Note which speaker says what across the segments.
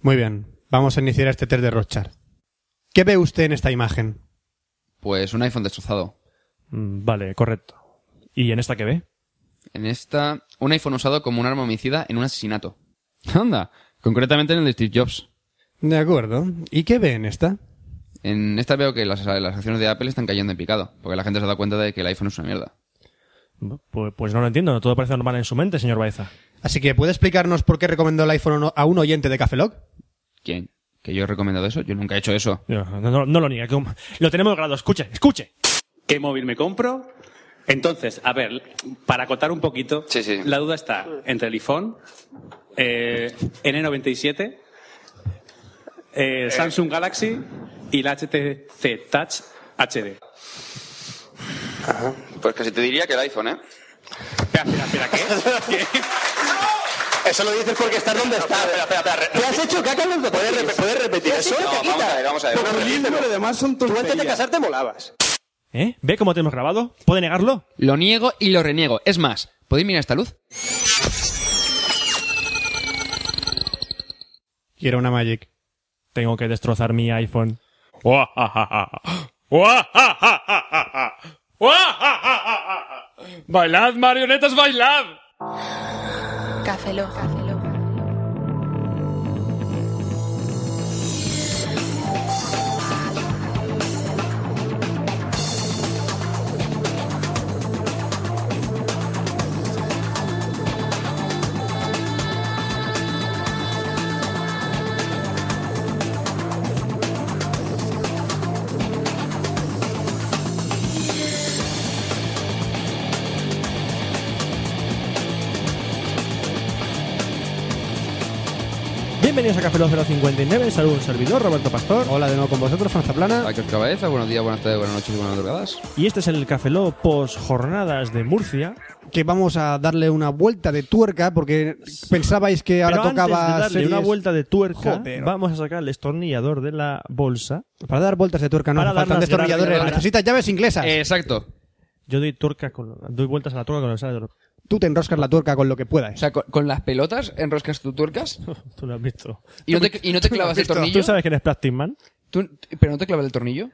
Speaker 1: Muy bien, vamos a iniciar este test de Rothschild. ¿Qué ve usted en esta imagen?
Speaker 2: Pues un iPhone destrozado.
Speaker 3: Mm, Vale, correcto. ¿Y en esta que ve?
Speaker 2: En esta, un iPhone usado como un arma homicida en un asesinato. Anda, concretamente en el de Steve Jobs.
Speaker 1: De acuerdo. ¿Y qué ve en esta?
Speaker 2: En esta veo que las, las acciones de Apple están cayendo en picado, porque la gente se ha dado cuenta de que el iPhone es una mierda.
Speaker 3: Bu- Pues, pues no lo entiendo, todo parece normal en su mente, señor Baeza.
Speaker 1: Así que, ¿puede explicarnos por qué recomendó el iPhone a un oyente de Cafelog?
Speaker 2: ¿Quién? ¿Que yo he recomendado eso? Yo nunca he hecho eso.
Speaker 3: No, no- no- no lo niega. que un- Lo tenemos grabado. Escuche, escuche.
Speaker 4: ¿Qué móvil me compro? Entonces, a ver, para acotar un poquito,
Speaker 2: Sí, sí.
Speaker 4: la duda está entre el iPhone, eh, N97, eh, Samsung Galaxy y la HTC Touch HD.
Speaker 2: Pues casi te diría que el iPhone, ¿eh?
Speaker 4: Espera, espera, espera, ¿qué?
Speaker 5: Eso lo dices porque estás donde estás. Espera, espera, espera. ¿Te has hecho caca en los ¿Puedes, repetir eso?
Speaker 2: No, vamos a ver, vamos a ver.
Speaker 5: Pero además son tus Tú antes de casarte molabas.
Speaker 3: ¿Eh? ¿Ve cómo tenemos grabado? ¿Puede negarlo?
Speaker 2: Lo niego y lo reniego. Es más, ¿podéis mirar esta luz?
Speaker 1: Quiero una Magic.
Speaker 3: Tengo que destrozar mi iPhone.
Speaker 6: ¡Bailad, marionetas, bailad!
Speaker 7: Café Lock.
Speaker 3: Bienvenidos a Café Lock 059. Saludos, un servidor, Roberto Pastor.
Speaker 1: Hola de nuevo con vosotros, Franza Plana.
Speaker 2: Aquí os cabeza, buenos días, buenas tardes, buenas noches y buenas madrugadas.
Speaker 3: Y este es el Café Lock post jornadas de Murcia.
Speaker 1: Que vamos a darle una vuelta de tuerca porque pensabais que ahora
Speaker 3: Pero
Speaker 1: tocaba
Speaker 3: antes de darle
Speaker 1: series-
Speaker 3: una vuelta de tuerca,
Speaker 1: Joder.
Speaker 3: vamos a sacar el destornillador de la bolsa.
Speaker 1: Para dar vueltas de tuerca no
Speaker 3: Para
Speaker 1: hace
Speaker 3: dar
Speaker 1: faltan
Speaker 3: las
Speaker 1: destornilladores,
Speaker 3: gracias.
Speaker 1: necesitas llaves inglesas.
Speaker 3: Eh,
Speaker 2: Exacto.
Speaker 3: Yo doy tuerca con, doy vueltas a la tuerca con el destornillador.
Speaker 1: Tú te enroscas la tuerca con lo que
Speaker 2: O
Speaker 1: puedas.
Speaker 2: sea, con, con las pelotas enroscas tu tuercas
Speaker 3: Tú lo has visto.
Speaker 2: y no te, y no te clavas el
Speaker 1: visto.
Speaker 2: tornillo.
Speaker 3: ¿Tú sabes que eres Plastic Man?
Speaker 2: Tú- ¿Pero no te clavas el tornillo?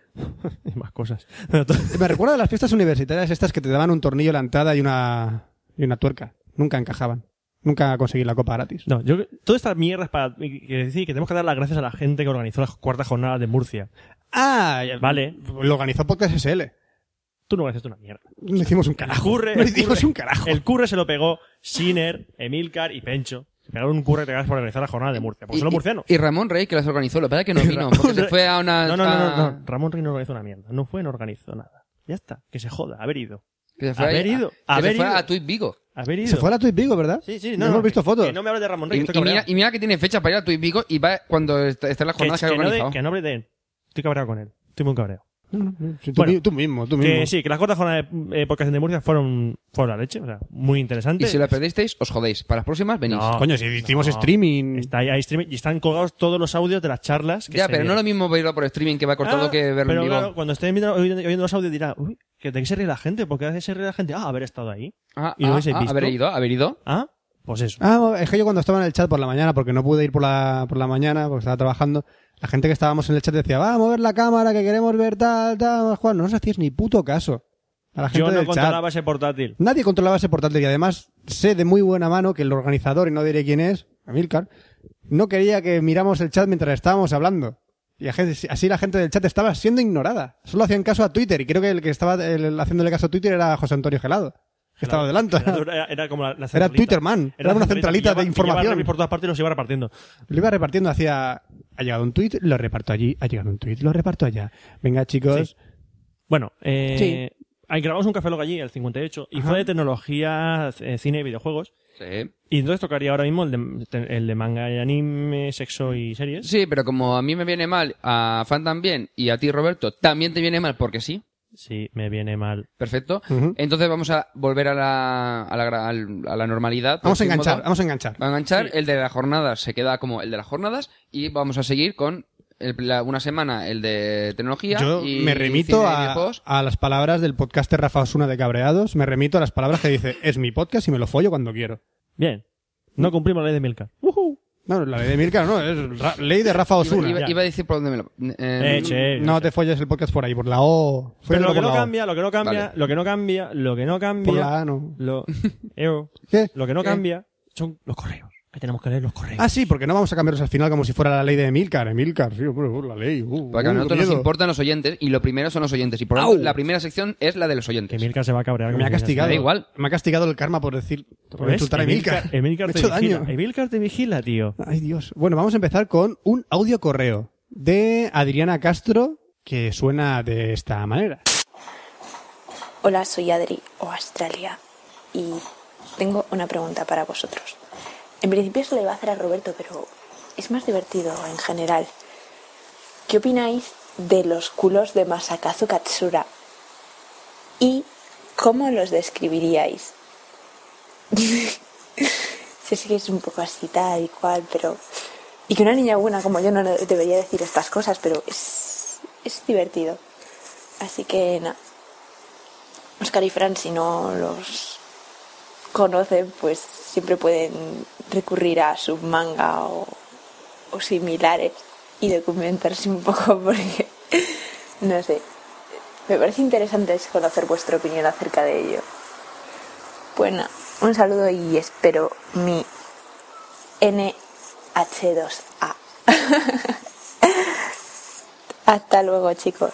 Speaker 3: Y más cosas. Bueno, to-
Speaker 1: Me recuerda a las fiestas universitarias estas que te daban un tornillo a la entrada y una, y una tuerca. Nunca encajaban. Nunca conseguí la copa gratis.
Speaker 3: No, yo, toda esta mierda es para quiere decir que tenemos que dar las gracias a la gente que organizó la cuarta jornada de Murcia.
Speaker 1: Ah,
Speaker 3: Vale.
Speaker 1: Lo organizó Podcast SL.
Speaker 3: Tú no gracias, tú una mierda.
Speaker 1: No hicimos un
Speaker 3: El
Speaker 1: carajo.
Speaker 3: curre,
Speaker 1: no
Speaker 3: el
Speaker 1: hicimos
Speaker 3: curre-
Speaker 1: un carajo.
Speaker 3: El curre se lo pegó Siner, Emilcar y Pencho. Se pegaron un curre que te ganas por organizar la jornada de Murcia. Porque
Speaker 2: y,
Speaker 3: son los Pues murcianos.
Speaker 2: Y, y Ramón Rey, que las organizó, lo que pasa es que no vino, porque se fue a una...
Speaker 3: No, no, no,
Speaker 2: a-
Speaker 3: no, no. Ramón Rey no organizó una mierda. No fue, no organizó nada. Ya está. Que se joda. Haber ido.
Speaker 2: Que se fue
Speaker 3: Haber
Speaker 2: ahí-
Speaker 3: ido,
Speaker 2: que se
Speaker 3: haber
Speaker 2: fue
Speaker 3: ido.
Speaker 2: a Twitch Vigo.
Speaker 3: Haber ido.
Speaker 1: Se fue a la Twitch Vigo, ¿verdad?
Speaker 3: Sí, sí,
Speaker 1: no.
Speaker 3: no.
Speaker 1: hemos
Speaker 3: no,
Speaker 1: visto
Speaker 3: que-
Speaker 1: fotos.
Speaker 3: Que no me hables de Ramón Rey.
Speaker 2: Y,
Speaker 3: que estoy
Speaker 2: y mira,
Speaker 3: cabreado.
Speaker 2: y mira que tiene fecha para ir a Twitch Vigo y va cuando está- están las
Speaker 3: Que-
Speaker 2: jornadas que,
Speaker 3: que
Speaker 2: ha
Speaker 3: no de-
Speaker 2: organizado.
Speaker 3: que no hables de él. Estoy cabreado con él. Estoy muy cabreado.
Speaker 1: Sí, tú,
Speaker 3: Bueno.
Speaker 1: mi- tú mismo, tú mismo.
Speaker 3: Que sí, que las cuartas jornadas de eh, podcast de Murcia fueron, fueron la leche. O sea, muy interesante.
Speaker 2: Y si la perdisteis, os jodéis. Para las próximas, venís.
Speaker 3: No.
Speaker 1: Coño, si hicimos
Speaker 3: No.
Speaker 1: streaming.
Speaker 3: Está ahí, hay streaming y están colgados todos los audios de las charlas. Que
Speaker 2: ya,
Speaker 3: se
Speaker 2: pero no
Speaker 3: dieron.
Speaker 2: lo mismo verlo por streaming que va cortado
Speaker 3: Ah,
Speaker 2: que verlo
Speaker 3: Pero
Speaker 2: en vivo.
Speaker 3: claro, cuando esté viendo- oyendo, oyendo los audios dirá, uy, que ¿de qué se ríe la gente? ¿Por qué se ríe la gente? Ah, haber estado ahí.
Speaker 2: Ah,
Speaker 3: ¿Y lo
Speaker 2: ah,
Speaker 3: habéis
Speaker 2: ah,
Speaker 3: visto?
Speaker 2: haber ido, haber ido.
Speaker 3: Ah, pues eso.
Speaker 1: Ah, es que yo cuando estaba en el chat por la mañana, porque no pude ir por la, por la mañana, porque estaba trabajando, la gente que estábamos en el chat decía, va a mover la cámara, que queremos ver tal, tal, Juan, no nos hacíais ni puto caso. A la gente
Speaker 3: Yo no
Speaker 1: del chat.
Speaker 3: controlaba ese portátil.
Speaker 1: Nadie controlaba ese portátil y además sé de muy buena mano que el organizador, y no diré quién es, Amilcar, no quería que miramos el chat mientras estábamos hablando. Y a gente- así la gente del chat estaba siendo ignorada. Solo hacían caso a Twitter y creo que el que estaba el- haciéndole caso a Twitter era José Antonio Gelado, que estaba adelante.
Speaker 3: Era, era como la, la
Speaker 1: Era
Speaker 3: centralita.
Speaker 1: Twitterman, era una centralita de
Speaker 3: Pillaba- pillaba
Speaker 1: información.
Speaker 3: reviews por todas partes y los iba repartiendo.
Speaker 1: Lo iba repartiendo hacia... Ha llegado un tweet, lo reparto allí, ha llegado un tweet, lo reparto allá. Venga chicos,
Speaker 3: Bueno, eh, ahí grabamos un café log allí, el 58, y
Speaker 1: Ajá.
Speaker 3: fue de tecnología, eh, cine y videojuegos.
Speaker 2: Sí.
Speaker 3: Y entonces tocaría ahora mismo el de, el de manga y anime, sexo y series.
Speaker 2: Sí, pero como a mí me viene mal, a Fan también, y a ti, Roberto, también te viene mal porque sí.
Speaker 3: Sí, me viene mal.
Speaker 2: Perfecto.
Speaker 3: Mm.
Speaker 1: Ujú.
Speaker 2: Entonces vamos a volver a la, a la, gra- al- a la normalidad. por
Speaker 1: vamos a
Speaker 2: decir
Speaker 1: enganchar,
Speaker 2: modo.
Speaker 1: vamos a enganchar.
Speaker 2: Va a enganchar. El de las jornadas se queda como el de las jornadas y vamos a seguir con el- la- una semana el de tecnología.
Speaker 1: Yo
Speaker 2: y
Speaker 1: me remito
Speaker 2: cine y
Speaker 1: a,
Speaker 2: videojuegos.
Speaker 1: a las palabras del podcaster Rafa Osuna de Cabreados. Me remito a las palabras que dice, es mi podcast y me lo follo cuando quiero.
Speaker 3: Bien. No cumplimos la ley de Milka. ¡Uhú!
Speaker 1: No, la ley de Milcar no, es ra- ley de Rafa
Speaker 2: Iba,
Speaker 1: Osuna.
Speaker 2: iba-
Speaker 3: Ya.
Speaker 2: iba a decir por dónde me lo... eh,
Speaker 3: Eh, che,
Speaker 1: no te folles el podcast por ahí, por la O.
Speaker 3: Pero
Speaker 1: Fóllatelo
Speaker 3: lo que
Speaker 1: por
Speaker 3: no
Speaker 1: la O.
Speaker 3: cambia, lo que no cambia,
Speaker 2: Vale.
Speaker 3: lo que no cambia, lo que no cambia.
Speaker 1: Por la A, no.
Speaker 3: Lo, Eo,
Speaker 1: ¿Qué?
Speaker 3: lo que no
Speaker 2: ¿Qué?
Speaker 3: cambia son los correos. Que tenemos que leer los correos.
Speaker 1: Ah, sí, porque no vamos a cambiarlos al final como si fuera la ley de Emilcar. Emilcar, sí, hombre, uh, la ley. uh,
Speaker 2: Porque a
Speaker 1: uh, qué
Speaker 2: nosotros nos
Speaker 1: miedo.
Speaker 2: importan los oyentes y lo primero son los oyentes. Y por lo tanto, la primera sección es la de los
Speaker 3: que
Speaker 2: oyentes.
Speaker 3: Milka se va a cabrear.
Speaker 1: Me ha castigado.
Speaker 2: Da igual.
Speaker 1: Me ha castigado el karma por decir, por insultar a Emilcar.
Speaker 3: Emilcar
Speaker 1: Me
Speaker 3: te
Speaker 1: he hecho
Speaker 3: vigila.
Speaker 1: daño.
Speaker 3: Emilcar te vigila, tío.
Speaker 1: Ay, Dios. Bueno, vamos a empezar con un audio correo de Adriana Castro que suena de esta manera.
Speaker 8: Hola, soy Adri o Australia y tengo una pregunta para vosotros. En principio se le va a hacer a Roberto, pero es más divertido en general. ¿Qué opináis de los culos de Masakazu Katsura? ¿Y cómo los describiríais? sé que es un poco así tal y cual, pero... Y que una niña buena como yo no le debería decir estas cosas, pero es, es divertido. Así que nada. Oscar y Pues Fran, si no los conocen, pues siempre pueden recurrir a su manga o, o similares y documentarse un poco porque, no sé, me parece interesante es conocer vuestra opinión acerca de ello. Bueno, un saludo y espero mi NH2A. Hasta luego, chicos.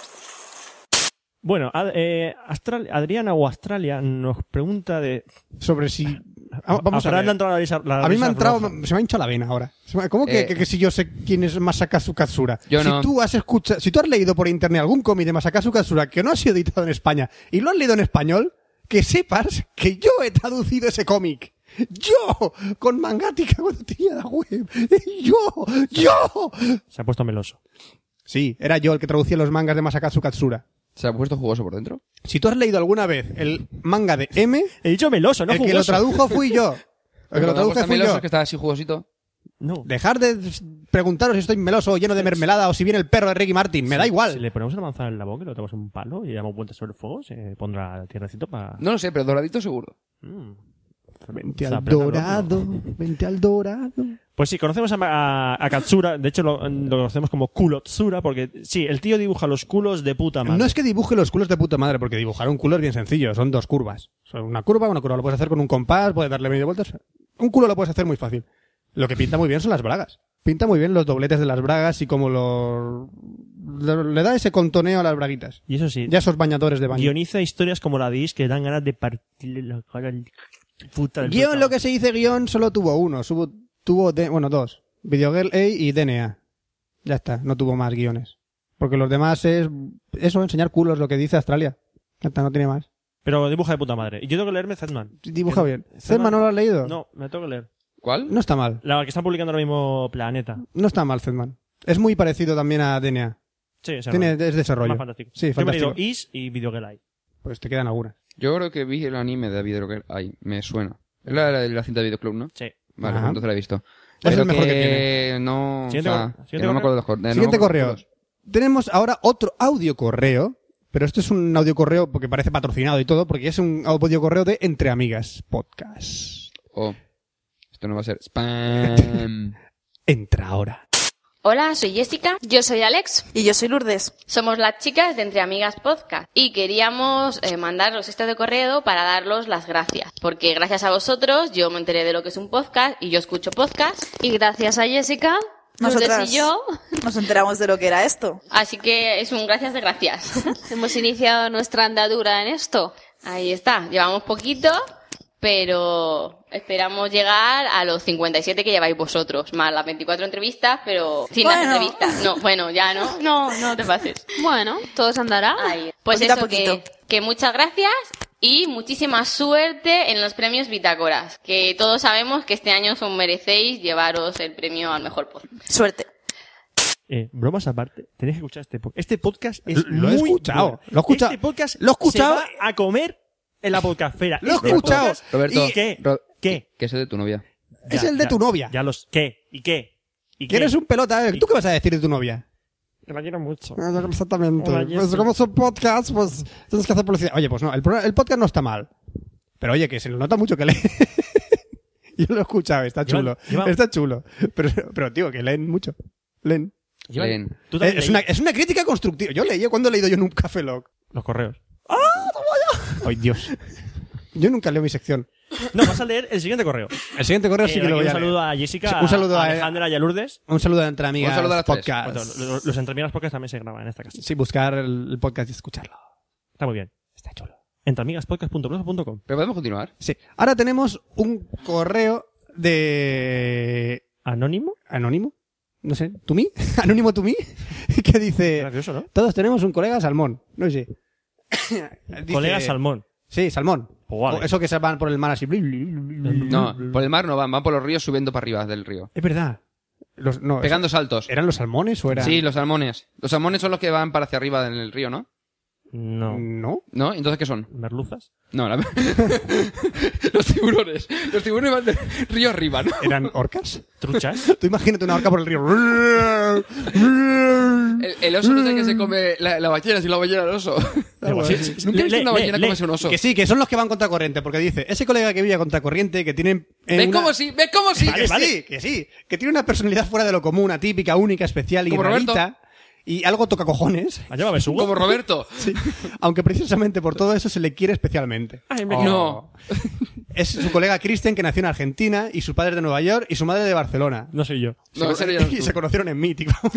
Speaker 3: Bueno, Ad- eh, Astral- Adriana o Australia nos pregunta de.
Speaker 1: Sobre si. Ah, Vamos a,
Speaker 3: Fran le ha
Speaker 1: ver.
Speaker 3: entrado la risa- la
Speaker 1: A mí me
Speaker 3: risa
Speaker 1: ha entrado,
Speaker 3: roja.
Speaker 1: se me ha hinchado la vena ahora. Se me- ¿Cómo que,
Speaker 2: Eh.
Speaker 1: que- que si yo sé quién es Masakazu Katsura?
Speaker 2: Yo
Speaker 1: si
Speaker 2: no.
Speaker 1: tú has escuchado, si tú has leído por internet algún cómic de Masakazu Katsura que no ha sido editado en España y lo has leído en español, que sepas que yo he traducido ese cómic. Yo, con Mangática cuando tenía la web. Yo, yo.
Speaker 3: Se ha puesto meloso.
Speaker 1: Sí, era yo el que traducía los mangas de Masakazu Katsura.
Speaker 2: ¿Se ha puesto jugoso por dentro?
Speaker 1: Si tú has leído alguna vez el manga de M,
Speaker 3: He dicho meloso, no
Speaker 1: el que lo
Speaker 3: jugoso.
Speaker 1: tradujo fui yo. El que lo
Speaker 2: Cuando me
Speaker 1: traduje
Speaker 2: gusta
Speaker 1: fui
Speaker 2: Milosos,
Speaker 1: yo.
Speaker 2: que está así jugosito.
Speaker 3: No.
Speaker 1: Dejar de preguntaros si estoy meloso o lleno de mermelada o si viene el perro de Ricky Martin. Me da
Speaker 3: Si
Speaker 1: igual.
Speaker 3: le ponemos una manzana en la boca y lo tenemos en un palo y le damos vueltas sobre el fuego, se pondrá tierrecito para.
Speaker 2: No lo sé, pero doradito seguro.
Speaker 1: Vente al dorado, vente al dorado.
Speaker 3: Pues sí, conocemos a, Ma- a, a Katsura, de hecho lo, lo conocemos como Kulotsura, porque sí, el tío dibuja los culos de puta madre.
Speaker 1: No es que dibuje los culos de puta madre, porque dibujar un culo es bien sencillo. Son dos curvas. Son una curva, una curva. Lo puedes hacer con un compás, puedes darle medio vueltas. Un culo lo puedes hacer muy fácil. Lo que pinta muy bien son las bragas. Pinta muy bien los dobletes de las bragas y como lo... le- Le da ese contoneo a las braguitas.
Speaker 3: Y eso sí,
Speaker 1: Ya esos bañadores de baño.
Speaker 3: guioniza historias como la de Is que dan ganas de partirle la cara al puta del
Speaker 1: Guión,
Speaker 3: puta.
Speaker 1: lo que se dice guión, solo tuvo uno. Subo- tuvo, de- bueno, dos. Videogirl A y DNA. Ya está, no tuvo más guiones. Porque los demás es eso, enseñar culos, lo que dice Australia. Ya está, no tiene más.
Speaker 3: Pero dibuja de puta madre. Y yo tengo que leerme Zetman.
Speaker 1: Dibuja
Speaker 3: Que-
Speaker 1: bien. Zelma, ¿no lo has leído?
Speaker 3: No, me tengo que leer.
Speaker 2: ¿Cuál?
Speaker 1: No está mal.
Speaker 3: La que están publicando ahora mismo Planeta.
Speaker 1: No está mal, Zedman. Es muy parecido también a DNA.
Speaker 3: Sí, ese
Speaker 1: Tiene,
Speaker 3: rollo.
Speaker 1: es desarrollo.
Speaker 3: Más fantástico.
Speaker 1: Sí,
Speaker 3: Yo me he
Speaker 1: fantástico.
Speaker 3: leído Is y Videogelai.
Speaker 1: Pues te quedan algunas.
Speaker 2: Yo creo que vi el anime de Videoclub. Ay, me suena. Es la, la, la cinta de Videoclub, ¿no?
Speaker 3: Sí.
Speaker 2: Vale, pues
Speaker 1: Ajá.
Speaker 2: entonces la he visto.
Speaker 1: Es el
Speaker 2: Creo
Speaker 1: mejor que
Speaker 2: No, o
Speaker 3: Siguiente
Speaker 2: sea,
Speaker 3: cor-
Speaker 2: que
Speaker 3: siguiente
Speaker 2: no me acuerdo de los cor- de- no me
Speaker 1: Siguiente
Speaker 2: acuerdo de
Speaker 1: correo.
Speaker 2: los todos.
Speaker 1: Tenemos ahora otro audio correo, pero este es un audio correo porque parece patrocinado y todo, porque es un audio correo de Entre Amigas Podcast.
Speaker 2: Oh, esto no va a ser spam.
Speaker 1: Entra ahora.
Speaker 9: Hola, soy Jessica. Yo soy Alex.
Speaker 10: Y yo soy Lourdes.
Speaker 9: Somos las chicas de Entre Amigas Podcast y queríamos eh, mandaros este de correo para daros las gracias. Porque gracias a vosotros yo me enteré de lo que es un podcast y yo escucho podcast. Y gracias a Jessica,
Speaker 10: Nosotras nos enteramos de lo que era esto.
Speaker 9: Así que es un gracias de gracias. Hemos iniciado nuestra andadura en esto. Ahí está, llevamos poquito, pero esperamos llegar a los 57 que lleváis vosotros, más las 24 entrevistas, pero sin
Speaker 10: Bueno.
Speaker 9: las entrevistas. No, bueno, ya no. No, no te pases.
Speaker 11: Bueno, todos andará.
Speaker 9: Ahí. Pues
Speaker 10: Poquito a
Speaker 9: eso, que,
Speaker 10: poquito.
Speaker 9: que muchas gracias y muchísima suerte en los premios Bitácoras, que todos sabemos que este año os merecéis llevaros el premio al mejor podcast.
Speaker 10: Suerte.
Speaker 3: Eh, bromas aparte, tenéis que escuchar este podcast. Este podcast es
Speaker 1: Lo he
Speaker 3: muy
Speaker 1: escuchado,
Speaker 3: bueno.
Speaker 1: lo he escuchado,
Speaker 3: Este podcast
Speaker 1: lo he escuchado.
Speaker 3: se va a comer en la podcastfera.
Speaker 1: Lo he
Speaker 3: Este
Speaker 1: escuchado.
Speaker 3: podcast-
Speaker 2: Roberto,
Speaker 3: ¿Y qué?
Speaker 2: Ro-
Speaker 3: ¿Qué?
Speaker 2: Que es el de tu novia.
Speaker 1: Es el de tu novia.
Speaker 3: Ya los... ¿Qué? ¿Y qué? ¿Y
Speaker 1: Que
Speaker 3: qué?
Speaker 1: eres un pelota. ¿eh? ¿Tú qué vas a decir de tu novia?
Speaker 3: La quiero mucho.
Speaker 1: Exactamente.
Speaker 3: Hola, Jessy.
Speaker 1: Pues como son podcasts, pues tienes que hacer publicidad. Oye, pues no, el, pro- el podcast no está mal. Pero oye, que se lo nota mucho que lee. Yo lo he escuchado, está
Speaker 3: Llevan-
Speaker 1: chulo.
Speaker 3: llevan-
Speaker 1: Está chulo. Pero, pero, tío, que leen mucho. Leen.
Speaker 3: Llevan-
Speaker 2: Leen.
Speaker 3: ¿Tú
Speaker 1: Eh,
Speaker 3: también
Speaker 1: es,
Speaker 3: leí
Speaker 1: una, es una crítica constructiva. Yo leí, ¿cuándo he leído yo en un Café Lock?
Speaker 3: los correos?
Speaker 1: ¡Ah, Ay, Dios. Yo nunca leo mi sección.
Speaker 3: No, vas a leer el siguiente correo.
Speaker 1: El siguiente correo
Speaker 3: Eh,
Speaker 1: sí que lo
Speaker 3: aquí
Speaker 1: voy
Speaker 3: un
Speaker 1: a
Speaker 3: saludo
Speaker 1: leer.
Speaker 3: a Jessica,
Speaker 1: Sí, un saludo a-
Speaker 3: Alejandra y a Lourdes.
Speaker 1: Un saludo entre amigas.
Speaker 2: Un saludo a las tres.
Speaker 1: podcast.
Speaker 3: Bueno, lo- lo- los entremiras podcast también se graban en esta casa.
Speaker 1: Sí, buscar el el podcast y escucharlo.
Speaker 3: Está muy bien. Está chulo. Entreamigaspodcast.blogspot.com
Speaker 2: Pero podemos continuar.
Speaker 1: Sí. Ahora tenemos un correo de
Speaker 3: ¿Anónimo?
Speaker 1: anónimo, no sé, to me, anónimo to me, que dice,
Speaker 3: Gracioso, ¿no?
Speaker 1: todos tenemos un colega salmón, no sé. Dice-
Speaker 3: Colega Salmón.
Speaker 1: Sí, salmón.
Speaker 3: Pues vale.
Speaker 1: O Eso que se van por el mar así. No.
Speaker 2: No, por el mar no van, van por los ríos subiendo para arriba del río.
Speaker 1: Es verdad. Los, no,
Speaker 2: Pegando saltos.
Speaker 1: eso- ¿Eran los salmones o eran?
Speaker 2: Sí, los salmones. Los salmones son los que van para hacia arriba en el río, ¿no?
Speaker 3: No.
Speaker 1: No.
Speaker 2: ¿No? ¿Entonces qué son?
Speaker 3: ¿Merluzas?
Speaker 2: No, la... los tiburones. Los tiburones van del río arriba, ¿no?
Speaker 1: ¿Eran orcas?
Speaker 3: ¿Truchas?
Speaker 1: Tú imagínate una orca por el río.
Speaker 2: El, el oso no es el que se come la, la ballena, si la ballena al oso.
Speaker 3: Algo así.
Speaker 2: Nunca he visto
Speaker 3: Le-
Speaker 2: una
Speaker 3: le-
Speaker 2: ballena
Speaker 3: le-
Speaker 2: comerse un oso.
Speaker 1: Que sí, que son los que van contra corriente, porque dice, ese colega que vive contra corriente, que tiene... en
Speaker 2: ¿Ves
Speaker 1: una-
Speaker 2: cómo sí? ¿Ves cómo sí?
Speaker 1: que sí, que sí, que tiene una personalidad fuera de lo común, atípica, única, especial y
Speaker 2: Como Roberto.
Speaker 1: rarita, y algo toca cojones,
Speaker 3: ¿Allá Ah, va Besugo?
Speaker 2: Como Roberto.
Speaker 1: sí, aunque precisamente por todo eso se le quiere especialmente. Oh.
Speaker 2: No.
Speaker 1: Es su colega Kristen que nació en Argentina y su padre es de Nueva York y su madre de Barcelona.
Speaker 3: No soy yo.
Speaker 2: No, en
Speaker 1: Se-
Speaker 2: serio,
Speaker 1: y
Speaker 2: tú.
Speaker 1: se conocieron en Mítico.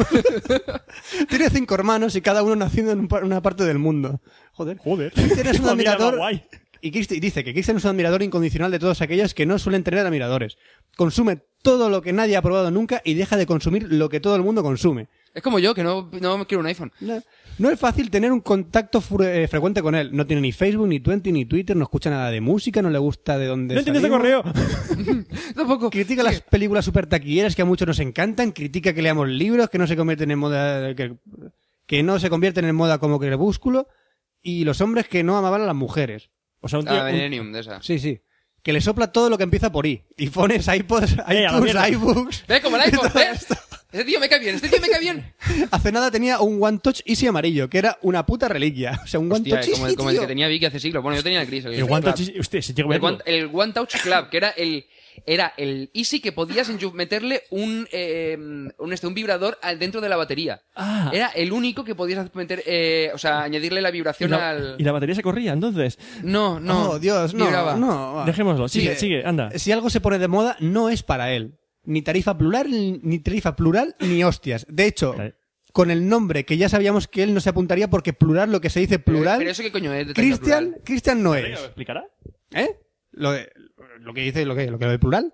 Speaker 1: tiene cinco hermanos y cada uno naciendo en un pa- una parte del mundo. Joder.
Speaker 3: Joder.
Speaker 1: Kristen es un
Speaker 3: Familia
Speaker 1: admirador.
Speaker 3: Guay.
Speaker 1: Y Christi- dice que Christian es un admirador incondicional de todos aquellos que no suelen tener admiradores. Consume todo lo que nadie ha probado nunca y deja de consumir lo que todo el mundo consume.
Speaker 2: Es como yo, que no, no quiero un iPhone.
Speaker 1: No, no es fácil tener un contacto fre- eh, frecuente con él. No tiene ni Facebook, ni Twenty, ni Twitter, no escucha nada de música, no le gusta de dónde
Speaker 3: No entiendo este
Speaker 1: salimos.
Speaker 3: correo.
Speaker 2: Tampoco.
Speaker 1: Critica las películas super taquilleras que a muchos nos encantan, critica que leamos libros que no se convierten en moda, que, que no se convierten en moda como Crepúsculo, y los hombres que no amaban a las mujeres.
Speaker 3: O sea, un tío...
Speaker 2: La
Speaker 3: un-
Speaker 2: Ah, Millennium de esa.
Speaker 1: Sí, sí. Que le sopla todo lo que empieza por I. iPhones, iPods,
Speaker 3: Eh, a la
Speaker 1: iTunes,
Speaker 3: mierda.
Speaker 1: iBooks.
Speaker 2: ¿Ves como el iPhone? ¿Ves? Este tío me cae bien, este tío me cae bien.
Speaker 1: Hace nada tenía un One Touch Easy amarillo, que era una puta reliquia. O sea, un
Speaker 2: Hostia,
Speaker 1: One Touch
Speaker 2: como, el-
Speaker 1: Easy,
Speaker 2: como el
Speaker 1: tío.
Speaker 2: que tenía Vicky hace siglos. Bueno, yo tenía el gris. El,
Speaker 3: El One Touch... Usted, se llega a
Speaker 2: Club. El
Speaker 3: verlo.
Speaker 2: One- el One Touch Club, que era el... Era el Easy que podías enchu- meterle un, eh, un, este, un vibrador al dentro de la batería.
Speaker 3: Ah.
Speaker 2: Era el único que podías meter, eh, o sea, añadirle la
Speaker 3: Y
Speaker 2: vibración
Speaker 3: la,
Speaker 2: al...
Speaker 3: y la batería se corría, entonces.
Speaker 2: No, no.
Speaker 1: Oh, Dios, no,
Speaker 2: Vibraba.
Speaker 1: no. va.
Speaker 3: Dejémoslo.
Speaker 1: Sí,
Speaker 3: Sigue,
Speaker 1: eh,
Speaker 3: sigue, anda.
Speaker 1: Si algo se pone de moda, no es para él. Ni tarifa plural, ni tarifa plural, ni hostias. De hecho,
Speaker 3: Claro.
Speaker 1: con el nombre que ya sabíamos que él no se apuntaría porque plural, lo que se dice
Speaker 2: Pero-
Speaker 1: plural,
Speaker 2: Pero eso qué coño es. de tecla
Speaker 1: Cristian,
Speaker 2: plural?
Speaker 1: Cristian no
Speaker 3: ¿Me
Speaker 1: es.
Speaker 3: lo explicará?
Speaker 1: ¿Eh? Lo, de- lo que dice, lo que, lo que lo de plural.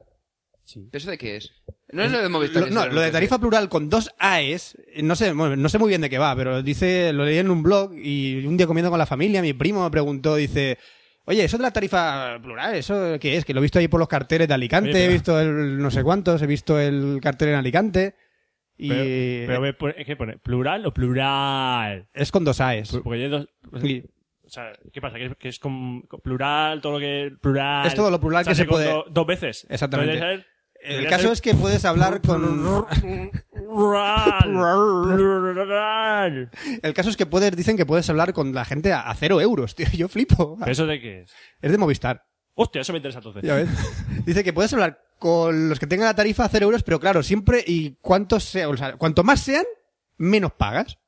Speaker 2: ¿Pero eso de qué es? No es lo de Movistar.
Speaker 1: Lo-
Speaker 2: que
Speaker 1: no,
Speaker 2: se
Speaker 1: lo de
Speaker 2: hace.
Speaker 1: tarifa plural con dos AES, no sé, bueno, no sé muy bien de qué va, pero dice, lo leí en un blog y un día comiendo con la familia, mi primo me preguntó, dice, oye, eso de la tarifa plural, ¿eso qué es? Que lo he visto ahí por los carteles de Alicante,
Speaker 3: Oye, pero-
Speaker 1: he visto el no sé cuántos, he visto el cartel en Alicante y
Speaker 3: Pero, pero me pone- ¿qué pone? ¿Plural o plural?
Speaker 1: es con dos AES.
Speaker 3: Porque yo hay dos-
Speaker 1: Y
Speaker 3: O sea, ¿qué pasa? Que es, que es con, con plural, todo lo que plural.
Speaker 1: Es todo lo plural
Speaker 3: O sea,
Speaker 1: que se
Speaker 3: hace con
Speaker 1: puede-
Speaker 3: do- dos veces.
Speaker 1: Exactamente.
Speaker 3: Entonces,
Speaker 1: el caso es que puedes hablar con...
Speaker 3: Plural. plural.
Speaker 1: El caso es que puedes, dicen que puedes hablar con la gente a, a cero euros, tío, yo flipo.
Speaker 3: ¿Pero ¿Eso de qué es?
Speaker 1: Es de Movistar.
Speaker 3: Hostia, eso me interesa entonces.
Speaker 1: Ya ves. Dice que puedes hablar con los que tengan la tarifa a cero euros, pero claro, siempre y cuantos sea, o sea, cuanto más sean, menos pagas.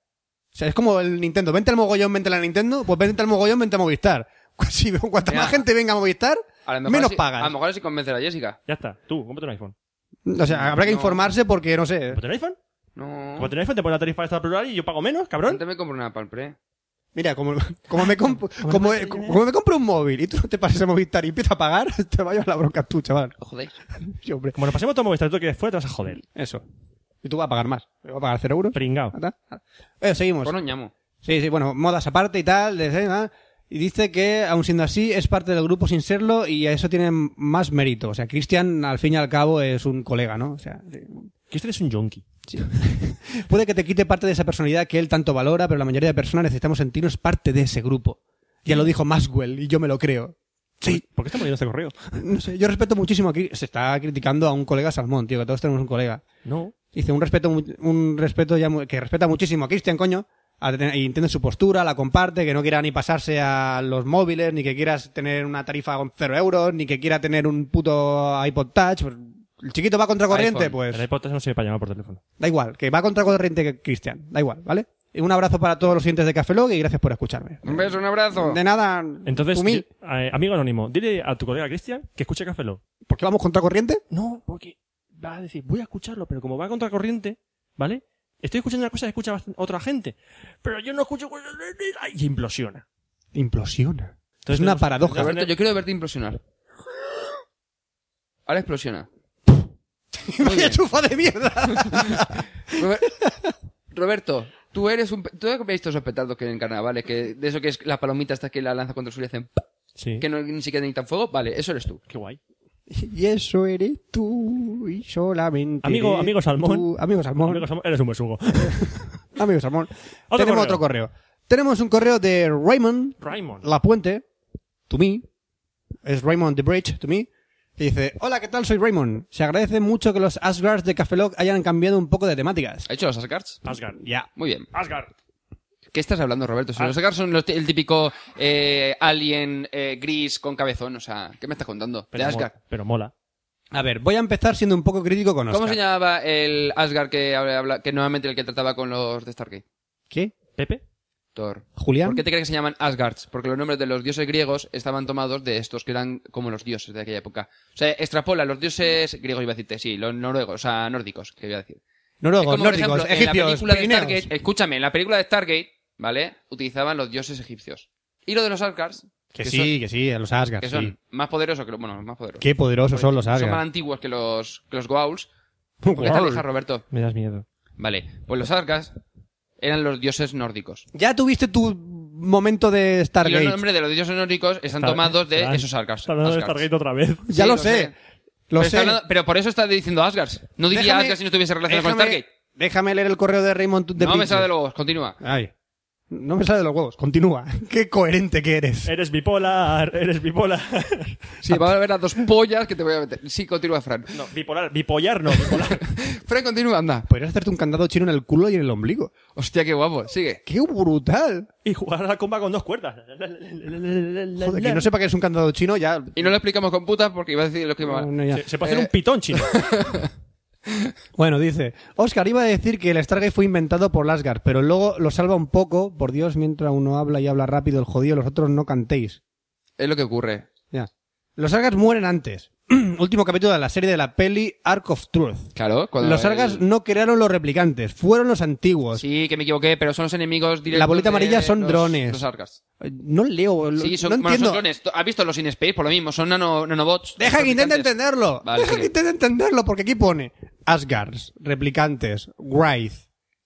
Speaker 1: O sea, es como el Nintendo. Vente al mogollón, vente a la Nintendo, pues vente al mogollón, vente a Movistar. Si cuanta
Speaker 2: Ya.
Speaker 1: más gente venga a Movistar,
Speaker 2: A lo mejor
Speaker 1: menos
Speaker 2: así- A
Speaker 1: pagas.
Speaker 2: lo mejor así convencer a Jessica.
Speaker 3: Ya está. Tú, cómprate un iPhone.
Speaker 1: O sea, habrá que
Speaker 2: No.
Speaker 1: informarse porque, no sé.
Speaker 3: ¿Cómprate un iPhone?
Speaker 1: Ah.
Speaker 2: No.
Speaker 3: ¿Cómprate un iPhone? Te pones la tarifa esta plural y yo pago menos, cabrón.
Speaker 2: Antes me compro una palpre.
Speaker 1: Mira, como, como me comp- como, como me compro un móvil y tú no te pases a Movistar y empiezas a pagar, te vayas a la bronca tú, chaval.
Speaker 2: Joder.
Speaker 1: Sí, hombre.
Speaker 3: Como nos pasemos todo Movistar, tú que fuera te vas a joder.
Speaker 1: Eso. Y tú vas a pagar más. Vas a pagar cero euros.
Speaker 3: Pringao.
Speaker 1: Ya está. Eh, seguimos.
Speaker 2: Por Pues no ñamo.
Speaker 1: Sí, sí, bueno, modas aparte y tal, de escena. Y dice que, aun siendo así, es parte del grupo sin serlo y a eso tiene más mérito. O sea, Cristian, al fin y al cabo, es un colega, ¿no? O sea, sí.
Speaker 3: Que este es un yonki.
Speaker 1: puede que te quite parte de esa personalidad que él tanto valora, pero la mayoría de personas necesitamos sentirnos parte de ese grupo. Ya lo dijo Maxwell y yo me lo creo. Sí,
Speaker 3: ¿Por qué estamos leyendo este correo?
Speaker 1: no sé, yo respeto muchísimo a Cri- Se está criticando a un colega salmón, tío, que todos tenemos un colega.
Speaker 3: No.
Speaker 1: Dice, un respeto, mu- un respeto ya mu- que respeta muchísimo a Cristian, coño, a tener- y entiende su postura, la comparte, que no quiera ni pasarse a los móviles, ni que quieras tener una tarifa con cero euros, ni que quiera tener un puto iPod Touch. pues, el chiquito va contra corriente,
Speaker 3: iPhone.
Speaker 1: pues.
Speaker 3: El iPod no sirve para llamar por teléfono.
Speaker 1: Da igual, que va contra corriente que Cristian. Da igual, ¿vale? Y Un abrazo para todos los siguientes de Café Log y gracias por escucharme.
Speaker 2: Un beso, un abrazo.
Speaker 1: De nada.
Speaker 3: Entonces,
Speaker 1: humil-
Speaker 3: di- eh, amigo anónimo, dile a tu colega Cristian que escuche Café Lock.
Speaker 1: ¿Por qué vamos contra corriente?
Speaker 3: No, porque va a decir, voy a escucharlo, pero como va contra corriente, ¿vale? Estoy escuchando una cosa que escucha bast- otra gente, pero yo no escucho cosas ¡ay! y implosiona.
Speaker 1: Implosiona.
Speaker 3: Entonces
Speaker 1: es una
Speaker 3: tenemos-
Speaker 1: paradoja.
Speaker 2: Roberto, yo quiero verte implosionar. Ahora explosiona. Muy
Speaker 1: ¡Vaya
Speaker 2: bien.
Speaker 1: chufa de mierda!
Speaker 2: Rober- Roberto, tú eres un... pe- ¿Tú has visto esos petardos que hay en carnavales? Que de eso que es la palomita hasta que la lanza contra el suelo y hacen... ¡pa!
Speaker 3: Sí.
Speaker 2: Que no, ni siquiera necesitan fuego. Vale, eso eres tú.
Speaker 3: Qué guay.
Speaker 1: y eso eres tú y solamente...
Speaker 3: Amigo-
Speaker 1: eres
Speaker 3: amigo Salmón.
Speaker 1: tú. Amigo Salmón.
Speaker 3: Amigo, somos- eres un besugo.
Speaker 1: Amigo Salmón.
Speaker 3: Otro
Speaker 1: Tenemos
Speaker 3: correo.
Speaker 1: otro correo. Tenemos un correo de Raymond
Speaker 3: Raymond.
Speaker 1: La Puente, to me, es Raymond the Bridge, to me, y dice, hola, ¿qué tal? Soy Raymond. Se agradece mucho que los Asgards de Café Lock hayan cambiado un poco de temáticas.
Speaker 2: ¿Ha hecho los Asgards?
Speaker 3: Asgard.
Speaker 1: Ya.
Speaker 2: Muy bien.
Speaker 3: Asgard.
Speaker 2: ¿Qué estás hablando, Roberto?
Speaker 1: Ah.
Speaker 2: Si los Asgards son los t- el típico eh, alien eh, gris con cabezón. O sea, ¿qué me estás contando? De
Speaker 3: Pero, mo-
Speaker 2: Asgard.
Speaker 3: pero mola.
Speaker 1: A ver, voy a empezar siendo un poco crítico con Oscar.
Speaker 2: ¿Cómo se llamaba el Asgard que, habla, habla- que nuevamente el que trataba con los de Stargate?
Speaker 1: ¿Qué?
Speaker 3: ¿Pepe?
Speaker 2: Thor.
Speaker 1: ¿Julián?
Speaker 2: ¿Por qué te crees que se llaman Asgards? Porque los nombres de los dioses griegos estaban tomados de estos que eran como los dioses de aquella época. O sea, extrapola los dioses griegos, iba a decirte, sí, los noruegos, o sea, nórdicos, que iba a decir. Es
Speaker 1: Noruegos,
Speaker 2: como, por
Speaker 1: nórdicos,
Speaker 2: ejemplo, en la
Speaker 1: egipcios,
Speaker 2: película de
Speaker 1: pirineos.
Speaker 2: Stargate, escúchame, en la película de Stargate, ¿vale? Utilizaban los dioses egipcios. Y lo de los Asgards,
Speaker 1: Que,
Speaker 2: que
Speaker 1: sí,
Speaker 2: son-
Speaker 1: que sí, a los Asgards,
Speaker 2: que
Speaker 1: sí.
Speaker 2: son más poderosos que los, bueno, más poderosos.
Speaker 1: Qué poderosos son los
Speaker 2: Son más
Speaker 1: Asgards.
Speaker 2: antiguos que los, que los Goa'uls. ¿Qué tal, hija, Roberto?
Speaker 3: Me das miedo.
Speaker 2: Vale, pues los Asgards eran los dioses nórdicos.
Speaker 1: Ya tuviste tu momento de
Speaker 2: Y los
Speaker 1: Stargate.
Speaker 2: nombres de los dioses nórdicos están
Speaker 3: Está-
Speaker 2: tomados de
Speaker 3: está-
Speaker 2: esos Asgards.
Speaker 3: Está hablando de
Speaker 2: Asgards.
Speaker 3: Stargate otra vez.
Speaker 1: ya
Speaker 2: Sí,
Speaker 1: lo,
Speaker 2: lo
Speaker 1: sé.
Speaker 2: sé.
Speaker 1: Lo
Speaker 2: pero,
Speaker 1: sé.
Speaker 2: está hablando- pero por eso está diciendo Asgard. No diría
Speaker 1: Déjame-
Speaker 2: Asgard si no estuviese relacionado con
Speaker 1: déjame-
Speaker 2: Stargate.
Speaker 1: Déjame leer el correo de Raymond de
Speaker 2: No me
Speaker 1: Bridge.
Speaker 2: sale de los continúa.
Speaker 1: Ay. No me sale de los huevos. Continúa. Qué coherente que eres.
Speaker 2: Eh,
Speaker 3: Eres bipolar, eres bipolar.
Speaker 2: Sí, va a haber las dos pollas que te voy a meter. Sí, continúa, Fran.
Speaker 3: No, bipolar, bipollar no, bipolar.
Speaker 2: Fran, continúa, anda.
Speaker 1: Podrías hacerte un candado chino en el culo y en el ombligo.
Speaker 2: Hostia, qué guapo. Sigue.
Speaker 1: ¡Qué brutal!
Speaker 3: y jugar a la comba con dos cuerdas.
Speaker 1: Joder, quien no sepa que es un candado chino ya...
Speaker 2: Y no lo explicamos con putas porque iba a decir lo que iba
Speaker 1: No,
Speaker 2: mal.
Speaker 1: no, ya.
Speaker 3: se, se puede
Speaker 2: Eh,
Speaker 3: hacer un pitón chino.
Speaker 1: Bueno, dice... Oscar, iba a decir que el Stargate fue inventado por Lasgar, pero luego lo salva un poco. Por Dios, mientras uno habla y habla rápido el jodido, los otros no cantéis.
Speaker 2: Es lo que ocurre.
Speaker 1: Ya. Los Asgards mueren antes. Último capítulo de la serie de la peli Ark of Truth.
Speaker 2: Claro, cuando.
Speaker 1: los
Speaker 2: el-
Speaker 1: Asgards no crearon los replicantes, fueron los antiguos.
Speaker 2: Sí, que me equivoqué, pero son los enemigos directos.
Speaker 1: La bolita
Speaker 2: de
Speaker 1: amarilla son
Speaker 2: los-
Speaker 1: drones.
Speaker 2: Los Asgards.
Speaker 1: Eh, No leo, lo-
Speaker 2: Sí, son,
Speaker 1: no
Speaker 2: bueno, son
Speaker 1: entiendo.
Speaker 2: clones. ¿Has visto los in space? Por lo mismo, son nano- nanobots.
Speaker 1: Deja que intente
Speaker 2: Replicantes.
Speaker 1: entenderlo.
Speaker 2: Vale,
Speaker 1: Deja
Speaker 2: sigue.
Speaker 1: que intente entenderlo, porque aquí pone Asgards, replicantes, Wraith.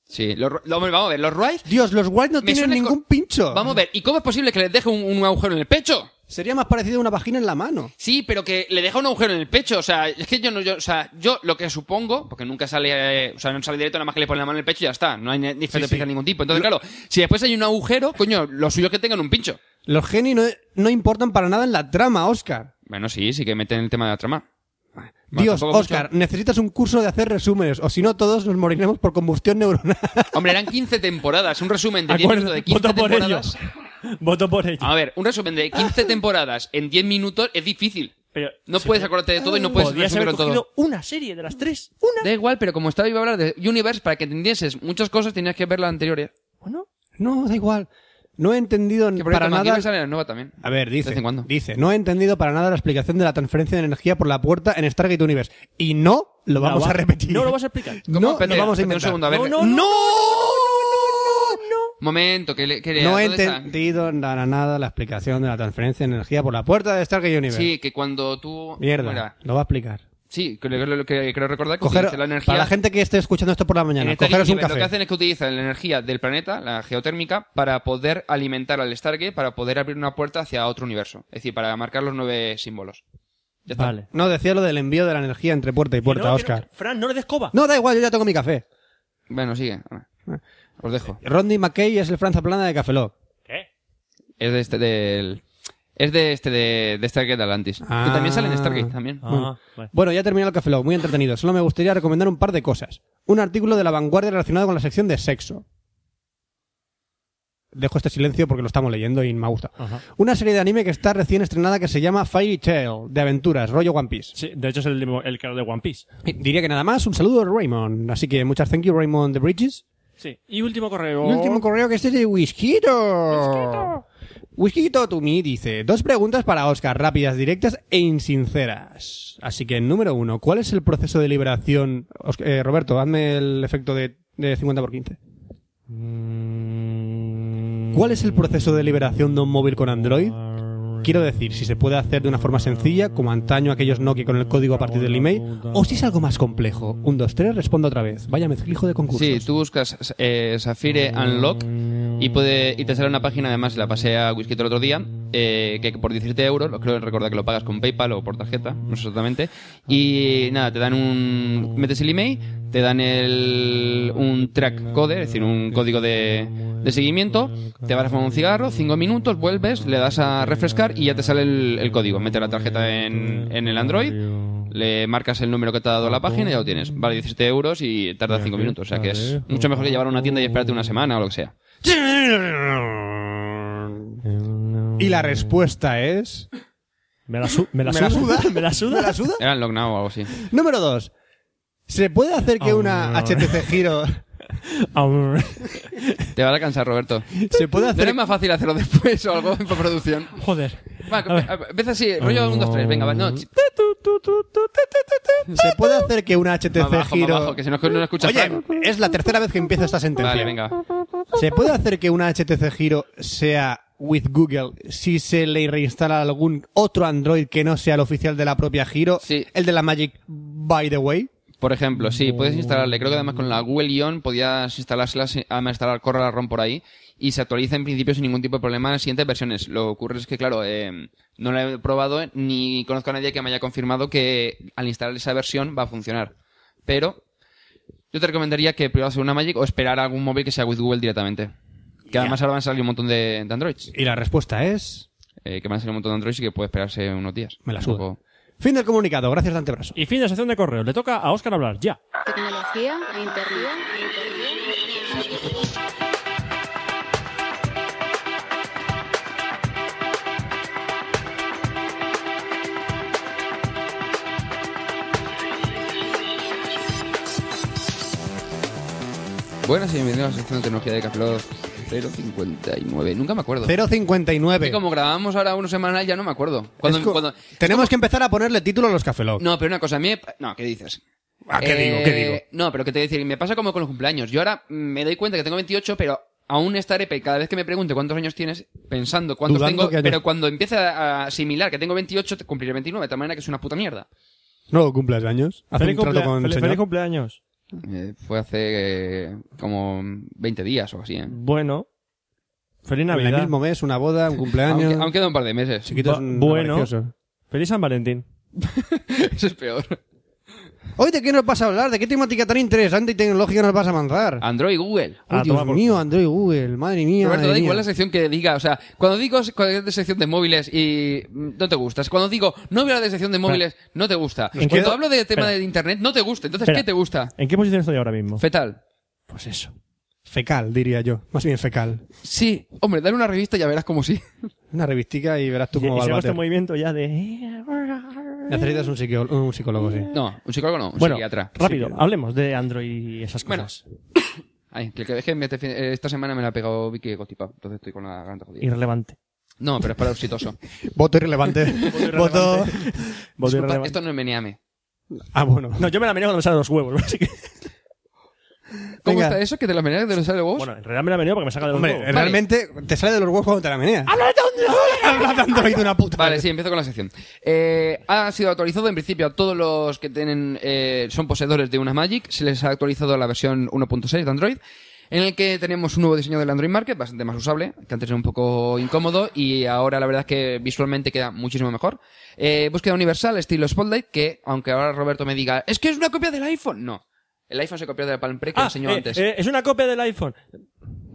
Speaker 2: Sí, los, ro- lo- hombre, vamos a ver, los Rice.
Speaker 1: Dios, los Wraith no
Speaker 2: Me
Speaker 1: tienen
Speaker 2: suena el
Speaker 1: ningún
Speaker 2: co-
Speaker 1: pincho.
Speaker 2: Vamos a ver, ¿y cómo es posible que les deje un, un agujero en el pecho?
Speaker 1: Sería más parecido a una vagina en la mano.
Speaker 2: Sí, pero que le deja un agujero en el pecho. O sea, es que yo no, yo, o sea, yo lo que supongo, porque nunca sale, eh, o sea, no sale directo, nada más que le ponen la mano en el pecho y ya está. No hay ni- ni efecto especial de ningún tipo. Entonces, claro, si después hay un agujero, coño, lo suyo es que tengan un pincho.
Speaker 1: Los genios no, no importan para nada en la trama, Oscar.
Speaker 2: Bueno, sí, sí que meten el tema de la trama. Bueno,
Speaker 1: Dios,
Speaker 2: tampoco
Speaker 1: Oscar, necesitas un curso de hacer resúmenes, o si no todos nos moriremos por combustión neuronal.
Speaker 2: Hombre, eran 15 temporadas, un resumen de 10
Speaker 3: Acuerdo,
Speaker 2: minutos de 15
Speaker 3: voto por ello.
Speaker 2: temporadas. Ah,
Speaker 3: Voto por ello.
Speaker 2: A ver, un resumen de 15 temporadas en 10 minutos es difícil.
Speaker 3: Pero
Speaker 2: No
Speaker 3: se
Speaker 2: puedes
Speaker 3: po-
Speaker 2: acordarte de todo y no puedes
Speaker 3: Podrías haber
Speaker 2: resumirlo todo.
Speaker 3: cogido una serie de las tres. Una.
Speaker 2: Da igual, pero como estaba iba a hablar de Universe, para que entendieses muchas cosas tenías que ver la anterior. ¿eh?
Speaker 3: Bueno,
Speaker 1: No, da igual. No he entendido
Speaker 2: Que por
Speaker 1: para
Speaker 2: cierto, McGibber
Speaker 1: nada.
Speaker 2: sale en la nueva también.
Speaker 1: A ver, dice,
Speaker 2: De vez en cuando.
Speaker 1: dice, no he entendido para nada la explicación de la transferencia de energía por la puerta en Stargate Universe. Y no lo vamos
Speaker 3: la va-
Speaker 1: a repetir.
Speaker 3: No lo vas a explicar.
Speaker 1: No,
Speaker 2: ¿Cómo?
Speaker 1: lo
Speaker 2: Espérate,
Speaker 1: vamos a
Speaker 2: espérate
Speaker 1: inventar.
Speaker 2: un segundo, a ver.
Speaker 1: No,
Speaker 2: No,
Speaker 1: no, no,
Speaker 2: Momento, que le que le-
Speaker 1: No he
Speaker 2: ¿dónde está?
Speaker 1: entendido nada, nada la explicación de la transferencia de energía por la puerta de Stargate Universe.
Speaker 2: Sí, que cuando tú... ¿cómo
Speaker 1: Mierda,
Speaker 2: era?
Speaker 1: lo va a explicar.
Speaker 2: Sí, que, lo- lo- que creo recordar que
Speaker 1: Coger,
Speaker 2: utiliza la energía...
Speaker 1: para la gente que esté escuchando esto por la
Speaker 2: en
Speaker 1: mañana,
Speaker 2: Stargate
Speaker 1: cogeros un
Speaker 2: Universe, Lo que
Speaker 1: café.
Speaker 2: hacen es que utilizan la energía del planeta, la geotérmica, para poder alimentar al Stargate, para poder abrir una puerta hacia otro universo. Es decir, para marcar los nueve símbolos. Ya está.
Speaker 3: Vale.
Speaker 1: No, decía lo del envío de la energía entre puerta y puerta,
Speaker 3: Que no, que no,
Speaker 1: Oscar.
Speaker 3: que- Fran, no le des coba.
Speaker 1: No, da igual, yo ya tengo mi café.
Speaker 2: Bueno, sigue. Os dejo.
Speaker 1: Rodney McKay es el Franza Plana de Café Lock.
Speaker 3: ¿Qué?
Speaker 2: Es de este del. Es de este de, de Stargate Atlantis.
Speaker 1: Ah.
Speaker 2: Que también sale en Stargate también.
Speaker 3: Ah, vale.
Speaker 1: Bueno, ya he terminado el Café Lock, muy entretenido. Solo me gustaría recomendar un par de cosas. Un artículo de La Vanguardia relacionado con la sección de sexo. Dejo este silencio porque lo estamos leyendo y me ha gustado. Una serie de anime que está recién estrenada que se llama Fairy Tail, de aventuras, rollo One Piece.
Speaker 3: Sí, de hecho es el, de- el creador de One Piece.
Speaker 1: Y Diría que nada más, un saludo a Raymond. Así que muchas thank you, Raymond de Bridges.
Speaker 3: Sí. Y último correo.
Speaker 1: Y último correo que este es de Whiskito. Whiskito to me dice, dos preguntas para Oscar, rápidas, directas e insinceras. Así que, número uno, ¿cuál es el proceso de liberación? Os- eh, Roberto, hazme el efecto de, de 50 por 15. ¿Cuál es el proceso de liberación de un móvil con Android? Quiero decir, si se puede hacer de una forma sencilla, como antaño aquellos Nokia con el código a partir del email, o si es algo más complejo. Un, dos, tres, respondo otra vez. Vaya mezclijo de concursos.
Speaker 2: Sí, tú buscas eh, Safire Unlock y puede y te sale una página, además la pasé a Whisky el otro día, eh, que por 17 euros, lo creo recordar que lo pagas con PayPal o por tarjeta, no sé exactamente, y nada, te dan un... metes el email, te dan el, un track code, es decir, un código de, de seguimiento, te vas a fumar un cigarro, 5 minutos, vuelves, le das a refrescar y ya te sale el, el código, mete la tarjeta en, en el Android. Le marcas el número que te ha dado la página y ya lo tienes. Vale 17 euros y tarda 5 minutos. O sea que es mucho mejor que llevar a una tienda y esperarte una semana o lo que sea.
Speaker 1: Y la respuesta es...
Speaker 3: Me la, su- me la
Speaker 1: ¿Me la
Speaker 3: suda.
Speaker 1: suda?
Speaker 3: ¿Me la suda?
Speaker 1: ¿Me la suda?
Speaker 2: Era en Lock Now o algo así.
Speaker 1: Número 2. ¿Se puede hacer que una
Speaker 2: Ah.
Speaker 1: HTC Giro...
Speaker 3: Aún-
Speaker 2: Te vas a cansar, Roberto.
Speaker 1: ¿Se puede
Speaker 2: ¿No
Speaker 1: hacer-
Speaker 2: era más fácil hacerlo después o algo en producción?
Speaker 3: Joder.
Speaker 2: Va, empieza así, rollo 1, 2, 3. Venga, va. No, ch-
Speaker 1: ¿Se puede hacer que una HTC
Speaker 2: más bajo,
Speaker 1: Giro...
Speaker 2: más bajo, que si no, no escuchas
Speaker 1: Oye,
Speaker 2: Fran.
Speaker 1: es la tercera vez que empiezo esta sentencia.
Speaker 2: Vale, venga.
Speaker 1: ¿Se puede hacer que una HTC Giro sea with Google si se le reinstala algún otro Android que no sea el oficial de la propia Giro? El de la Magic, by the way.
Speaker 2: Por ejemplo, sí, puedes instalarle. Creo que además con
Speaker 1: Mm.
Speaker 2: la Google Ion podías instalársela, sin- además instalar Corral a ROM por ahí y se actualiza en principio sin ningún tipo de problema en las siguientes versiones. Lo que ocurre es que, claro, eh, no lo he probado eh, ni conozco a nadie que me haya confirmado que al instalar esa versión va a funcionar. Pero yo te recomendaría que primero hacer una Magic o esperar a algún móvil que sea with Google directamente. Que además ahora van a salir un montón de, de Androids. Eh,
Speaker 1: Y la respuesta es...
Speaker 2: que van a salir un montón de Androids y que puede esperarse unos días.
Speaker 1: Me la suda.
Speaker 2: Tampoco-
Speaker 1: Fin del comunicado. Gracias, Dante Braso.
Speaker 3: Y fin de sección de correo. Le toca a Oscar hablar. Ya.
Speaker 7: Tecnología, internet.
Speaker 2: Buenas y bienvenidos a la sección de tecnología de Café Lock 059. Nunca me acuerdo.
Speaker 1: 059.
Speaker 2: Y como grabamos ahora uno semanal, ya no me acuerdo. Cuando-
Speaker 1: Es co-
Speaker 2: cuando-
Speaker 1: Tenemos que empezar a ponerle título a los cafelog.
Speaker 2: No, eh, pero una cosa, a mí... me pa- No, ¿qué dices?
Speaker 1: Ah, ¿qué digo? ¿Qué digo?
Speaker 2: No, pero que te voy a decir, me pasa como con los cumpleaños. Yo ahora me doy cuenta que tengo 28, pero aún estaré, pe- cada vez que me pregunte cuántos años tienes, pensando cuántos
Speaker 1: Dudando
Speaker 2: tengo,
Speaker 1: que años-
Speaker 2: pero cuando empiece a asimilar que tengo 28, te cumpliré 29, de tal manera que es una puta mierda.
Speaker 1: No cumples años. Haz
Speaker 3: Feliz,
Speaker 1: un trato
Speaker 3: cumplea-
Speaker 1: con el
Speaker 3: fel-
Speaker 1: señor.
Speaker 3: feliz cumpleaños.
Speaker 1: Mm.
Speaker 2: Eh, fue hace eh, como 20 días o así, ¿eh?
Speaker 3: Bueno. Feliz
Speaker 1: En el
Speaker 3: Navidad.
Speaker 1: mismo mes, una boda, un cumpleaños.
Speaker 2: Aunque, aún queda un par de meses.
Speaker 1: Chiquito es
Speaker 3: Bu-
Speaker 1: un
Speaker 3: bueno.
Speaker 1: avaricioso.
Speaker 3: Feliz San Valentín.
Speaker 2: Eso es peor.
Speaker 1: Hoy de qué nos vas a hablar, de qué temática tan interesante y tecnológica nos vas a avanzar.
Speaker 2: Android, Google.
Speaker 1: Ay,
Speaker 3: a
Speaker 1: Dios
Speaker 3: tomar por
Speaker 1: mío, Android Google, madre mía.
Speaker 2: Roberto,
Speaker 1: madre
Speaker 2: da
Speaker 1: mía.
Speaker 2: igual la sección que diga. O sea, cuando digo cualquier sección de móviles y mm, no te gustas. Cuando digo no voy a hablar de sección de móviles, no te gusta.
Speaker 3: ¿En
Speaker 2: Cuando
Speaker 3: qué-
Speaker 2: hablo de tema
Speaker 3: espera.
Speaker 2: de internet, no te gusta. Entonces,
Speaker 3: Espera.
Speaker 2: ¿qué te gusta?
Speaker 3: ¿En qué posición estoy ahora mismo?
Speaker 2: Fetal.
Speaker 3: Pues eso.
Speaker 1: Fecal, diría yo. Más bien fecal.
Speaker 2: Sí. Hombre, dale una revista y ya verás cómo sí.
Speaker 1: Una revistica y verás tú
Speaker 3: Y,
Speaker 1: cómo
Speaker 3: y
Speaker 1: va el
Speaker 3: se hago este
Speaker 1: váter.
Speaker 3: movimiento ya de...
Speaker 1: Necesitas un, psiquiol- un psicólogo, sí.
Speaker 2: No, un psicólogo no, un
Speaker 3: Bueno,
Speaker 2: psiquiatra.
Speaker 3: rápido, hablemos de Android y esas
Speaker 2: Bueno.
Speaker 3: cosas.
Speaker 2: Ay, que, que es que me- eh, esta semana me la ha pegado Vicky Gotipa. Entonces estoy con la garganta jodida.
Speaker 3: Irrelevante.
Speaker 2: No, pero es para exitoso.
Speaker 1: Voto irrelevante. Voto.
Speaker 3: Voto
Speaker 2: Disculpa,
Speaker 3: irrelevante.
Speaker 2: esto no es meneame.
Speaker 1: Ah, bueno.
Speaker 3: No, yo me la meneo cuando me salen los huevos. así que-
Speaker 2: ¿Cómo
Speaker 1: Venga.
Speaker 2: está eso? ¿Que te la meneas de los sale vos?
Speaker 3: Bueno, en realidad me la meneo porque me saca Ah, de los
Speaker 1: Hombre,
Speaker 3: huevos.
Speaker 1: realmente te sale de los huevos cuando te la meneas. Habla de Android una puta.
Speaker 2: Vale, sí, empiezo con la sección. Eh, ha sido actualizado en principio a todos los que tienen eh, son poseedores de una Magic. Se les ha actualizado la versión 1.6 de Android, en el que tenemos un nuevo diseño del Android Market, bastante más usable, que antes era un poco incómodo y ahora la verdad es que visualmente queda muchísimo mejor. Eh, búsqueda universal, estilo Spotlight, que aunque ahora Roberto me diga, es que es una copia del iPhone, no. El iPhone se copió de la Palm Pre que
Speaker 3: Ah,
Speaker 2: enseñó
Speaker 3: eh,
Speaker 2: antes.
Speaker 3: eh, es una copia del iPhone.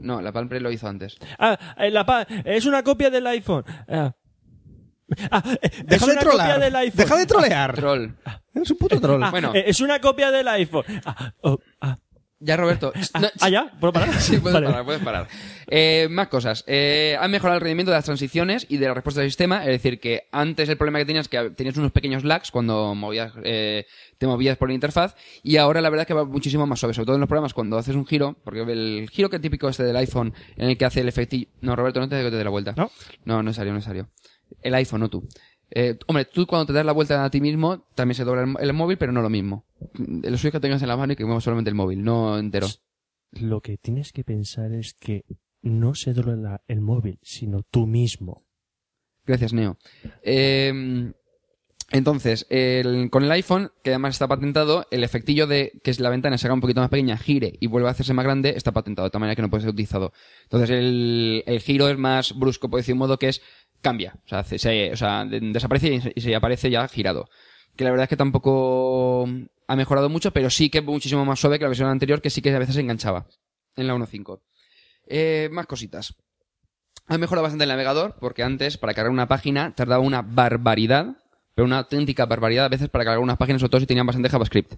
Speaker 2: No, la Palm Pre lo hizo antes.
Speaker 3: Ah, eh, la pa- es una copia del iPhone. Ah. Ah, eh, es
Speaker 1: Deja de
Speaker 3: una copia
Speaker 1: trolear.
Speaker 3: del iPhone.
Speaker 1: Deja de trolear.
Speaker 2: Troll.
Speaker 1: Eres un puto troll.
Speaker 3: Ah,
Speaker 2: Bueno.
Speaker 3: eh, es una copia del iPhone. Ah, oh, ah,
Speaker 2: Ya, Roberto. No,
Speaker 3: ¿Ah, ya? ¿Puedo parar?
Speaker 2: Sí, puedes
Speaker 3: Vale.
Speaker 2: parar, puedes parar. Eh, más cosas. Eh, han mejorado el rendimiento de las transiciones y de la respuesta del sistema. Es decir, que antes el problema que tenías es que tenías unos pequeños lags cuando movías, eh, te movías por la interfaz. Y ahora la verdad es que va muchísimo más suave. Sobre todo en los programas cuando haces un giro. Porque el giro que típico este del iPhone en el que hace el efectillo. No, Roberto, no te que te dé la vuelta.
Speaker 3: ¿No?
Speaker 2: No, no es necesario, no es necesario. El iPhone, no tú. Eh, hombre, tú cuando te das la vuelta a ti mismo, también se dobla el, el móvil, pero no lo mismo. Lo suyo es que tengas en la mano y que muevas solamente el móvil, no entero.
Speaker 3: Lo que tienes que pensar es que no se dobla la- el móvil, sino tú mismo.
Speaker 2: Gracias, Neo. Eh, entonces, el- con el iPhone, que además está patentado, el efectillo de que la ventana se haga un poquito más pequeña, gire y vuelva a hacerse más grande, está patentado, de tal manera que no puede ser utilizado. Entonces, el, el giro es más brusco, por decir un modo que es cambia. O sea, hace- se- o sea, de- desaparece y se, y se aparece ya girado. Que la verdad es que tampoco ha mejorado mucho, pero sí que es muchísimo más suave que la versión anterior, que sí que a veces se enganchaba en la 1.5. Eh, más cositas. Ha mejorado bastante el navegador, porque antes para cargar una página tardaba una barbaridad, pero una auténtica barbaridad a veces para cargar unas páginas, sobre todo si tenían bastante JavaScript.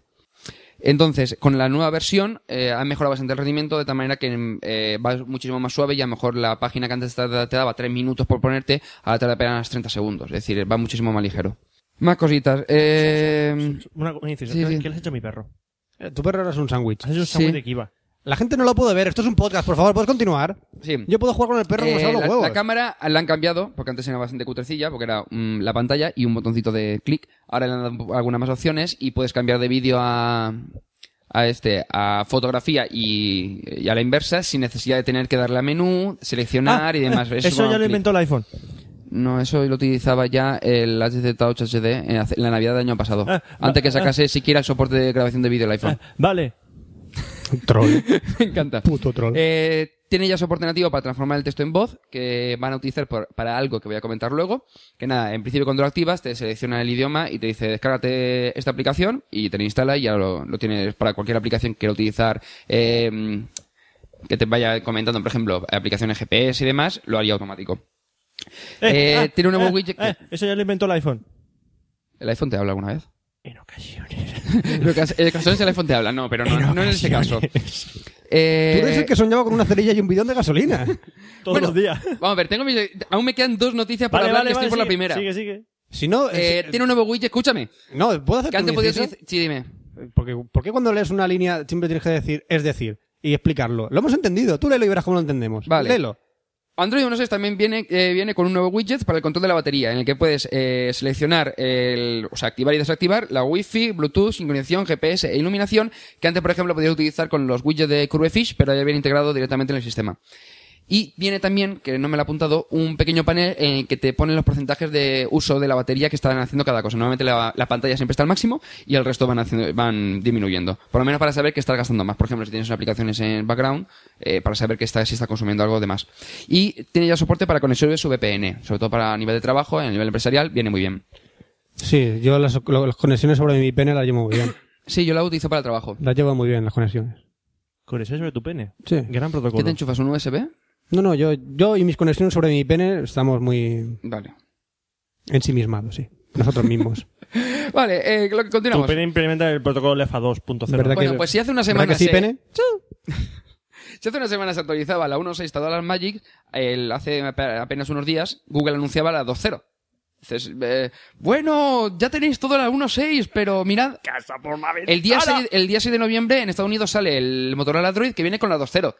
Speaker 2: Entonces, con la nueva versión eh, han mejorado bastante el rendimiento, de tal manera que eh, va muchísimo más suave y a lo mejor la página que antes te, te daba 3 minutos por ponerte, ahora te da apenas 30 segundos. Es decir, va muchísimo más ligero. Más cositas. Eh,
Speaker 3: Una, una incisión.
Speaker 2: Sí,
Speaker 3: ¿Qué-
Speaker 2: sí.
Speaker 3: ¿Qué le has hecho a mi perro?
Speaker 1: Eh, Tu perro ahora es un sándwich.
Speaker 3: Has hecho un
Speaker 2: Sí.
Speaker 3: sándwich de kiba.
Speaker 1: La gente no lo puede ver. Esto es un podcast. Por favor, ¿puedes continuar?
Speaker 2: sí.
Speaker 1: Yo puedo jugar con el perro como
Speaker 2: Mm. Eh,
Speaker 1: se hago
Speaker 2: la,
Speaker 1: los huevos.
Speaker 2: la cámara la han cambiado, porque antes era bastante cutrecilla, porque era mm, la pantalla y un botoncito de clic. Ahora le han dado un po- algunas más opciones y puedes cambiar de vídeo a, a este, a fotografía y, y a la inversa sin necesidad de tener que darle a menú, seleccionar
Speaker 3: Ah,
Speaker 2: y demás.
Speaker 3: Eso,
Speaker 2: con
Speaker 3: ya lo
Speaker 2: clic.
Speaker 3: inventó el iPhone.
Speaker 2: No, eso lo utilizaba ya el HZ8 HD en hace- en la Navidad del año pasado.
Speaker 3: Ah,
Speaker 2: antes que
Speaker 3: ah,
Speaker 2: sacase siquiera el soporte de grabación de vídeo el iPhone.
Speaker 3: Ah, vale.
Speaker 1: Troll.
Speaker 2: Me encanta.
Speaker 1: Puto troll.
Speaker 2: Eh, tiene ya soporte nativo para transformar el texto en voz, que van a utilizar por- para algo que voy a comentar luego. Que nada, en principio cuando lo activas te selecciona el idioma y te dice descárgate esta aplicación y te la instala y ya lo, lo tienes para cualquier aplicación que quiera utilizar. eh, que te vaya comentando, por ejemplo, aplicaciones GPS y demás, lo haría automático. Eh, tiene un nuevo widget que-
Speaker 3: ah, eso ya lo inventó el iPhone.
Speaker 2: ¿El iPhone te habla alguna vez?
Speaker 3: En ocasiones.
Speaker 2: Lo que hace- el caso es el iPhone te habla, no, pero no, no en este caso. Eh,
Speaker 1: Tú eres el que soñaba con una cerilla y un bidón de gasolina.
Speaker 3: Todos
Speaker 2: Bueno,
Speaker 3: los días.
Speaker 2: Vamos a ver, tengo mis- aún me quedan dos noticias para hablar que estoy por la
Speaker 3: sigue,
Speaker 2: primera.
Speaker 3: Sigue, sigue.
Speaker 1: Si no,
Speaker 2: Eh,
Speaker 1: es-
Speaker 2: tiene un nuevo widget, escúchame.
Speaker 1: no, ¿puedo hacer
Speaker 2: Que antes
Speaker 1: tu
Speaker 2: podías
Speaker 1: inciso?
Speaker 2: decir... Sí, dime.
Speaker 1: Porque, ¿Por qué cuando lees una línea siempre tienes que decir, es decir, y explicarlo? Lo hemos entendido. Tú léelo y verás cómo lo entendemos.
Speaker 2: Vale.
Speaker 1: Léelo.
Speaker 2: Android 1.6 también viene, eh, viene con un nuevo widget para el control de la batería, en el que puedes eh, seleccionar, el, o sea, activar y desactivar la Wi-Fi, Bluetooth, sincronización, GPS e iluminación, que antes, por ejemplo, podías utilizar con los widgets de Curvefish, pero ya viene integrado directamente en el sistema. Y viene también, que no me lo he apuntado, un pequeño panel en el que te ponen los porcentajes de uso de la batería que están haciendo cada cosa. Normalmente la, la pantalla siempre está al máximo y el resto van, haciendo, van disminuyendo. Por lo menos para saber que estás gastando más. Por ejemplo, si tienes aplicaciones en background, eh, para saber que está, si está consumiendo algo de más. Y tiene ya soporte para conexiones VPN, sobre todo para nivel de trabajo, en el nivel empresarial, viene muy bien.
Speaker 1: Sí, yo las, lo- las conexiones sobre mi pene las llevo muy bien.
Speaker 2: Sí, yo la utilizo para el trabajo.
Speaker 1: Las llevo muy bien, las conexiones.
Speaker 3: Con eso sobre tu pene.
Speaker 1: Sí.
Speaker 3: Gran protocolo.
Speaker 2: ¿Qué te enchufas? ¿Un USB?
Speaker 1: No, no, yo, yo y mis conexiones sobre mi pene estamos muy
Speaker 2: Vale.
Speaker 1: ensimismados, sí. Nosotros mismos.
Speaker 2: Vale, eh, lo que
Speaker 3: tu
Speaker 2: continuamos.
Speaker 3: pene implementa el protocolo LEFA 2.0.
Speaker 1: ¿Verdad
Speaker 2: Bueno,
Speaker 1: que-
Speaker 2: pues si hace una
Speaker 1: ¿Verdad
Speaker 2: semana
Speaker 1: que sí,
Speaker 2: se-
Speaker 1: pene? Sí.
Speaker 2: Si hace una semana se actualizaba la 1.6 de Dollar Magic, el- hace apenas unos días Google anunciaba la 2.0. Dices, eh, bueno, ya tenéis todo la 1.6, pero mirad,
Speaker 6: Casa por la ventana.
Speaker 2: el día, 6, el día 6 de noviembre en Estados Unidos sale el Motorola Droid que viene con la 2.0.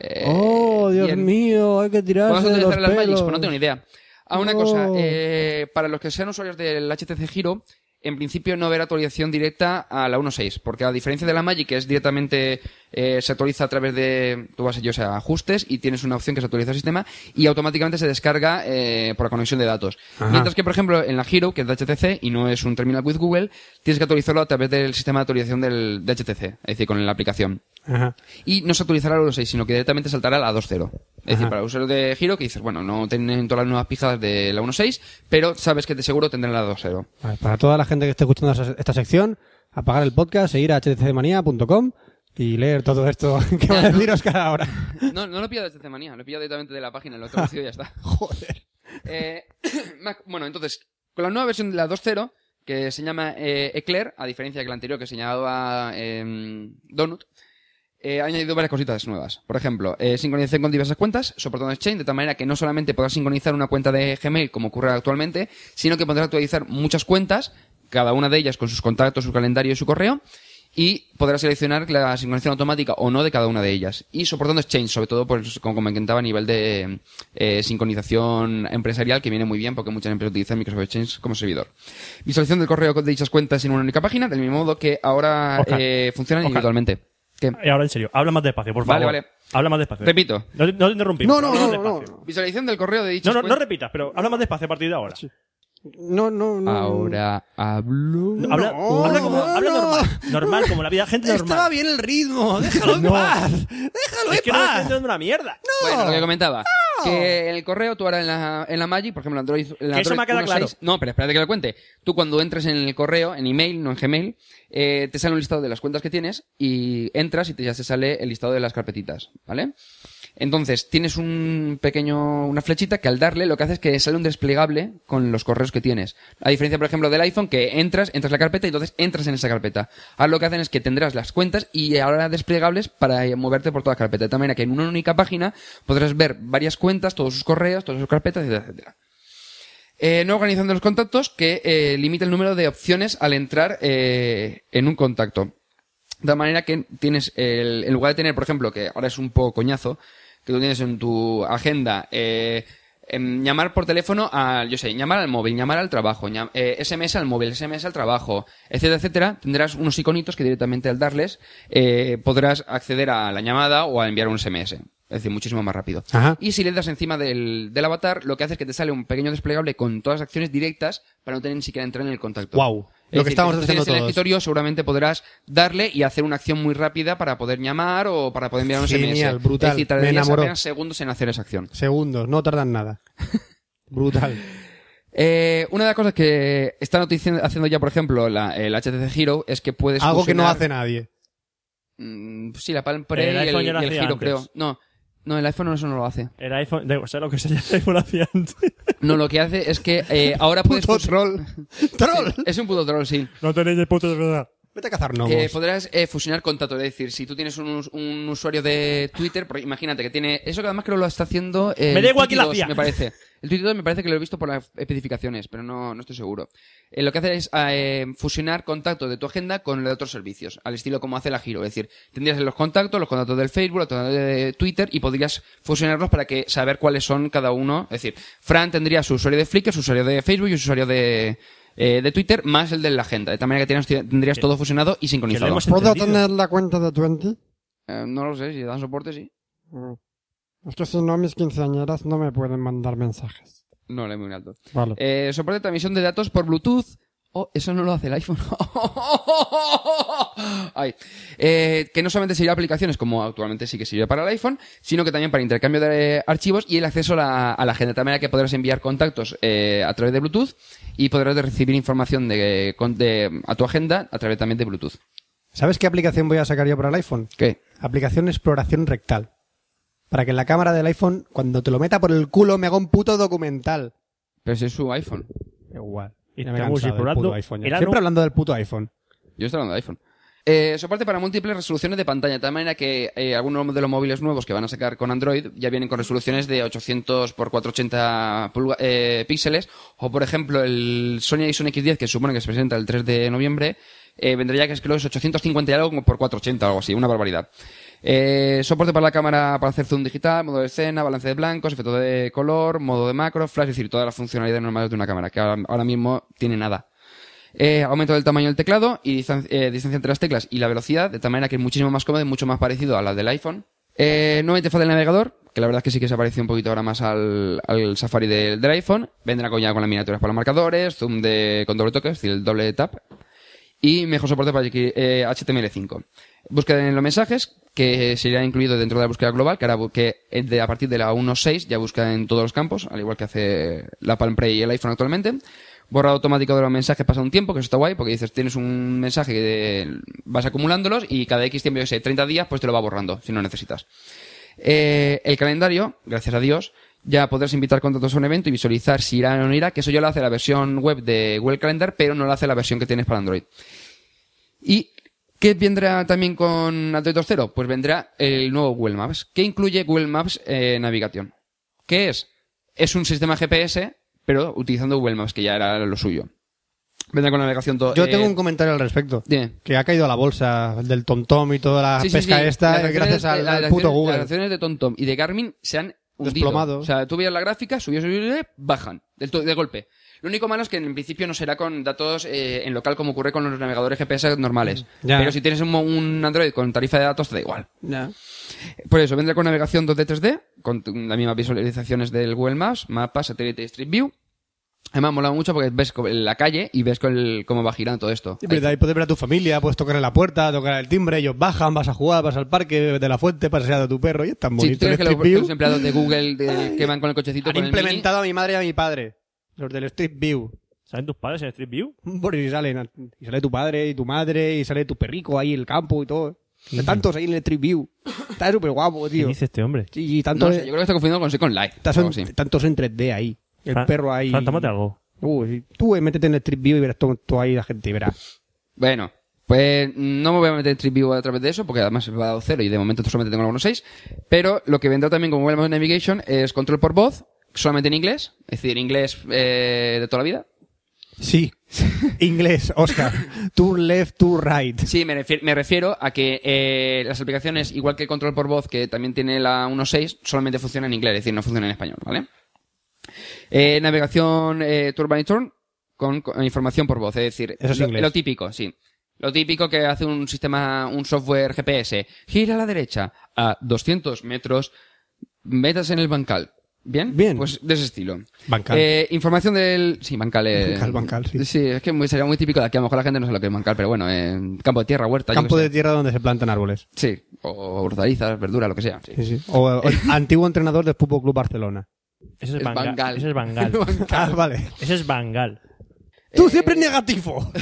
Speaker 2: Eh,
Speaker 1: oh, Dios
Speaker 2: y en-
Speaker 1: mío, hay que
Speaker 2: ¿Cuándo
Speaker 1: tirarse
Speaker 2: se
Speaker 1: de los
Speaker 2: utilizará las Magics?
Speaker 1: pelos.
Speaker 2: Pues no tengo ni idea. A una
Speaker 1: No.
Speaker 2: cosa, eh, para los que sean usuarios del HTC Giro, en principio no habrá actualización directa a la 1.6, porque a diferencia de la Magic, que es directamente, eh, se actualiza a través de, tú vas a, yo sé, a ajustes y tienes una opción que se actualiza el sistema y automáticamente se descarga eh, por la conexión de datos.
Speaker 1: Ajá.
Speaker 2: Mientras que, por ejemplo, en la Giro, que es de HTC y no es un terminal with Google, tienes que actualizarlo a través del sistema de actualización del, de HTC, es decir, con la aplicación.
Speaker 1: Ajá.
Speaker 2: Y no se actualizará la 1.6, sino que directamente saltará a la 2.0. Es decir, para usuarios de giro que dices, bueno, no tienen todas las nuevas pijadas de la 1.6, pero sabes que de seguro tendrán la 2.0.
Speaker 1: Vale, para toda la gente que esté escuchando esa- esta sección, apagar el podcast e ir a htcmanía.com y leer todo esto que va a deciros cada hora.
Speaker 2: No, no lo he pillado desde manía, lo he pillado directamente de la página, lo he traducido y ya está.
Speaker 1: Joder.
Speaker 2: Eh, más- bueno, entonces, con la nueva versión de la 2.0, que se llama eh, Eclair, a diferencia que la anterior que se llamaba eh, em, Donut, eh, ha añadido varias cositas nuevas. Por ejemplo, eh, sincronización con diversas cuentas, soportando Exchange, de tal manera que no solamente podrás sincronizar una cuenta de Gmail, como ocurre actualmente, sino que podrás actualizar muchas cuentas, cada una de ellas con sus contactos, su calendario y su correo, y podrás seleccionar la sincronización automática o no de cada una de ellas. Y soportando Exchange, sobre todo, pues, como comentaba, a nivel de eh, sincronización empresarial, que viene muy bien porque muchas empresas utilizan Microsoft Exchange como servidor. Visualización del correo de dichas cuentas en una única página, del mismo modo que ahora
Speaker 3: Oscar,
Speaker 2: eh, funcionan
Speaker 3: Oscar.
Speaker 2: individualmente. ¿Qué?
Speaker 3: Y ahora en serio, habla más despacio, por
Speaker 2: Vale,
Speaker 3: favor.
Speaker 2: vale.
Speaker 3: Habla más despacio.
Speaker 2: Repito.
Speaker 3: No, te- no te interrumpimos.
Speaker 1: No, no,
Speaker 3: habla más
Speaker 1: no, no.
Speaker 3: despacio.
Speaker 2: Visualización del correo de
Speaker 3: No,
Speaker 2: dichas
Speaker 3: no, no
Speaker 2: cuentas.
Speaker 3: repitas, pero habla más despacio a partir de ahora.
Speaker 1: No, no, no.
Speaker 2: Ahora hablo.
Speaker 3: No, Habla,
Speaker 1: No,
Speaker 3: habla como,
Speaker 1: no,
Speaker 3: habla
Speaker 1: no.
Speaker 3: normal. Normal, como la vida de gente normal.
Speaker 1: Estaba bien el ritmo, déjalo en
Speaker 3: No.
Speaker 1: paz. Déjalo
Speaker 3: Es
Speaker 1: en
Speaker 3: que no estoy
Speaker 1: paz.
Speaker 3: entendiendo una mierda.
Speaker 2: Bueno, lo que comentaba. Que en el correo, tú ahora en la, en la Magic, por ejemplo, en Android. en
Speaker 3: Que eso
Speaker 2: Android
Speaker 3: me ha quedado
Speaker 2: 1.6 No, pero espérate que lo cuente. Tú cuando entras en el correo, en email, no en Gmail, eh, te sale un listado de las cuentas que tienes y entras y te, ya se sale el listado de las carpetitas, ¿vale? Entonces, tienes un pequeño, una flechita que al darle lo que hace es que sale un desplegable con los correos que tienes. A diferencia, por ejemplo, del iPhone, que entras, entras a la carpeta y entonces entras en esa carpeta. Ahora lo que hacen es que tendrás las cuentas y ahora desplegables para eh, moverte por toda la carpeta. De tal manera que en una única página podrás ver varias cuentas, todos sus correos, todas sus carpetas, etcétera, etcétera. Eh, no organizando los contactos, que eh, limita el número de opciones al entrar eh, en un contacto. De tal manera que tienes, el, en lugar de tener, por ejemplo, que ahora es un poco coñazo, que tú tienes en tu agenda, eh, em, llamar por teléfono al, yo sé, llamar al móvil, llamar al trabajo, ña- eh, SMS al móvil, SMS al trabajo, etcétera, etcétera, tendrás unos iconitos que directamente al darles eh, podrás acceder a la llamada o a enviar un SMS. Es decir, muchísimo más rápido.
Speaker 1: Ajá.
Speaker 2: Y si le das encima del, del avatar, lo que hace es que te sale un pequeño desplegable con todas las acciones directas para no tener ni siquiera entrar en el contacto.
Speaker 1: Guau.
Speaker 2: Es
Speaker 1: Lo que
Speaker 2: decir,
Speaker 1: estamos
Speaker 2: si tú
Speaker 1: haciendo
Speaker 2: tienes el
Speaker 1: todos.
Speaker 2: escritorio, seguramente podrás darle y hacer una acción muy rápida para poder llamar o para poder enviar un
Speaker 1: Genial,
Speaker 2: SMS.
Speaker 1: brutal.
Speaker 2: Es decir,
Speaker 1: Me
Speaker 2: tardarías
Speaker 1: enamoró.
Speaker 2: apenas segundos en hacer esa acción.
Speaker 1: Segundos, no tardan nada. Brutal.
Speaker 2: Eh, una de las cosas que están notici- haciendo ya, por ejemplo, la- el HTC Hero es que puedes
Speaker 1: Algo que no
Speaker 2: fusionar-
Speaker 1: hace nadie.
Speaker 2: Mm, sí, la Palm Pre
Speaker 3: El
Speaker 2: y
Speaker 3: iPhone
Speaker 2: el,
Speaker 3: ya lo
Speaker 2: y el
Speaker 3: hacía
Speaker 2: Hero,
Speaker 3: antes.
Speaker 2: creo. No, no, el iPhone eso no lo hace.
Speaker 3: El iPhone, digo, sé lo que se llama el iPhone hacía antes.
Speaker 2: No, lo que hace es que eh, ahora puedes...
Speaker 1: Puto
Speaker 2: fus-
Speaker 1: troll. ¡Troll!
Speaker 2: Sí, es un puto troll, sí.
Speaker 3: No tenéis el puto de verdad.
Speaker 1: Vete a cazar gnomos.
Speaker 2: Eh, podrás eh, fusionar contactos, es decir, si tú tienes un, us- un usuario de Twitter, por- imagínate que tiene eso que además creo lo está haciendo. eh,
Speaker 3: Me da
Speaker 2: el
Speaker 3: igual quién lo
Speaker 2: 22,
Speaker 3: hacía.
Speaker 2: Me parece. El Twitter me parece que lo he visto por las especificaciones, pero no, no estoy seguro. Eh, lo que hace es eh, fusionar contactos de tu agenda con los de otros servicios, al estilo como hace la Giro. Es decir, tendrías los contactos, los contactos del Facebook, los contactos de Twitter y podrías fusionarlos para que saber cuáles son cada uno. Es decir, Fran tendría su usuario de Flickr, su usuario de Facebook y su usuario de, eh, de Twitter más el de la agenda. De tal manera que tienes- tendrías todo fusionado y
Speaker 3: Que lo
Speaker 2: sincronizado.
Speaker 3: hemos
Speaker 1: ¿Puedo
Speaker 3: entendido.
Speaker 1: tener la cuenta de Twenty?
Speaker 2: Eh, no lo sé, si dan soporte, sí.
Speaker 1: Es que si no, mis quinceañeras no me pueden mandar mensajes.
Speaker 2: No, le muy alto.
Speaker 1: Vale.
Speaker 2: Eh, soporte de transmisión de datos por Bluetooth. Oh, eso no lo hace el iPhone. Ay. Eh, que no solamente sirve para aplicaciones, como actualmente sí que sirve para el iPhone, sino que también para intercambio de archivos y el acceso a la, a la agenda. De manera que podrás enviar contactos eh, a través de Bluetooth y podrás de recibir información de, con- de- a tu agenda a través también de Bluetooth.
Speaker 1: ¿Sabes qué aplicación voy a sacar yo para el iPhone?
Speaker 2: ¿Qué?
Speaker 1: Aplicación exploración rectal. Para que la cámara del iPhone, cuando te lo meta por el culo, me haga un puto documental.
Speaker 2: Pero si es su iPhone.
Speaker 1: Igual.
Speaker 3: Y
Speaker 1: Ya me he cansado
Speaker 3: estamos
Speaker 1: del
Speaker 3: explorando
Speaker 1: puto iPhone ya.
Speaker 3: el ano-
Speaker 1: Siempre hablando del puto iPhone.
Speaker 2: Yo estoy hablando de iPhone. Eh, soporte para múltiples resoluciones de pantalla, de tal manera que eh, algunos de los móviles nuevos que van a sacar con Android ya vienen con resoluciones de 800 x 480 pulga- eh, píxeles, o por ejemplo el Sony Ericsson X10 que se supone que se presenta el 3 de noviembre, eh, vendría ya que es creo que es 850 y algo como por 480 o algo así, una barbaridad. Eh, soporte para la cámara para hacer zoom digital, modo de escena, balance de blancos, efecto de color, modo de macro, flash, es decir, todas las funcionalidades normales de una cámara, que ahora- ahora mismo tiene nada. Eh, aumento del tamaño del teclado y distan- eh, distancia entre las teclas y la velocidad, de tal manera que es muchísimo más cómodo y mucho más parecido a la del iPhone. Eh, nueva interfaz del navegador, que la verdad es que sí que se ha parecido un poquito ahora más al, al Safari del, del iPhone. Vendrá con ya con las miniaturas para los marcadores, zoom de, con doble toque, es decir, el doble tap. Y mejor soporte para eh, HTML5. Búsqueda en los mensajes, que sería incluido dentro de la búsqueda global, que ahora bu- que eh, de- a partir de la 1.6 ya busca en todos los campos, al igual que hace la Palm Pre y el iPhone actualmente. Borrado automático de los mensajes pasa un tiempo, que eso está guay, porque dices, tienes un mensaje que de- vas acumulándolos y cada X tiempo, yo qué sé, 30 días, pues te lo va borrando, si no necesitas. Eh, el calendario, gracias a Dios, ya podrás invitar contactos a un evento y visualizar si irá o no irá, que eso ya lo hace la versión web de Google Calendar, pero no lo hace la versión que tienes para Android. Y ¿Qué vendrá también con Android 2.0? Pues vendrá el nuevo Google Maps. ¿Qué incluye Google Maps eh, Navigación? ¿Qué es? Es un sistema GPS, pero utilizando Google Maps, que ya era lo suyo. Vendrá con navegación todo.
Speaker 1: Yo
Speaker 2: eh,
Speaker 1: tengo un comentario al respecto.
Speaker 2: dime.
Speaker 1: Que ha caído a la bolsa del TomTom y toda la
Speaker 2: Sí, sí,
Speaker 1: pesca
Speaker 2: sí.
Speaker 1: esta
Speaker 2: Las acciones
Speaker 1: gracias
Speaker 2: de-
Speaker 1: al,
Speaker 2: las
Speaker 1: al
Speaker 2: acciones-
Speaker 1: puto Google.
Speaker 2: Las acciones de TomTom y de Garmin se han hundido.
Speaker 1: Desplomado.
Speaker 2: O sea, tú veías la gráfica, subió, subió, subió, bajan del to- de, golpe. Lo único malo es que en principio no será con datos eh, en local como ocurre con los navegadores GPS normales.
Speaker 1: Ya.
Speaker 2: Pero si tienes un, mo- un Android con tarifa de datos, te da igual. Por eso, vendrá con navegación 2D, 3D, con t- las mismas visualizaciones del Google Maps, mapas, satélite y Street View. Además, mola mucho porque ves co- la calle y ves con el- cómo va girando todo esto.
Speaker 1: Sí, pero ahí puedes ver a tu familia, puedes tocarle la puerta, tocar el timbre, ellos bajan, vas a jugar, vas al parque, bebes de la fuente, paseas a tu perro y es tan
Speaker 2: Si tú
Speaker 1: bonito. el
Speaker 2: crees que los,
Speaker 1: Street View.
Speaker 2: que los empleados de Google de- que van con el cochecito
Speaker 1: Han
Speaker 2: con el Mini-
Speaker 1: implementado a mi madre y a mi padre, los del Street View.
Speaker 3: ¿Saben tus padres en Street View?
Speaker 1: Bueno, y salen, y sale tu padre y tu madre y sale tu perrico ahí en el campo y todo. De tantos ahí en el Street View. Está súper guapo,
Speaker 3: ¿Qué
Speaker 1: tío.
Speaker 3: dice este hombre?
Speaker 1: Sí, y
Speaker 2: No
Speaker 1: tantos,
Speaker 2: sé, yo creo que está confundido con Second Life.
Speaker 1: tantos
Speaker 2: o algo
Speaker 1: en-
Speaker 2: así.
Speaker 1: tantos en 3D ahí. El
Speaker 3: Fran-
Speaker 1: perro ahí.
Speaker 3: Fran, tómate algo.
Speaker 1: Uy, tú eh, métete en el Street View y verás todo, todo ahí la gente y verás.
Speaker 2: Bueno, pues no me voy a meter en Street View a través de eso, porque además he dado cero y de momento solamente tengo algunos seis. Pero lo que vendrá también con Google Maps Navigation es control por voz, solamente en inglés, es decir, inglés eh, de toda la vida.
Speaker 1: Sí. Inglés, Oscar. Turn left, turn right.
Speaker 2: Sí, me, refier- me refiero a que eh, las aplicaciones, igual que el control por voz, que también tiene la 1.6, solamente funciona en inglés, es decir, no funciona en español, ¿vale? Eh, navegación eh, Tour by Turn con, con información por voz, es decir,
Speaker 1: Eso es
Speaker 2: lo,
Speaker 1: inglés.
Speaker 2: lo típico, sí. Lo típico que hace un sistema, un software GPS. Gira a la derecha a 200 metros, metas en el bancal. ¿Bien?
Speaker 1: Bien.
Speaker 2: Pues de ese estilo.
Speaker 1: Bancal.
Speaker 2: Eh, información del... Sí, bancal. eh,
Speaker 1: Bancal, bancal, sí.
Speaker 2: es que muy- sería muy típico de aquí. A lo mejor la gente no sabe lo que es bancal, pero bueno, eh, campo de tierra, huerta. yo
Speaker 1: Campo
Speaker 2: qué
Speaker 1: de
Speaker 2: sé.
Speaker 1: tierra donde se plantan árboles.
Speaker 2: Sí, o hortalizas, verduras, lo que sea. sí.
Speaker 1: Sí, sí. O, o el antiguo entrenador del Fútbol Club Barcelona.
Speaker 3: Ese es,
Speaker 2: Es
Speaker 3: Bangal.
Speaker 2: Bangal.
Speaker 3: Ese es Bangal.
Speaker 1: Ah, vale.
Speaker 2: Eh,
Speaker 3: Ese es Bangal.
Speaker 1: Tú siempre negativo.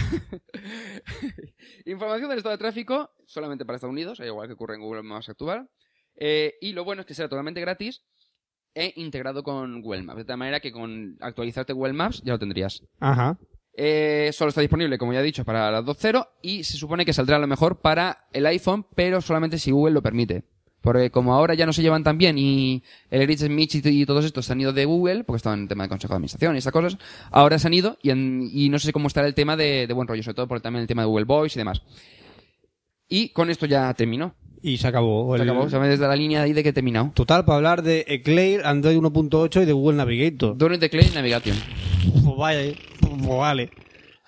Speaker 2: Información del estado de tráfico solamente para Estados Unidos, al igual que ocurre en Google Maps actual. Eh, y lo bueno es que será totalmente gratis e integrado con Google Maps. De tal manera que con actualizarte Google Maps ya lo tendrías.
Speaker 1: Ajá.
Speaker 2: Eh, solo está disponible, como ya he dicho, para la 2.0 y se supone que saldrá a lo mejor para el iPhone, pero solamente si Google lo permite. Porque como ahora ya no se llevan tan bien y el Rich Smith y, y todos estos se han ido de Google, porque estaban en tema de consejo de administración y estas cosas, ahora se han ido y, en- y no sé cómo estará el tema de, de buen rollo, sobre todo por también el tema de Google Voice y demás. Y con esto ya terminó.
Speaker 1: Y se acabó.
Speaker 2: Se
Speaker 1: el-
Speaker 2: acabó, se me desde la línea ahí de que he terminado.
Speaker 1: Total, para hablar de Eclair, Android 1.8 y de Google Navigator.
Speaker 2: Donut de Clay Navigation.
Speaker 1: Pues vaya, eh. Pues vale.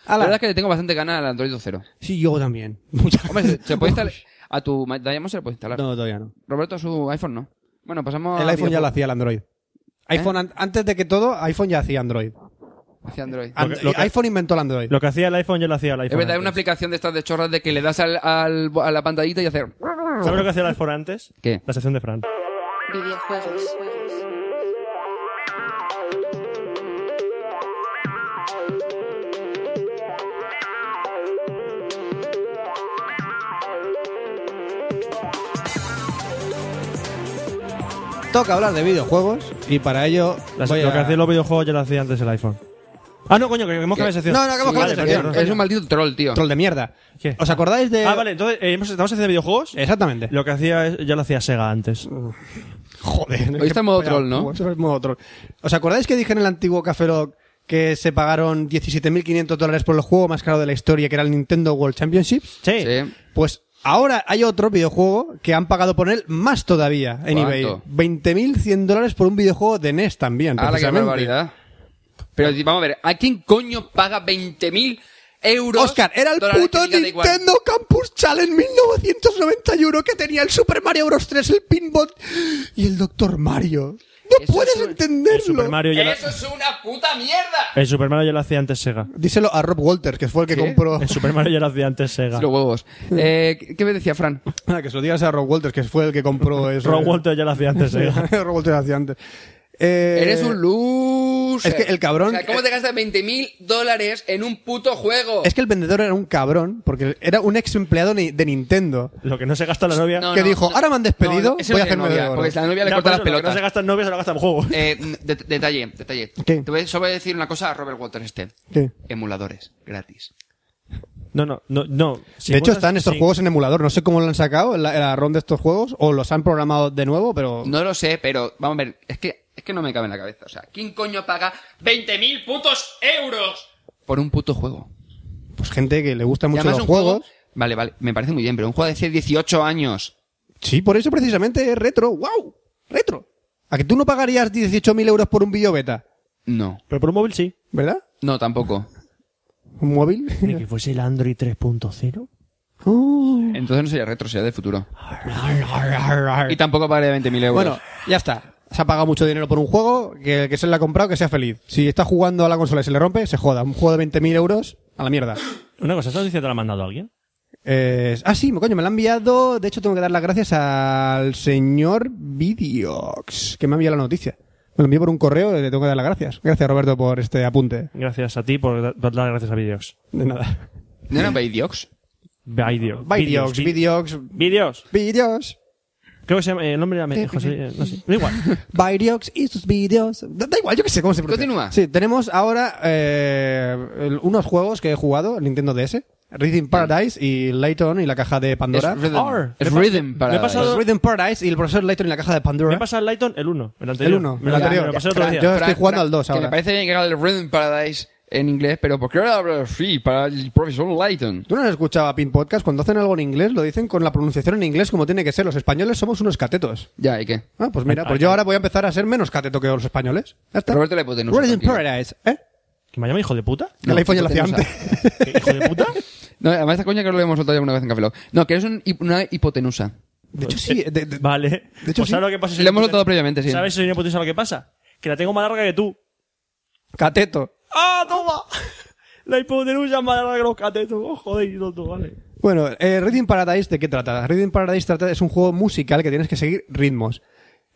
Speaker 2: La
Speaker 1: Ala.
Speaker 2: verdad es que le tengo bastante ganas al Android 2.0.
Speaker 1: Sí, yo también. Muchas
Speaker 2: Hombre, se, se puede instalar... A tu ma- Diamond se le puede instalar.
Speaker 1: No, todavía no.
Speaker 2: Roberto a su iPhone no. Bueno,
Speaker 3: Ah,
Speaker 2: pasamos
Speaker 1: El
Speaker 2: a
Speaker 1: iPhone ya lo
Speaker 2: videojuegos.
Speaker 3: pues-
Speaker 1: hacía el Android. iPhone,
Speaker 3: ¿Eh?
Speaker 1: an- antes de que todo, iPhone ya hacía Android.
Speaker 2: hacia Android.
Speaker 1: And-
Speaker 3: que- lo que-
Speaker 1: iPhone inventó el Android.
Speaker 3: Lo que hacía el iPhone, yo lo hacía el
Speaker 2: es
Speaker 3: iPhone.
Speaker 2: verdad, es una
Speaker 3: antes.
Speaker 2: aplicación de estas de chorras de que le das al, al- a la pantallita y hacer...
Speaker 3: ¿Sabes lo que hacía el iPhone antes?
Speaker 2: ¿Qué?
Speaker 3: La sección de Fran.
Speaker 7: Videojuegos.
Speaker 1: Toca hablar de videojuegos y para ello.
Speaker 3: La-
Speaker 1: voy
Speaker 3: Lo
Speaker 1: a-
Speaker 3: que hacía los videojuegos, yo lo hacía antes el iPhone. Ah, no, coño, que hemos cambiado de sección.
Speaker 1: No, no, que hemos
Speaker 3: Sí,
Speaker 1: cambiado de
Speaker 3: vale,
Speaker 1: sección. Eh,
Speaker 3: perdón,
Speaker 2: Es
Speaker 3: coño.
Speaker 2: un maldito troll, tío.
Speaker 1: Troll de mierda.
Speaker 3: ¿Qué?
Speaker 1: ¿Os acordáis de.?
Speaker 3: Ah, vale, entonces, eh, hemos- ¿estamos haciendo videojuegos?
Speaker 1: Exactamente.
Speaker 3: Lo que hacía, es- yo lo hacía Sega antes.
Speaker 1: Joder.
Speaker 2: Hoy está en modo troll, ¿no?
Speaker 1: Eso es modo troll. ¿Os acordáis que dije en el antiguo Café Lock que se pagaron 17.500 dólares por el juego más caro de la historia, que era el Nintendo World Championship?
Speaker 3: Sí.
Speaker 2: Sí.
Speaker 1: Pues ahora hay otro videojuego que han pagado por él más todavía en
Speaker 2: ¿Cuánto?
Speaker 1: eBay. 20.100 dólares por un videojuego de NES también,
Speaker 2: Ah, la que
Speaker 1: precisamente.
Speaker 2: barbaridad. Pero di- vamos a ver, ¿a quién coño paga 20.000 euros?
Speaker 1: Oscar, era el
Speaker 2: dólares
Speaker 1: puto
Speaker 2: que diga da igual?
Speaker 1: Nintendo Campus Challenge 1991 que tenía el Super Mario Bros. 3, el Pinbot y el Doctor Mario. No
Speaker 2: Eso
Speaker 1: puedes
Speaker 2: es un-
Speaker 3: El
Speaker 1: entenderlo.
Speaker 3: Super Mario yo lo-
Speaker 2: ¡Eso es una puta mierda!
Speaker 3: el Super Mario yo lo hacía antes Sega.
Speaker 1: Díselo a Rob Walters, que fue el que compró.
Speaker 3: El Super Mario yo lo hacía antes Sega.
Speaker 2: Los huevos. Eh, ¿qué- ¿Qué me decía Fran?
Speaker 1: Ah, que se lo digas a Rob Walters, que fue el que compró eso.
Speaker 3: Rob Walter yo lo hacía antes Sega.
Speaker 1: Rob Walters hacía antes. Eh,
Speaker 2: Eres un loser.
Speaker 1: es que el cabrón-
Speaker 2: O sea, ¿cómo te gastas 20.000 dólares en un puto juego?
Speaker 1: Es que el vendedor era un cabrón, porque era un ex empleado ni- de Nintendo.
Speaker 3: Lo que no se gasta la novia.
Speaker 2: No,
Speaker 1: que dijo, ahora me han despedido,
Speaker 2: ese
Speaker 1: voy a
Speaker 2: no tiene
Speaker 1: hacerme de
Speaker 2: novia,
Speaker 1: oro.
Speaker 2: Porque si la novia le
Speaker 3: Ya,
Speaker 2: corta
Speaker 3: por
Speaker 2: las
Speaker 3: eso, Lo que no
Speaker 2: pelotas.
Speaker 3: se gasta en novia se lo gasta en juegos.
Speaker 2: Eh, de- detalle, detalle.
Speaker 1: ¿Qué?
Speaker 2: Te voy, solo voy a decir una cosa a Robert Walter este.
Speaker 1: ¿Qué?
Speaker 2: Emuladores, gratis.
Speaker 3: No, no, no. no. Si
Speaker 1: de hecho,
Speaker 3: encuentras-
Speaker 1: están estos
Speaker 3: si-
Speaker 1: juegos en emulador. No sé cómo lo han sacado, el, el arrón de estos juegos, o los han programado de nuevo, pero...
Speaker 2: No lo sé, pero vamos a ver, es que, es que no me cabe en la cabeza. O sea, ¿quién coño paga 20.000 putos euros por un puto juego?
Speaker 1: Pues gente que le gusta
Speaker 2: Y
Speaker 1: mucho
Speaker 2: además
Speaker 1: los
Speaker 2: un
Speaker 1: juegos.
Speaker 2: juego- Vale, vale, me parece muy bien, pero un juego de hace 18 años.
Speaker 1: Sí, por eso precisamente es retro. ¡Wow! Retro. ¿A que tú no pagarías 18.000 euros por un video beta?
Speaker 2: No,
Speaker 3: Pero por un móvil sí.
Speaker 1: ¿Verdad?
Speaker 2: no tampoco.
Speaker 1: ¿Un móvil?
Speaker 3: Ni que fuese el Android 3.0.
Speaker 2: Entonces no sería retro, sería del futuro. Y tampoco pagaría 20.000 euros.
Speaker 1: Bueno, ya está. Se ha pagado mucho dinero por un juego, que el que se le ha comprado, que sea feliz. Si está jugando a la consola y se le rompe, se joda. Un juego de 20.000 euros, a la mierda.
Speaker 3: Una cosa, ¿esa noticia te la ha mandado alguien?
Speaker 1: Eh, ah, sí, coño, me la ha enviado. De hecho, tengo que dar las gracias al señor Videox, que me ha enviado la noticia. Me lo envió por un correo, le tengo que dar las gracias. Gracias, Roberto, por este apunte.
Speaker 3: Gracias a ti por da- por dar gracias a Videos.
Speaker 1: De nada.
Speaker 2: ¿No era Baydiox?
Speaker 3: Videos.
Speaker 1: Videox,
Speaker 3: vi-
Speaker 1: Videox,
Speaker 3: Videos.
Speaker 1: Videox.
Speaker 3: Creo que se llama, eh, el nombre era eh, José, eh, no sé. Da igual.
Speaker 1: Videox y sus vídeos. Da, da igual, yo que sé cómo se pronuncia.
Speaker 2: Continúa.
Speaker 1: Sí, tenemos ahora eh, el- unos juegos que he jugado, el Nintendo DS, Rhythm Paradise y Layton y la caja de Pandora.
Speaker 2: Es Rhythm,
Speaker 3: Or.
Speaker 2: es
Speaker 3: Me he
Speaker 2: Rhythm
Speaker 3: pa-
Speaker 2: para...
Speaker 3: me he pasado-
Speaker 1: Rhythm Paradise y el profesor Layton y la caja de
Speaker 3: Me
Speaker 2: ¿eh?
Speaker 3: he
Speaker 1: Pandora.
Speaker 3: pasado el Lighton el 1, el anterior.
Speaker 1: El uno,
Speaker 3: Me lo-
Speaker 1: el anterior.
Speaker 3: Me lo pasé otro
Speaker 1: Fra-
Speaker 3: día.
Speaker 1: yo- estoy jugando al dos
Speaker 2: que
Speaker 1: ahora.
Speaker 2: me parece bien que haga el Rhythm Paradise en inglés, pero ¿por qué ahora habla free para el profesor Lighton?
Speaker 1: ¿Tú no has escuchado a Pin Podcast? Cuando hacen algo en inglés, lo dicen con la pronunciación en inglés como tiene que ser. Los españoles somos unos catetos.
Speaker 2: Ya, ¿y qué?
Speaker 1: Ah, pues mira, pues yo ahora voy a empezar a ser menos cateto que los españoles. Ya está.
Speaker 2: Roberto le puede no ser
Speaker 1: Rhythm
Speaker 2: tranquilo.
Speaker 1: Paradise, ¿eh?
Speaker 3: ¿Que me llama hijo de puta?
Speaker 1: Que la info ya lo hacía
Speaker 2: hipotenusa.
Speaker 1: antes.
Speaker 3: ¿Que ¿Hijo de puta?
Speaker 2: No, además esta coña que lo hemos soltado ya una vez en Café Lock. No, que eres un hip- una hipotenusa.
Speaker 1: De hecho, sí. de- de-
Speaker 3: Pues, Vale.
Speaker 1: De hecho,
Speaker 3: Pues
Speaker 1: sí.
Speaker 3: ¿sabes lo que pasa? si
Speaker 2: Lo
Speaker 3: soy
Speaker 2: hemos
Speaker 3: hipote-
Speaker 2: notado previamente, sí.
Speaker 3: ¿Sabes, señor Potisa, lo que pasa? Que la tengo más larga que tú.
Speaker 1: Cateto.
Speaker 3: ¡Ah, toma! La hipotenusa es más larga que los catetos. Oh, joder, y tonto, vale.
Speaker 1: Bueno, eh, Rhythm Paradise, ¿de qué trata? Rhythm Paradise trata, es un juego musical que tienes que seguir ritmos.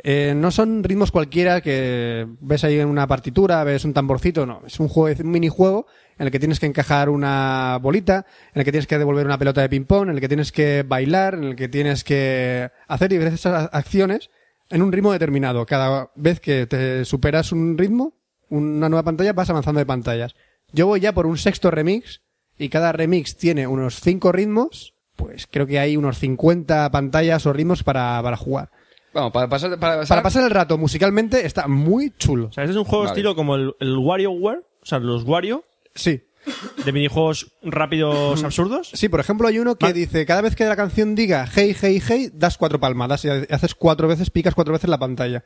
Speaker 1: Eh, no son ritmos cualquiera que ves ahí en una partitura, ves un tamborcito, no. Es un, juego, es un minijuego en el que tienes que encajar una bolita, en el que tienes que devolver una pelota de ping-pong, en el que tienes que bailar, en el que tienes que hacer diversas a- acciones en un ritmo determinado. Cada vez que te superas un ritmo, una nueva pantalla, vas avanzando de pantallas. Yo voy ya por un sexto remix y cada remix tiene unos cinco ritmos, pues creo que hay unos 50 pantallas o ritmos para, para jugar.
Speaker 2: Vamos, para pasar... Para pasar,
Speaker 1: Para pasar el rato musicalmente está muy chulo.
Speaker 3: O sea, este es un juego
Speaker 2: Vale.
Speaker 3: estilo como el, el WarioWare, o sea, los Wario,
Speaker 1: Sí.
Speaker 3: de minijuegos rápidos absurdos.
Speaker 1: Sí, por ejemplo, hay uno que
Speaker 3: Va-
Speaker 1: dice, cada vez que la canción diga hey, hey, hey, das cuatro palmadas y ha- haces cuatro veces, picas cuatro veces la pantalla.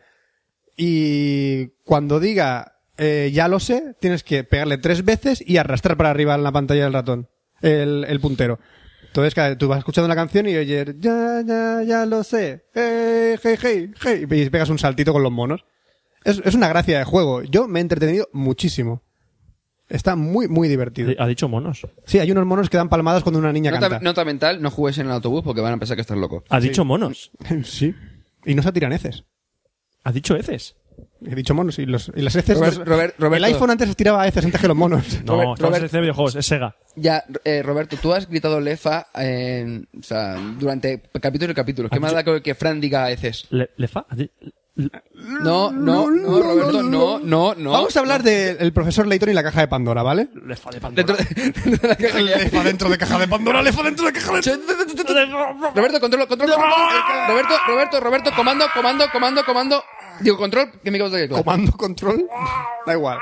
Speaker 1: Y cuando diga eh, ya lo sé, tienes que pegarle tres veces y arrastrar para arriba en la pantalla del ratón, el, el puntero. Entonces, cada- tú vas escuchando la canción y oyes ya, ya, ya lo sé, hey, hey, hey, hey, y pegas un saltito con los monos. Es, es una gracia de juego. Yo me he entretenido muchísimo. Está muy, muy divertido.
Speaker 3: Ha dicho monos.
Speaker 1: Sí, hay unos monos que dan palmadas cuando una niña
Speaker 2: Nota,
Speaker 1: canta.
Speaker 2: nota mental, no jugues en el autobús porque van a pensar que estás loco.
Speaker 3: Ha dicho monos.
Speaker 1: Sí. Y no se atiran heces.
Speaker 3: Ha dicho heces.
Speaker 1: He dicho monos y, los, y las heces.
Speaker 2: Robert- Robert-
Speaker 1: el
Speaker 2: Roberto.
Speaker 1: iPhone antes se tiraba heces antes que los monos.
Speaker 3: No,
Speaker 2: Robert-
Speaker 3: estamos
Speaker 2: Robert-
Speaker 3: en el de videojuegos, es Sega.
Speaker 2: Ya, eh, Roberto, tú has gritado lefa en- o sea, durante capítulo y capítulo. ¿Qué
Speaker 3: Ah,
Speaker 2: más
Speaker 3: yo-
Speaker 2: da que- que Fran diga heces?
Speaker 3: Le, ¿Lefa? ¿Ha di- le-
Speaker 2: No, no, no, Roberto, no, no, no.
Speaker 1: Vamos a hablar del profesor Layton y la caja de Pandora, ¿vale?
Speaker 3: ¿Lefa de
Speaker 2: Dentro
Speaker 3: Pandora?
Speaker 2: de, dentro de la caja que-
Speaker 1: dentro de caja de Pandora, lefa dentro de caja de.
Speaker 2: Roberto, control, control, control. Roberto, Roberto, Roberto, comando, comando, comando, comando. Digo, control, que me causa que
Speaker 1: Comando, control. Da igual.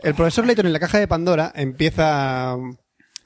Speaker 1: El profesor Layton en la caja de Pandora empieza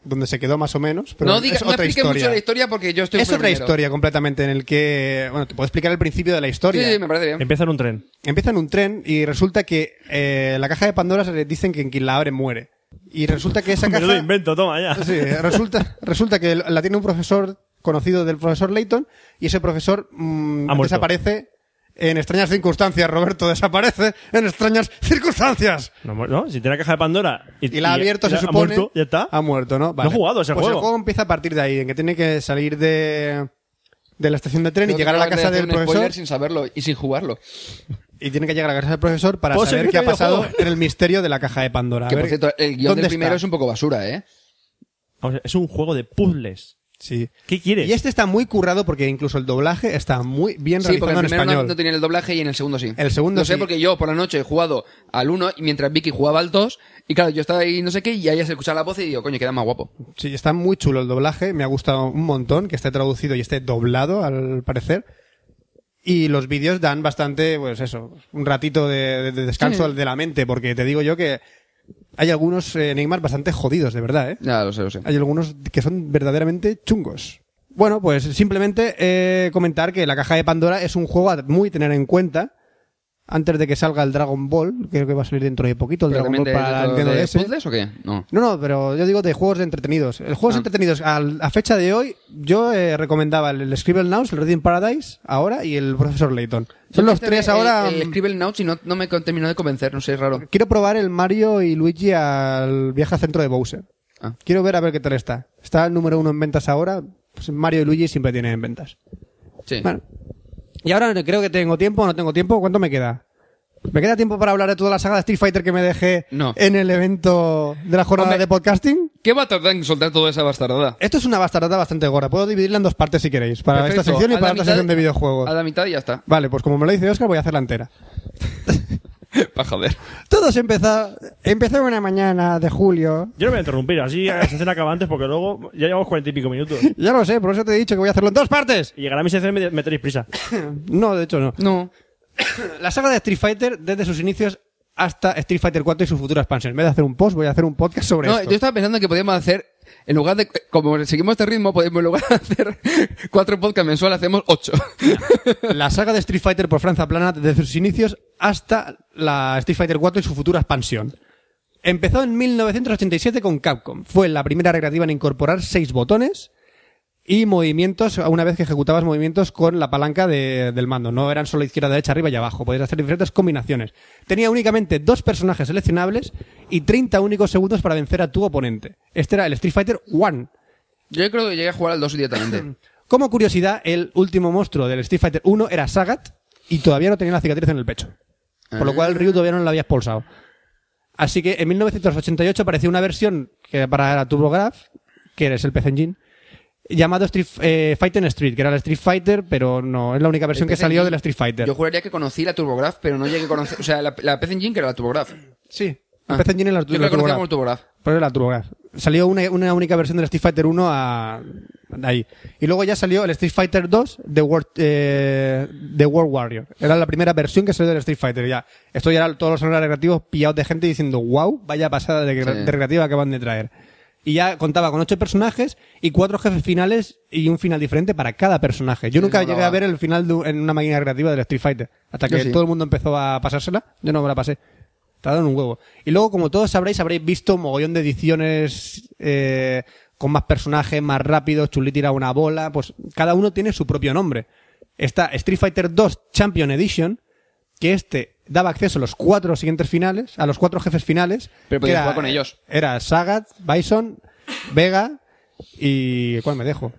Speaker 1: donde se quedó más o menos. Pero
Speaker 2: No digas,
Speaker 1: es
Speaker 2: no
Speaker 1: otra
Speaker 2: expliques
Speaker 1: historia.
Speaker 2: mucho la historia porque yo estoy
Speaker 1: es otra
Speaker 2: primero.
Speaker 1: historia completamente en el que. Bueno, te puedo explicar el principio de la historia.
Speaker 2: Sí, sí, me parece
Speaker 1: ¿Eh?
Speaker 2: bien.
Speaker 3: Empieza en un tren.
Speaker 1: Empieza en un tren y resulta que eh, la caja de Pandora se le dicen que quien la abre muere. Y resulta que esa
Speaker 3: Menudo
Speaker 1: caja...
Speaker 3: invento, toma ya.
Speaker 1: Sí, resulta, resulta que la tiene un profesor conocido del profesor Layton y ese profesor mm,
Speaker 3: Ha muerto.
Speaker 1: desaparece en extrañas circunstancias. Roberto desaparece en extrañas circunstancias.
Speaker 3: No, mu- no, si tiene la caja de Pandora y,
Speaker 1: Y la ha abierto,
Speaker 3: y-
Speaker 1: se
Speaker 3: ha
Speaker 1: supone. Ah.
Speaker 3: muerto, ya está.
Speaker 1: Ha muerto, ¿no?
Speaker 3: he jugado ese
Speaker 1: Pues
Speaker 3: juego.
Speaker 1: el juego empieza a partir de ahí, en que tiene que salir de, de la estación de tren y llegar a la
Speaker 2: Acabas
Speaker 1: casa
Speaker 2: de
Speaker 1: del
Speaker 2: hacer un spoiler
Speaker 1: profesor.
Speaker 2: sin saberlo y sin jugarlo.
Speaker 1: Y tiene que llegar a la casa del profesor para
Speaker 3: Puedo
Speaker 1: saber
Speaker 3: seguir
Speaker 1: qué ha
Speaker 3: con el
Speaker 1: pasado
Speaker 3: videojuego.
Speaker 1: en el misterio de la caja de Pandora. A
Speaker 2: Que por
Speaker 1: ver,
Speaker 2: cierto, el guión
Speaker 1: ¿dónde
Speaker 2: del primero
Speaker 1: está?
Speaker 2: es un poco basura, ¿eh?
Speaker 3: Vamos a ver, es un juego de puzzles.
Speaker 1: Sí.
Speaker 3: ¿Qué quieres?
Speaker 1: Y este está muy currado porque incluso el doblaje está muy bien
Speaker 2: Sí, porque
Speaker 1: realizado
Speaker 2: el
Speaker 1: en
Speaker 2: primero no,
Speaker 1: español.
Speaker 2: no tenía el doblaje y en el segundo sí.
Speaker 1: El segundo
Speaker 2: No sé
Speaker 1: sí.
Speaker 2: porque yo por la noche he jugado al uno y mientras Vicky jugaba al dos y claro, yo estaba ahí no sé qué y a ella se escuchaba la voz y digo, coño, queda más guapo.
Speaker 1: Sí, está muy chulo el doblaje. Me ha gustado un montón que esté traducido y esté doblado, al parecer. Y los vídeos dan bastante, pues eso, un ratito de, de- de descanso de la mente, porque te digo yo que hay algunos eh, enigmas bastante jodidos, de verdad, ¿eh?
Speaker 2: Ya, lo sé, lo sé.
Speaker 1: Hay algunos que son verdaderamente chungos. Bueno, pues simplemente eh, comentar que la caja de Pandora es un juego a muy tener en cuenta. Antes de que salga el Dragon Ball, creo que va a salir dentro de poquito el
Speaker 2: Pero
Speaker 1: Dragon
Speaker 2: también
Speaker 1: Ball
Speaker 2: de-
Speaker 1: para
Speaker 2: de-
Speaker 1: Nintendo
Speaker 2: de
Speaker 1: DS.
Speaker 2: puzzles o qué? No.
Speaker 1: No, no, pero yo digo de juegos de entretenidos. El juegos
Speaker 2: Ah.
Speaker 1: entretenidos, al- a, fecha de hoy, yo eh, recomendaba el, el Scribble Nows, el Reading Paradise, ahora, y el Profesor Layton. Son los tres ahora.
Speaker 2: este
Speaker 1: mm.
Speaker 2: El, el eh, Scribble Notes y no, no me con- terminó de convencer, no sé, es raro.
Speaker 1: Quiero probar el Mario y Luigi al viaje al centro de Bowser.
Speaker 2: Ah.
Speaker 1: Quiero ver a ver qué tal está. Está el número uno en ventas ahora. pues Mario y Luigi siempre tienen en ventas.
Speaker 2: Sí.
Speaker 1: Bueno. Y ahora no- creo que tengo tiempo, no tengo tiempo. ¿Cuánto me queda? ¿Me queda tiempo para hablar de toda la saga de Street Fighter que me dejé
Speaker 2: No.
Speaker 1: en el evento de la jornada
Speaker 2: Hombre.
Speaker 1: de podcasting?
Speaker 2: ¿Qué va a tardar en soltar toda esa bastardada?
Speaker 1: Esto es una bastardada bastante gorda. Puedo dividirla en dos partes si queréis. Para
Speaker 2: Perfecto.
Speaker 1: esta sección y
Speaker 2: A la
Speaker 1: para otra
Speaker 2: mitad-
Speaker 1: sección de videojuegos.
Speaker 2: A la mitad y ya está.
Speaker 1: Vale, pues como me lo dice Oscar, voy a hacerla entera.
Speaker 2: Para joder.
Speaker 1: Todos empezó, empezó una mañana de julio.
Speaker 3: Yo no me voy a interrumpir, así la sección acaba antes porque luego ya llevamos cuarenta y pico minutos.
Speaker 1: Ya lo sé, por eso te he dicho que voy a hacerlo en dos partes.
Speaker 3: Y llegará mi sección y me, me tenéis prisa.
Speaker 1: No, de hecho no.
Speaker 2: No.
Speaker 1: La saga de Street Fighter desde sus inicios hasta Street Fighter 4 y su futura expansión. En vez de hacer un post, voy a hacer un podcast sobre
Speaker 2: No,
Speaker 1: esto.
Speaker 2: yo estaba pensando que podíamos hacer, en lugar de, como seguimos este ritmo, podemos en lugar de hacer cuatro podcasts mensuales, hacemos ocho.
Speaker 1: La saga de Street Fighter por Franza Plana desde sus inicios hasta la Street Fighter 4 y su futura expansión. Empezó en 1987 con Capcom. Fue la primera recreativa en incorporar seis botones y movimientos, una vez que ejecutabas movimientos con la palanca de- del mando. No eran solo izquierda, derecha, arriba y abajo. Podías hacer diferentes combinaciones. Tenía únicamente dos personajes seleccionables y 30 únicos segundos para vencer a tu oponente. Este era el Street Fighter 1.
Speaker 2: Yo creo que llegué a jugar al dos directamente.
Speaker 1: Como curiosidad, el último monstruo del Street Fighter 1 era Sagat y todavía no tenía la cicatriz en el pecho. Por
Speaker 2: Ah.
Speaker 1: lo cual Ryu todavía no lo había expulsado. Así que en 1988 apareció una versión que para la TurboGraf, que eres el PC Engine, llamado Street eh, Fighter Street, que era el Street Fighter, pero no, es la única versión que
Speaker 2: PC
Speaker 1: salió
Speaker 2: Engine.
Speaker 1: del Street Fighter.
Speaker 2: Yo juraría que conocí la TurboGraf, pero no llegué a conocer, o sea, la, la PC Engine que era la TurboGraf.
Speaker 1: Sí,
Speaker 2: Ah.
Speaker 1: el PC Engine es la,
Speaker 2: Yo creo
Speaker 1: la
Speaker 2: que conocía como
Speaker 1: TurboGraf.
Speaker 2: TurboGraf.
Speaker 1: Pero era la TurboGraf. Salió una, una única versión del Street Fighter 1 a, de ahí. Y luego ya salió el Street Fighter 2 de World, eh, The World Warrior. Era la primera versión que salió del Street Fighter. Ya. Esto ya era todos los honores recreativos pillados de gente diciendo, wow, vaya pasada de,
Speaker 2: Sí.
Speaker 1: de recreativa que acaban de traer. Y ya contaba con ocho personajes y cuatro jefes finales y un final diferente para cada personaje. Yo
Speaker 2: Sí,
Speaker 1: nunca
Speaker 2: no
Speaker 1: llegué
Speaker 2: hablaba.
Speaker 1: a ver el final de- en una máquina creativa del Street Fighter. Hasta
Speaker 2: Yo
Speaker 1: que
Speaker 2: sí.
Speaker 1: todo el mundo empezó a pasársela, yo no me la pasé. Tardaron un huevo. Y luego, como todos sabréis, habréis visto mogollón de ediciones eh, con más personajes, más rápidos, Chuli tira una bola, pues cada uno tiene su propio nombre. Está Street Fighter 2 Champion Edition, que este daba acceso a los cuatro siguientes finales, a los cuatro jefes finales.
Speaker 2: Pero
Speaker 1: que
Speaker 2: podías jugar con ellos.
Speaker 1: Era Sagat, Bison, Vega y... ¿Cuál me dejo?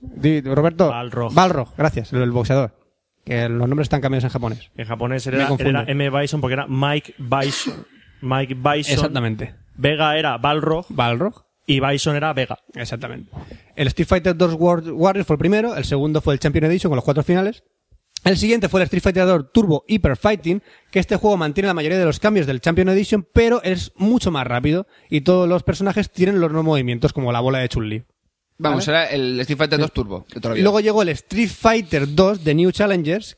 Speaker 1: Di- Roberto.
Speaker 3: Balrog.
Speaker 1: Balrog, gracias, el, el boxeador. Que los nombres están cambiados en japonés.
Speaker 3: En japonés
Speaker 1: Me
Speaker 3: era, él era
Speaker 1: confundo.
Speaker 3: M. Bison porque era Mike Bison. Mike Bison. Vega era Balrog
Speaker 1: Balrog.
Speaker 3: y Bison era Vega.
Speaker 1: Exactamente. El Street Fighter 2 World Warrior fue el primero, el segundo fue el Champion Edition con los cuatro finales. El siguiente fue el Street Fighter 2 Turbo Hyper Fighting, que este juego mantiene la mayoría de los cambios del Champion Edition, pero es mucho más rápido y todos los personajes tienen los nuevos movimientos, como la bola de Chun-Li.
Speaker 2: Vamos, era el Street Fighter 2 Turbo de toda la vida.
Speaker 1: Luego llegó el Street Fighter 2 de New Challengers,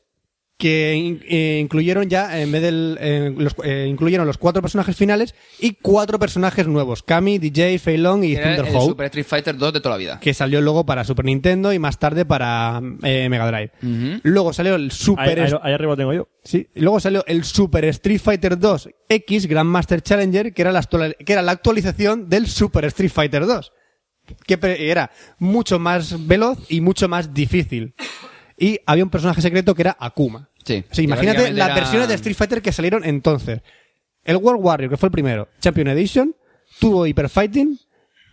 Speaker 1: que in- eh, incluyeron ya, en vez del, eh, los, eh, incluyeron los cuatro personajes finales y cuatro personajes nuevos, Kami, DJ, Fei Long y
Speaker 2: era
Speaker 1: Thunder
Speaker 2: el
Speaker 1: Hawk.
Speaker 2: Super Street Fighter 2 de toda la vida.
Speaker 1: que salió luego para Super Nintendo y más tarde para eh, Mega Drive.
Speaker 2: Ujú.
Speaker 1: Luego salió el
Speaker 3: Ahí,
Speaker 1: Super
Speaker 3: ahí-
Speaker 1: Est-
Speaker 3: ahí arriba lo tengo yo.
Speaker 1: sí, y luego salió el Super Street Fighter 2 X Grandmaster Challenger, que era la actual- que era la actualización del Super Street Fighter 2, que pre- era mucho más veloz y mucho más difícil. Y había un personaje secreto que era Akuma.
Speaker 2: Sí.
Speaker 1: O sea, imagínate
Speaker 2: Teóricamente
Speaker 1: las
Speaker 2: era-
Speaker 1: versiones de Street Fighter que salieron entonces. El World Warrior, que fue el primero, Champion Edition, Turbo Hyper Fighting,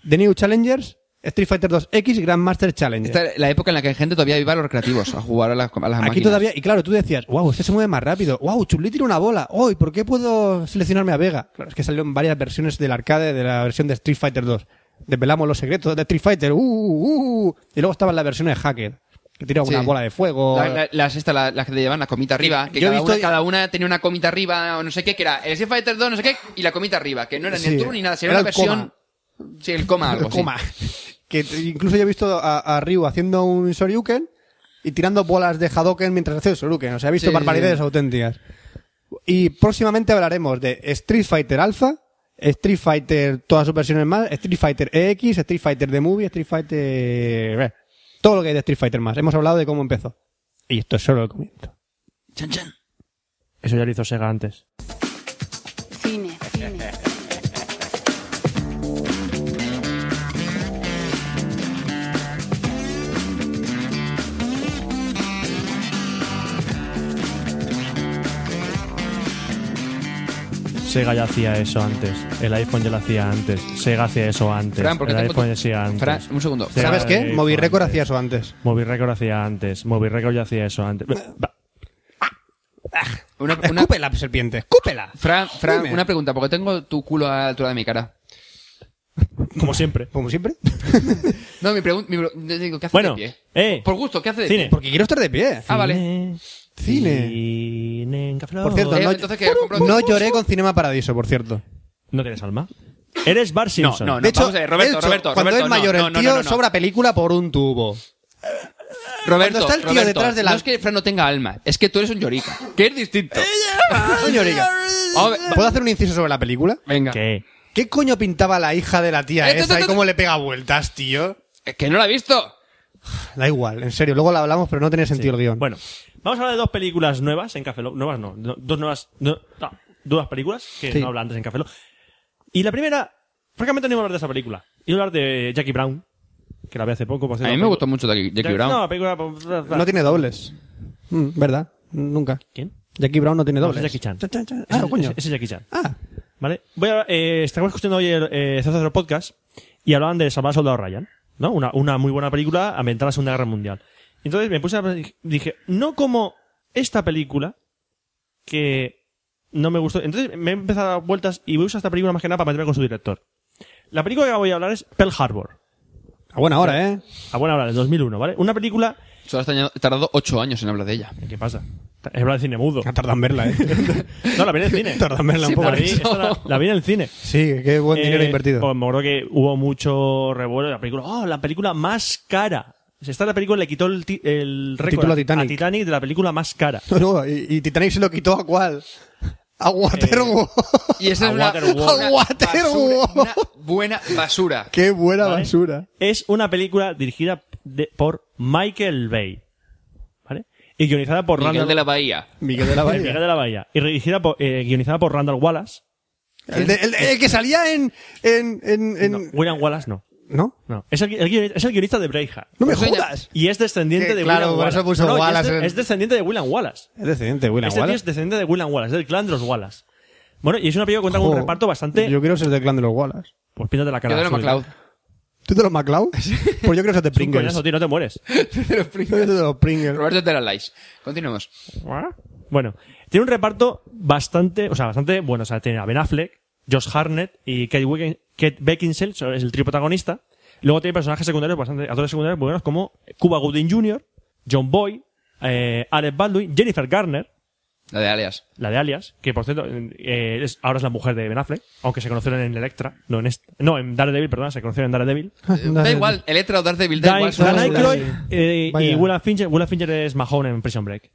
Speaker 1: The New Challengers, Street Fighter 2X, Grandmaster Challenger.
Speaker 2: Esta es la época en la que hay gente todavía viva a los recreativos a jugar a las, a las
Speaker 1: Aquí
Speaker 2: máquinas.
Speaker 1: todavía, y claro, tú decías, wow, este se mueve más rápido, wow, Chulí tira una bola, oh, ¿y por qué puedo seleccionarme a Vega? Claro, es que salieron varias versiones del arcade de la versión de Street Fighter 2. desvelamos los secretos de Street Fighter, uh, uh, uh. y luego estaba la versión de Hacker, que tiraba una
Speaker 2: Sí.
Speaker 1: bola de fuego.
Speaker 2: La- la- las, estas, la- las que te llevan la comita arriba. Que
Speaker 1: Yo he
Speaker 2: cada,
Speaker 1: visto-
Speaker 2: una, cada una tenía una comita arriba o no sé qué, que era el Street Fighter 2, no sé qué, y la comita arriba, que no era ni
Speaker 1: Sí,
Speaker 2: el turbo ni nada, sino
Speaker 1: era
Speaker 2: una
Speaker 1: el
Speaker 2: versión. Sí, el coma algo.
Speaker 1: El
Speaker 2: sí.
Speaker 1: coma. Que t- incluso yo he visto a, a Ryu haciendo un Shoryuken y tirando bolas de Hadoken mientras hace el Shoryuken. O sea, he visto
Speaker 2: Sí,
Speaker 1: barbaridades
Speaker 2: sí.
Speaker 1: auténticas. Y próximamente hablaremos de Street Fighter Alpha, Street Fighter, todas sus versiones más, Street Fighter EX, Street Fighter The Movie, Street Fighter... eh, Todo lo que hay de Street Fighter más. Hemos hablado de cómo empezó. Y esto es solo el comienzo.
Speaker 2: Chan, chan.
Speaker 3: Eso ya lo hizo Sega antes.
Speaker 7: Cine, cine.
Speaker 3: Sega ya hacía eso antes. El iPhone ya lo hacía antes. Sega hacía eso antes.
Speaker 2: Fran, ¿por qué
Speaker 3: el
Speaker 2: tengo
Speaker 3: iPhone
Speaker 2: tu-
Speaker 3: ya hacía antes.
Speaker 2: Fran, un segundo.
Speaker 3: Sega
Speaker 1: ¿Sabes qué?
Speaker 3: iPhone
Speaker 1: Moby Record
Speaker 3: antes.
Speaker 1: hacía eso antes.
Speaker 3: Moby Record hacía antes. Moby Record ya hacía eso antes. Va,
Speaker 2: Una, una-
Speaker 1: Escúpela, serpiente, escúpela.
Speaker 2: Fran, Fran,
Speaker 1: Dime.
Speaker 2: una pregunta, porque tengo tu culo a la altura de mi cara.
Speaker 3: Como siempre.
Speaker 1: Como siempre.
Speaker 2: No, mi pregunta, mi, pre- digo, ¿qué hace
Speaker 3: Bueno,
Speaker 2: de pie?
Speaker 3: eh.
Speaker 2: Por gusto, ¿qué hace de
Speaker 3: Cine.
Speaker 2: pie?
Speaker 1: Porque quiero estar de pie.
Speaker 2: Ah, vale.
Speaker 3: Cine.
Speaker 1: Cine.
Speaker 3: Cine en Café Lock.
Speaker 1: Por cierto,
Speaker 2: Eh,
Speaker 1: no,
Speaker 2: entonces que compro-
Speaker 1: no lloré con Cinema Paradiso, por cierto.
Speaker 3: ¿No tienes alma? Eres Bar Simpson.
Speaker 2: no,
Speaker 1: De hecho,
Speaker 2: vamos a ver, Roberto,
Speaker 1: de hecho,
Speaker 2: Roberto,
Speaker 1: cuando
Speaker 2: Roberto,
Speaker 1: es mayor el
Speaker 2: no, no, no,
Speaker 1: tío
Speaker 2: no, no.
Speaker 1: sobra película por un tubo.
Speaker 2: Roberto,
Speaker 1: Cuando está el tío
Speaker 2: Roberto,
Speaker 1: detrás de la-
Speaker 2: No es que Fran no tenga alma, es que tú eres un llorica. Que es distinto.
Speaker 1: Eh. Señorica,
Speaker 2: Ah. A ver, va-
Speaker 1: ¿Puedo hacer un inciso sobre la película?
Speaker 2: Venga.
Speaker 3: ¿Qué?
Speaker 1: ¿Qué coño pintaba la hija de la tía
Speaker 2: Eh,
Speaker 1: esa
Speaker 2: tú, tú,
Speaker 1: y
Speaker 2: tú.
Speaker 1: cómo le pega vueltas, tío?
Speaker 2: Es que no la he visto.
Speaker 1: Da igual, en serio. Luego la hablamos, pero no tiene sentido el guión.
Speaker 3: Bueno, vamos a hablar de dos películas nuevas en Café Lock. Nuevas no, no, dos nuevas, no, no, dos películas que
Speaker 1: Sí.
Speaker 3: no hablan antes en Café Lock. Y la primera, francamente no iba a hablar de esa película. Iba a hablar de Jackie Brown, que la vi hace poco. por
Speaker 2: A mí
Speaker 3: cierto, la
Speaker 2: me
Speaker 3: película-
Speaker 2: gustó mucho Jackie, Jackie Brown.
Speaker 3: No, la película... pues, bla, bla.
Speaker 1: no tiene dobles. Mm, ¿Verdad? Nunca.
Speaker 3: ¿Quién?
Speaker 1: Jackie Brown no tiene
Speaker 3: No,
Speaker 1: dobles.
Speaker 3: es Jackie Chan.
Speaker 1: Chan, chan, chan.
Speaker 3: Ese-
Speaker 1: Ah, coño.
Speaker 3: ese- ese es Jackie Chan.
Speaker 1: Ah,
Speaker 3: ¿Vale? Voy a, eh, estamos escuchando hoy el eh, CCR Podcast y hablaban de Salvar al Soldado Ryan, ¿no? Una, una muy buena película ambientada en la Segunda Guerra Mundial. Entonces me puse a pensar, dije, no como esta película que no me gustó. Entonces me he empezado a dar vueltas y voy a usar esta película más que nada para meterme con su director. La película que voy a hablar es Pearl Harbor.
Speaker 1: a buena hora, ¿eh?
Speaker 3: A buena hora, del 2001, ¿vale? Una película...
Speaker 2: Solo has tañado- tardado ocho años en hablar de ella.
Speaker 3: ¿Qué pasa? Es verdad, cine mudo.
Speaker 1: Ha tardado en verla, ¿eh?
Speaker 3: No, la vi en el cine.
Speaker 1: Tarda en verla un poco.
Speaker 3: La vi- esta la- la vi en el cine.
Speaker 1: Sí, qué buen dinero
Speaker 3: Eh,
Speaker 1: invertido.
Speaker 3: Pues me acuerdo que hubo mucho revuelo de la película. ¡Oh, la película más cara! Si está la película, le quitó el, ti- el récord
Speaker 1: Título a Titanic.
Speaker 3: de la película más cara.
Speaker 1: No, no, y, y Titanic se lo quitó a cuál? A Waterworld.
Speaker 2: Y esa
Speaker 3: Eh, A
Speaker 2: es una,
Speaker 3: Waterworld.
Speaker 2: una
Speaker 1: A Waterworld.
Speaker 2: basura, una buena basura.
Speaker 1: Qué buena
Speaker 3: ¿vale?
Speaker 1: basura.
Speaker 3: Es una película dirigida de- por Michael Bay. ¿Vale? Y guionizada por
Speaker 2: Miguel
Speaker 3: Randall...
Speaker 2: de la Bahía.
Speaker 1: Miguel de la
Speaker 3: Miguel
Speaker 1: Valle.
Speaker 3: de la Bahía. Y dirigida por- eh, guionizada por Randall Wallace.
Speaker 1: El, de- el de- el que salía en. en, en, en-
Speaker 3: No,
Speaker 1: no.
Speaker 3: William Wallace no.
Speaker 1: ¿No?
Speaker 3: No. Es el, el guion- es el guionista de Breija.
Speaker 1: me
Speaker 2: Pues oye,
Speaker 1: jodas!
Speaker 3: Y es descendiente
Speaker 1: Que,
Speaker 3: de
Speaker 1: claro,
Speaker 3: William
Speaker 1: por eso
Speaker 3: Wallace.
Speaker 1: puso
Speaker 3: y es
Speaker 1: Wallace
Speaker 3: de-
Speaker 1: en-
Speaker 3: es descendiente de William Wallace.
Speaker 1: Es descendiente de William
Speaker 3: Este tío es descendiente de William Wallace, del clan de los Wallace. Bueno, y es una película que cuenta con un reparto bastante.
Speaker 1: Oh, Yo quiero ser del clan de los Wallace.
Speaker 3: Pues píntate la cara.
Speaker 2: Yo de la
Speaker 3: azul.
Speaker 2: MacLeod.
Speaker 1: ¿Tú te los MacLeod? Pues yo quiero ser de
Speaker 3: Es un
Speaker 1: Pringles.
Speaker 3: coñazo, tío, no te mueres.
Speaker 1: Yo quiero ser de los Pringles.
Speaker 2: Roberto es de la Lice. Continuemos.
Speaker 3: Bueno, tiene un reparto bastante, o sea, bastante bueno. O sea, tiene a Ben Affleck, Josh Harnett y Kate, Wiggin- Kate Beckinsale, so- es el trío protagonista. Luego tiene personajes secundarios, bastante, actores secundarios muy buenos como Cuba Gooding Jr., John Boy, eh, Alec Baldwin, Jennifer Garner,
Speaker 2: La de Alias.
Speaker 3: la de Alias, que por cierto, eh, es- ahora es la mujer de Ben Affleck, aunque se conocieron en Electra, no en, este, no, en Daredevil, perdón, se conocieron en Daredevil.
Speaker 2: Da igual, Electra o Daredevil, da
Speaker 3: Dan
Speaker 2: igual. son
Speaker 3: Dan
Speaker 2: basuras.
Speaker 3: Aykroyd eh, y
Speaker 1: Vaya.
Speaker 3: Willa Fincher. Willa Fincher es Mahone en Prison Break.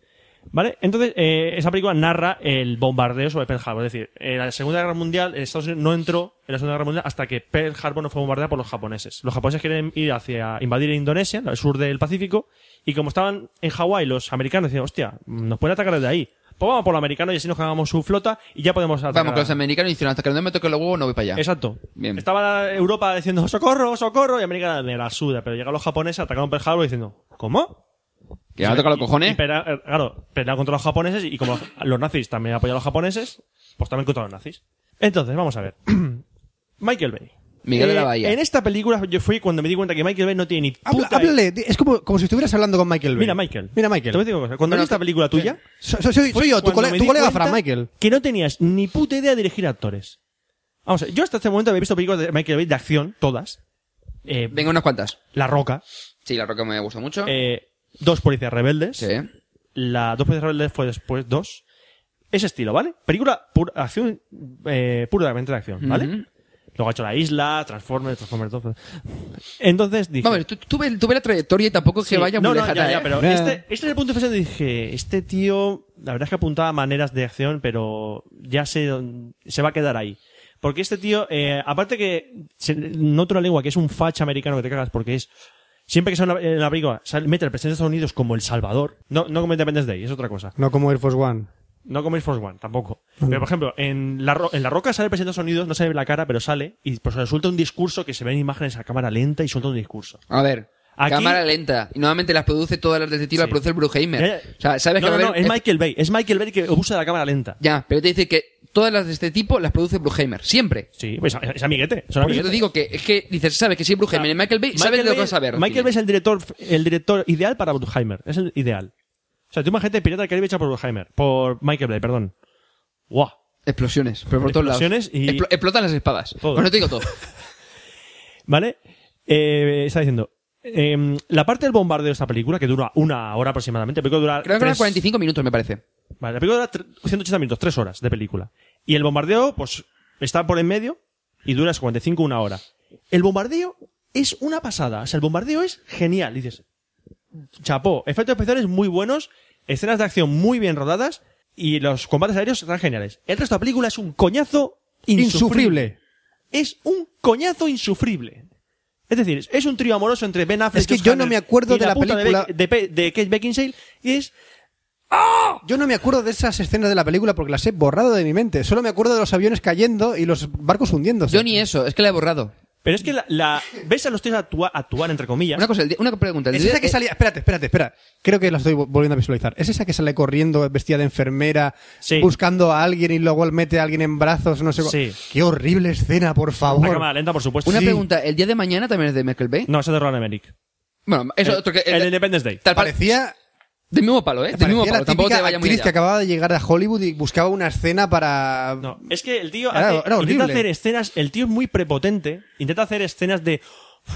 Speaker 3: ¿Vale? Entonces, eh, esa película narra el bombardeo sobre Pearl Harbor. Es decir, en la Segunda Guerra Mundial, eh, Estados Unidos no entró en la Segunda Guerra Mundial hasta que Pearl Harbor no fue bombardeada por los japoneses. Los japoneses quieren ir hacia invadir Indonesia, al sur del Pacífico, y como estaban en Hawái, los americanos decían, hostia, nos pueden atacar desde ahí. Pues vamos por los americanos y así nos cagamos su flota y ya podemos atacar.
Speaker 2: Vamos, que los americanos dicen, hasta que no me toque los huevos no voy para allá.
Speaker 3: Exacto.
Speaker 2: Bien.
Speaker 3: Estaba Europa diciendo socorro, socorro, y América me la suda, pero llegan los japoneses, atacaron Pearl Harbor diciendo, ¿cómo?
Speaker 2: Que me toca los
Speaker 3: Y-
Speaker 2: cojones.
Speaker 3: y pelea- eh, claro, pelearon contra los japoneses y como los, los nazis también apoyan a los japoneses, pues también contra los nazis. Entonces, vamos a ver. Michael Bay.
Speaker 2: Miguel de la
Speaker 3: Eh,
Speaker 2: Bahía.
Speaker 3: En esta película yo fui cuando me di cuenta que Michael Bay no tiene ni
Speaker 1: Habla-
Speaker 3: puta... eh.
Speaker 1: háblale, di- es como, como si estuvieras hablando con Michael Bay.
Speaker 3: Mira, Michael.
Speaker 1: Mira,
Speaker 3: Te voy a
Speaker 1: Michael.
Speaker 3: decir una cosa. Cuando
Speaker 2: Bueno,
Speaker 3: vi esta película tuya...
Speaker 1: So- so- soy, soy yo, tu,
Speaker 3: cuando
Speaker 1: colega-
Speaker 3: me
Speaker 1: tu
Speaker 3: di
Speaker 1: colega
Speaker 3: cuenta
Speaker 1: Fran Michael.
Speaker 3: Que no tenías ni puta idea de dirigir actores. Vamos, a ver, yo hasta este momento había visto películas de Michael Bay de acción, todas. eh,
Speaker 2: Venga, unas cuantas.
Speaker 3: La Roca,
Speaker 2: Sí, la roca me gusta mucho.
Speaker 3: eh, dos policías rebeldes.
Speaker 2: sí.
Speaker 3: La dos policías rebeldes fue después dos. Ese estilo, ¿vale? Película pura, acción, eh, puramente de acción, ¿vale?
Speaker 2: Ujú.
Speaker 3: Luego ha hecho La Isla, Transformers, Transformers 2. Entonces dije...
Speaker 2: Vamos, a ver, tú, tú ve, tú ve la trayectoria y tampoco
Speaker 3: Sí,
Speaker 2: que vaya
Speaker 3: no,
Speaker 2: muy
Speaker 3: no,
Speaker 2: lejana,
Speaker 3: ya, ya,
Speaker 2: ¿eh?
Speaker 3: pero
Speaker 1: Nah.
Speaker 3: este, este es el punto de donde dije, este tío, la verdad es que apuntaba maneras de acción, pero ya sé, dónde- se va a quedar ahí. Porque este tío, eh, aparte que se, noto una lengua que es un facha americano que te cagas porque es, siempre que sale una- en la película, sale- mete al presidente de Estados Unidos como El Salvador, no, no como Independence Day, es otra cosa.
Speaker 1: No como Air Force One.
Speaker 3: No como Air Force One, tampoco. Pero, por ejemplo, en la, Ro- en la Roca sale el presidente de Estados Unidos, no se ve la cara, pero sale, y pues suelta un discurso que se ven imágenes a cámara lenta y suelta un discurso.
Speaker 2: A ver.
Speaker 3: Aquí-
Speaker 2: Cámara lenta. Y nuevamente las produce todas las del tiro,
Speaker 3: Sí.
Speaker 2: las produce el Bruheimer.
Speaker 3: Ya, ya.
Speaker 2: O sea, sabes
Speaker 3: Eh, no,
Speaker 2: que va
Speaker 3: no,
Speaker 2: a
Speaker 3: no,
Speaker 2: haber-
Speaker 3: es Michael Bay. Es Michael Bay que abusa de la cámara lenta.
Speaker 2: Ya, pero te dice que todas las de este tipo las produce Bruheimer. Siempre.
Speaker 3: Sí, pues es, es amiguete. Son
Speaker 2: Por eso
Speaker 3: amiguetes.
Speaker 2: te digo que es que dices, sabes que si es Bruheimer y Michael Bay, sabes lo que vas a ver.
Speaker 3: Ah, Michael
Speaker 2: tío.
Speaker 3: Bay es el director, el director ideal para Bruckheimer. Es el ideal. O sea, tú imagínate Pirata del Caribe hecha por Bruckheimer. Por Michael Bay, perdón. ¡Guau!
Speaker 2: Explosiones, pero por todos lados.
Speaker 3: Explosiones y-
Speaker 2: Explo- explotan las espadas.
Speaker 3: Todo.
Speaker 2: Bueno, te digo todo.
Speaker 3: ¿Vale? Eh, está diciendo. em, la parte del bombardeo de esta película, que dura una hora aproximadamente, la película dura
Speaker 2: Creo que eran
Speaker 3: tres-
Speaker 2: 45 minutos, me parece.
Speaker 3: Vale, la película dura tre- 180 minutos, 3 horas de película. Y el bombardeo, pues, está por en medio y dura eso, 45, una hora. El bombardeo es una pasada. O sea, el bombardeo es genial. Dices, chapó, efectos especiales muy buenos, escenas de acción muy bien rodadas y los combates aéreos están geniales. El resto de la película es un coñazo insufrible.
Speaker 1: Insufrible.
Speaker 3: Es un coñazo insufrible. Es decir, es un trío amoroso entre Ben Affleck
Speaker 1: Es que
Speaker 3: Josh
Speaker 1: yo no
Speaker 3: Hammer
Speaker 1: me acuerdo
Speaker 3: y
Speaker 1: de la
Speaker 3: puta de
Speaker 1: película.
Speaker 3: Be- de, Pe- de Kate Beckinsale y es
Speaker 1: Yo no me acuerdo de esas escenas de la película porque las he borrado de mi mente. Solo me acuerdo de los aviones cayendo y los barcos hundiéndose.
Speaker 2: Yo ni eso, es que la he borrado.
Speaker 3: Pero es que la, la- ves a los tíos actua- actuar, entre comillas.
Speaker 2: Una cosa, el día- una pregunta. el
Speaker 1: Es
Speaker 2: día-
Speaker 1: esa que
Speaker 2: eh,
Speaker 1: salía. Espérate, espérate, espera. Creo que la estoy vo- volviendo a visualizar. Es esa que sale corriendo vestida de enfermera,
Speaker 3: Sí.
Speaker 1: buscando a alguien y luego mete a alguien en brazos, no sé. cu-
Speaker 3: Sí.
Speaker 1: Qué horrible escena, por favor.
Speaker 3: A cámara lenta, por supuesto.
Speaker 2: eh, Una
Speaker 3: Sí.
Speaker 2: pregunta, ¿el día de mañana también es de Michael Bay?
Speaker 3: No, esa de Roland Emmerich.
Speaker 2: Bueno, eso
Speaker 3: El-
Speaker 2: otro que... eh,
Speaker 3: el Independence Day.
Speaker 2: Tal, pare-
Speaker 1: Parecía,
Speaker 2: del mismo palo, ¿eh? Del Este mismo
Speaker 1: parecía
Speaker 2: palo,
Speaker 1: la
Speaker 2: tampoco
Speaker 1: típica
Speaker 2: te vaya muy
Speaker 1: actriz
Speaker 2: allá.
Speaker 1: que acababa de llegar a Hollywood y buscaba una escena para.
Speaker 3: No, es que el tío
Speaker 1: Era-
Speaker 3: hace-
Speaker 1: era horrible.
Speaker 3: intenta hacer escenas, el tío es muy prepotente, intenta hacer escenas de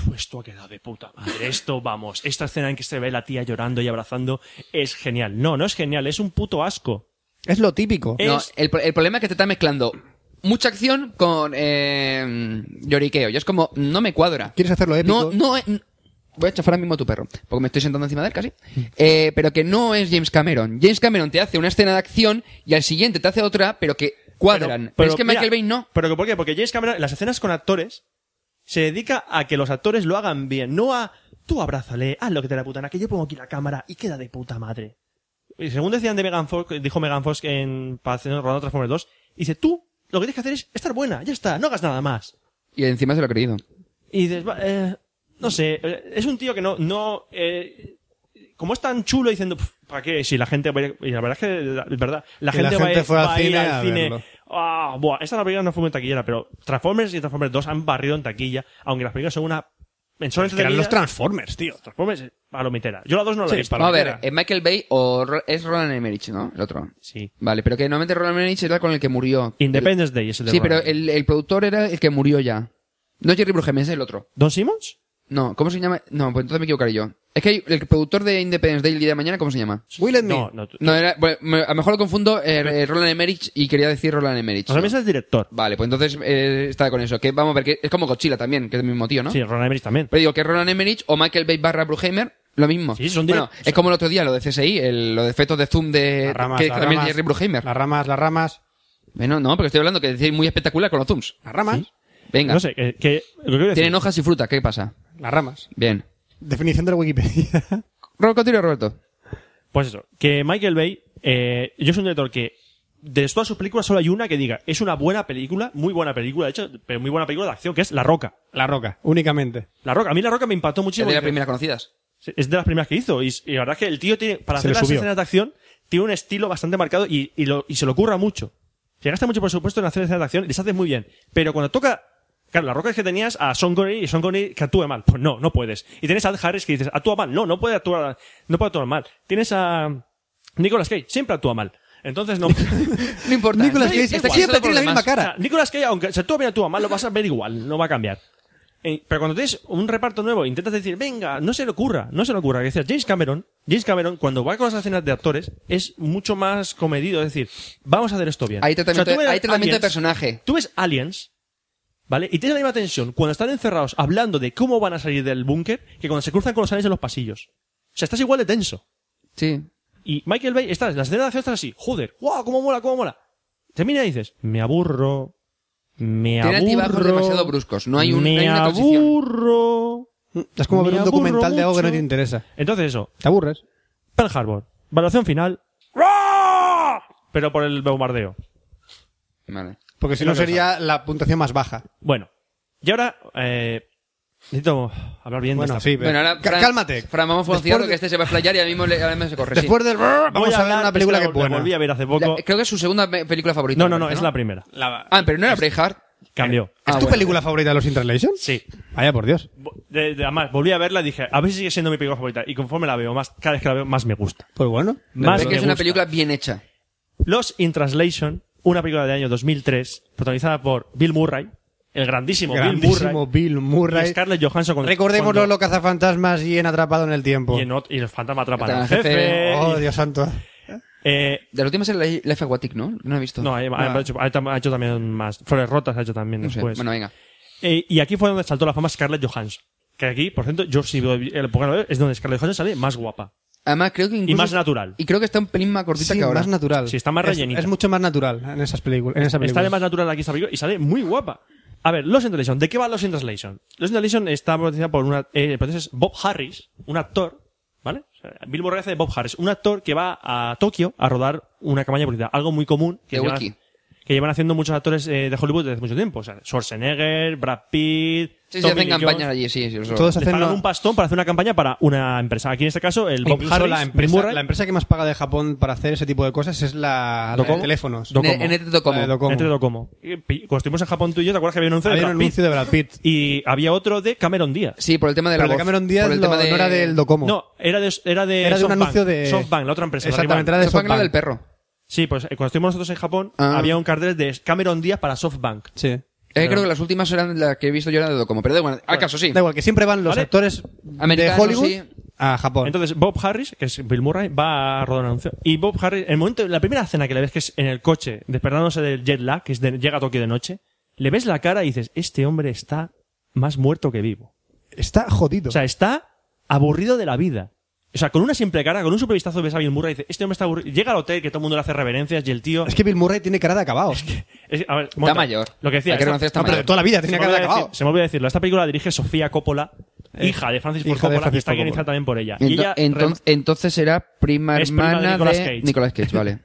Speaker 3: "Uf, esto ha quedado de puta madre, esto vamos, esta escena en que se ve la tía llorando y abrazando es genial. No, no es genial, es un puto asco.
Speaker 1: Es lo típico.
Speaker 3: Eh,
Speaker 2: No,
Speaker 3: es-
Speaker 2: el, pro- el problema es que te está mezclando mucha acción con eh, lloriqueo. Y es como, no me cuadra.
Speaker 1: ¿Quieres hacerlo épico?
Speaker 2: No, no... eh, Voy a chafar ahora mismo a tu perro, porque me estoy sentando encima de él casi. Eh, pero que no es James Cameron. James Cameron te hace una escena de acción y al siguiente te hace otra, pero que cuadran. Pero, es que
Speaker 3: mira,
Speaker 2: Michael Bay no.
Speaker 3: Pero que ¿por qué? Porque James Cameron, las escenas con actores, se dedica a que los actores lo hagan bien, no a tú abrázale, haz lo que te la putana, que yo pongo aquí la cámara y queda de puta madre. Y según decían de Megan Fox, dijo Megan Fox en para hacer rodando Transformers 2, dice tú, lo que tienes que hacer es estar buena, ya está, no hagas nada más.
Speaker 2: Y encima se lo ha creído.
Speaker 3: Y dices, va, eh, no sé, eh, es un tío que no, no, eh, como es tan chulo diciendo, "Pf, ¿para qué? Si la gente, va a ir-". y la verdad es que, la, es verdad, la
Speaker 1: Que
Speaker 3: gente,
Speaker 1: la
Speaker 3: va, a ir-
Speaker 1: gente fue al
Speaker 3: va a ir
Speaker 1: cine
Speaker 3: al
Speaker 1: a
Speaker 3: cine.
Speaker 1: verlo.
Speaker 3: Ah, buah, esta la película no fue muy taquillera, pero Transformers y Transformers 2 han barrido en taquilla, aunque las películas son una, en son
Speaker 1: Que eran los
Speaker 3: entretenidas,
Speaker 1: Transformers, tío.
Speaker 3: Transformers eh, es palomitera. Yo la 2 no la he visto.
Speaker 2: Vamos a ver,
Speaker 1: eh,
Speaker 2: ¿es Michael Bay o Ro- es Roland Emmerich, no? El otro.
Speaker 3: Sí.
Speaker 2: Vale, pero que normalmente Roland Emmerich era con el que murió.
Speaker 3: Independence Day es el de
Speaker 2: Sí, pero
Speaker 3: Roland.
Speaker 2: el, el productor era el que murió ya. No es Jerry Bruckheimer, es el otro.
Speaker 3: ¿Don Simmons?
Speaker 2: No, ¿cómo se llama? No, pues entonces me equivocaré yo. Es que hay- el productor de Independence Day el día de mañana, ¿cómo se llama?
Speaker 1: Will and
Speaker 3: No,
Speaker 1: Me.
Speaker 3: no. tú-
Speaker 2: No, era, bueno, me- a lo mejor lo confundo eh, eh, Roland Emmerich y quería decir Roland Emmerich.
Speaker 3: Roland Emmerich
Speaker 2: ¿no?
Speaker 3: es el director.
Speaker 2: Vale, pues entonces eh, está con eso. Que vamos a ver, que es como Godzilla también, que es el mismo tío, ¿no?
Speaker 3: Sí, Roland Emmerich también.
Speaker 2: Pero digo que Roland Emmerich o Michael Bay barra Bruheimer, lo mismo.
Speaker 3: Sí, son
Speaker 2: bueno,
Speaker 3: direct-
Speaker 2: es como el otro día, lo de CSI, el- los efectos de zoom de...
Speaker 1: Las ramas,
Speaker 2: que
Speaker 1: las
Speaker 2: también
Speaker 1: ramas,
Speaker 2: es Jerry Bruckheimer.
Speaker 1: Las ramas, las ramas.
Speaker 2: Bueno, no, porque estoy hablando que decís muy espectacular con los zooms.
Speaker 1: Las ramas.
Speaker 2: Venga.
Speaker 3: No sé, que, que- lo que quiero decir-
Speaker 2: Tienen hojas y fruta, ¿qué pasa?
Speaker 1: Las ramas.
Speaker 2: Bien.
Speaker 1: Definición de la Wikipedia.
Speaker 2: Roberto, continúa, Roberto.
Speaker 3: Pues eso, que Michael Bay, eh, yo soy un director que de todas sus películas solo hay una que diga, es una buena película, muy buena película, de hecho, pero muy buena película de acción, que es La Roca.
Speaker 1: la roca, únicamente.
Speaker 3: La Roca, a mí La Roca me impactó
Speaker 2: Es
Speaker 3: muchísimo.
Speaker 2: de las
Speaker 3: porque
Speaker 2: primeras conocidas.
Speaker 3: es de las primeras que hizo, y, y la verdad es que el tío tiene,
Speaker 1: Se
Speaker 3: para hacer
Speaker 1: le
Speaker 3: las
Speaker 1: subió.
Speaker 3: escenas de acción, tiene un estilo bastante marcado y, y lo- y se lo curra mucho. Se gasta mucho presupuesto en hacer escenas de acción y les hace muy bien. Pero cuando toca, claro, La Roca es que tenías a Sean Connery y Sean Connery que actúe mal. Pues no, no puedes. Y tienes a Ed Harris que dices, actúa mal. No, no puede actuar, no puede actuar mal. Tienes a Nicolas Cage, siempre actúa mal. Entonces no.
Speaker 2: No importa.
Speaker 1: Nicolas
Speaker 2: Sí,
Speaker 1: Cage
Speaker 2: está
Speaker 1: siempre tiene
Speaker 2: cansado por
Speaker 1: la
Speaker 2: los
Speaker 1: misma
Speaker 2: demás.
Speaker 1: cara.
Speaker 3: O sea, Nicolas Cage, aunque se actúa bien, actúa mal, lo vas a ver igual, no va a cambiar. eh, pero cuando tienes un reparto nuevo, intentas decir, venga, no se le ocurra, no se le ocurra. Que decías, James Cameron, James Cameron, cuando va con las escenas de actores, es mucho más comedido. Es decir, vamos a hacer esto bien.
Speaker 2: Hay tratamiento
Speaker 3: tú ves
Speaker 2: de- hay tratamiento de
Speaker 3: Aliens,
Speaker 2: personaje.
Speaker 3: Tú ves Aliens, ¿vale? Y tienes la misma tensión cuando están encerrados hablando de cómo van a salir del búnker que cuando se cruzan con los aliens en los pasillos. O sea, estás igual de tenso.
Speaker 2: Sí.
Speaker 3: Y Michael Bay, estás, la escena de acción estás así, joder, wow, cómo mola, cómo mola. Termina y dices, me aburro, me
Speaker 2: Tiene altibajos
Speaker 3: aburro.
Speaker 2: demasiado bruscos. No hay, un,
Speaker 3: me
Speaker 2: no hay una transición.
Speaker 3: aburro.
Speaker 1: Es como
Speaker 3: Me
Speaker 1: ver un
Speaker 3: aburro
Speaker 1: documental de algo que no
Speaker 3: mucho.
Speaker 1: te interesa.
Speaker 3: Entonces eso,
Speaker 1: Te aburres.
Speaker 3: Pearl Harbor, valoración final. ¡Ruah! Pero por el bombardeo.
Speaker 2: Vale.
Speaker 1: Porque si
Speaker 3: Es lo
Speaker 1: no
Speaker 3: que
Speaker 1: sería la puntuación más baja.
Speaker 3: Bueno, y ahora eh, necesito hablar bien
Speaker 1: Bueno,
Speaker 3: de esta
Speaker 1: sí, pero-
Speaker 2: Bueno, ahora,
Speaker 1: Cá-
Speaker 2: Fran-
Speaker 1: cálmate.
Speaker 2: Fran, vamos
Speaker 1: Después
Speaker 2: funcionando
Speaker 1: de-
Speaker 2: que este se va a explayar y ahora mismo, le, ahora mismo se corre. sí.
Speaker 1: Después del brrr,
Speaker 3: Voy
Speaker 1: vamos a, ver
Speaker 3: hablar-
Speaker 1: una película que es
Speaker 3: la- la
Speaker 1: buena.
Speaker 3: volví a ver hace poco.
Speaker 2: La- creo que es su segunda me- película favorita.
Speaker 3: No, no,
Speaker 2: me
Speaker 3: no,
Speaker 2: parece,
Speaker 3: es la primera.
Speaker 2: Ah, pero no era Braveheart.
Speaker 3: Cambió.
Speaker 1: ¿Es
Speaker 2: Ah,
Speaker 1: tu
Speaker 2: bueno.
Speaker 1: película favorita de los Interrelations?
Speaker 3: Sí.
Speaker 1: Vaya por Dios.
Speaker 3: Bo- de- de- además, volví a verla y dije, a ver si sigue siendo mi película favorita. Y conforme la veo más, cada vez que la veo, más me gusta.
Speaker 1: Pues bueno.
Speaker 2: Me
Speaker 3: Más
Speaker 2: parece que
Speaker 3: me
Speaker 2: es una
Speaker 3: gusta.
Speaker 2: película bien hecha.
Speaker 3: Los in Translation, una película del año 2003, protagonizada por Bill Murray, el grandísimo,
Speaker 1: Grandísimo
Speaker 3: Bill
Speaker 1: Bill
Speaker 3: Murray, y
Speaker 1: Murray.
Speaker 3: Scarlett Johansson. cuando-
Speaker 1: Recordémoslo,
Speaker 3: cuando-
Speaker 1: lo cazafantasmas y en Atrapado en el Tiempo.
Speaker 3: y, en ot- y el fantasma atrapa
Speaker 2: Atrapan
Speaker 3: al
Speaker 2: al
Speaker 3: jefe.
Speaker 2: jefe.
Speaker 1: Oh,
Speaker 3: y-
Speaker 1: Dios santo.
Speaker 3: eh,
Speaker 2: De la última serie Life- Life Aquatic, ¿no? No he visto.
Speaker 3: no, eh, ha,
Speaker 2: Ah,
Speaker 3: hecho, ha hecho- ha hecho también más. Flores Rotas ha hecho también
Speaker 2: no sé.
Speaker 3: después.
Speaker 2: Bueno, venga.
Speaker 3: Eh, y aquí fue donde saltó la fama Scarlett Johansson. Que aquí, por cierto, yo si veo el programa es donde Scarlett Johansson sale más guapa.
Speaker 2: Además, creo que incluso...
Speaker 3: Y más natural.
Speaker 2: Y creo que está un pelín más cortita
Speaker 1: Sí,
Speaker 2: que ahora.
Speaker 1: más natural.
Speaker 3: Sí, está más
Speaker 1: Es-
Speaker 3: rellenita.
Speaker 1: Es, mucho más natural en esas películas. En esa película.
Speaker 3: Está de más natural aquí esta película y sale muy guapa. A ver, Los in Translation. ¿De qué va Los in Translation? Los in Translation está protagonizada por una, eh, entonces Bob Harris, un actor, ¿vale? O sea, Bill Murray hace de Bob Harris, un actor que va a Tokio a rodar una campaña publicitaria, algo muy común que,
Speaker 2: De
Speaker 3: llevan,
Speaker 2: wiki.
Speaker 3: que llevan haciendo muchos actores eh, de Hollywood desde hace mucho tiempo. O sea, Schwarzenegger, Brad Pitt,
Speaker 2: Sí, sí,
Speaker 3: Tommy
Speaker 2: hacen
Speaker 3: Lee
Speaker 2: campañas
Speaker 3: Jones.
Speaker 2: allí, sí. sí, eso.
Speaker 1: Todos
Speaker 3: Les
Speaker 1: hacen
Speaker 3: pagan
Speaker 1: una-
Speaker 3: un pastón para hacer una campaña para una empresa. Aquí en este caso, el Bob
Speaker 1: Incluso
Speaker 3: Harris,
Speaker 1: la,
Speaker 3: Bill
Speaker 1: empresa,
Speaker 3: Murray,
Speaker 1: la empresa que más paga de Japón para hacer ese tipo de cosas es la, la de
Speaker 3: Docomo.
Speaker 1: teléfonos.
Speaker 3: Docomo.
Speaker 2: En, en este Docomo.
Speaker 1: La de Docomo.
Speaker 3: entre Docomo. Y Eh, pi- Cuando estuvimos en Japón tú y yo, ¿te acuerdas que había un anuncio de
Speaker 1: Había un
Speaker 3: Brad Pitt?
Speaker 1: anuncio de Brad Pitt.
Speaker 3: Y había otro de Cameron Díaz.
Speaker 2: Sí, por el tema de la
Speaker 1: Pero el de
Speaker 2: voz.
Speaker 1: Cameron Díaz
Speaker 2: por el
Speaker 1: lo-
Speaker 2: tema de...
Speaker 1: no era del Docomo.
Speaker 3: No, era de, era de,
Speaker 1: Era de un
Speaker 3: SoftBank,
Speaker 1: anuncio de-
Speaker 3: SoftBank, la otra empresa. la
Speaker 1: Exactamente,
Speaker 3: rival.
Speaker 1: era de
Speaker 2: Eso fue en la
Speaker 1: SoftBank.
Speaker 2: del perro.
Speaker 3: Sí, pues eh, cuando estuvimos nosotros en Japón,
Speaker 2: Ah.
Speaker 3: había un cartel de Cameron Díaz para SoftBank.
Speaker 1: Sí.
Speaker 2: Eh, creo que las últimas eran las que he visto yo eran de Docomo. Pero da igual. Al caso, sí.
Speaker 1: Da igual, que siempre van los
Speaker 3: Vale.
Speaker 1: actores
Speaker 2: Americanos,
Speaker 1: de Hollywood
Speaker 2: sí.
Speaker 1: a Japón.
Speaker 3: Entonces, Bob Harris, que es Bill Murray, va a rodar un anuncio. Y Bob Harris, el momento, la primera escena que le ves que es en el coche, despertándose del jet lag, que es de- llega a Tokio de noche, le ves la cara y dices, este hombre está más muerto que vivo.
Speaker 1: Está jodido.
Speaker 3: O sea, está aburrido de la vida. O sea, con una simple cara, con un supervistazo ves a Bill Murray y dices, este hombre está aburrido. Llega al hotel que todo el mundo le hace reverencias y el tío...
Speaker 1: es que Bill Murray tiene cara de acabado.
Speaker 3: es- a ver, monta,
Speaker 2: mayor.
Speaker 3: Lo que decía,
Speaker 2: Hay que
Speaker 3: esta-
Speaker 2: reconocer esta
Speaker 1: No, pero
Speaker 2: mayor.
Speaker 1: toda la vida
Speaker 3: se
Speaker 1: tenía
Speaker 3: me,
Speaker 1: cara de
Speaker 3: olvidó
Speaker 1: acabado.
Speaker 3: decir- se me olvidó decirlo. Esta película la dirige Sofía Coppola,
Speaker 1: Eh,
Speaker 3: hija de Francis
Speaker 1: hija
Speaker 3: Ford
Speaker 1: de
Speaker 3: Coppola, que
Speaker 1: Francis
Speaker 3: está
Speaker 1: Ford
Speaker 3: guionizada
Speaker 1: Coppola.
Speaker 3: también por ella.
Speaker 2: Ento-
Speaker 3: Y ella
Speaker 2: enton-
Speaker 3: rem-
Speaker 2: entonces era prima
Speaker 3: Es prima de
Speaker 2: hermana
Speaker 3: Nicolas
Speaker 2: de
Speaker 3: Cage.
Speaker 2: Nicolas Cage, vale.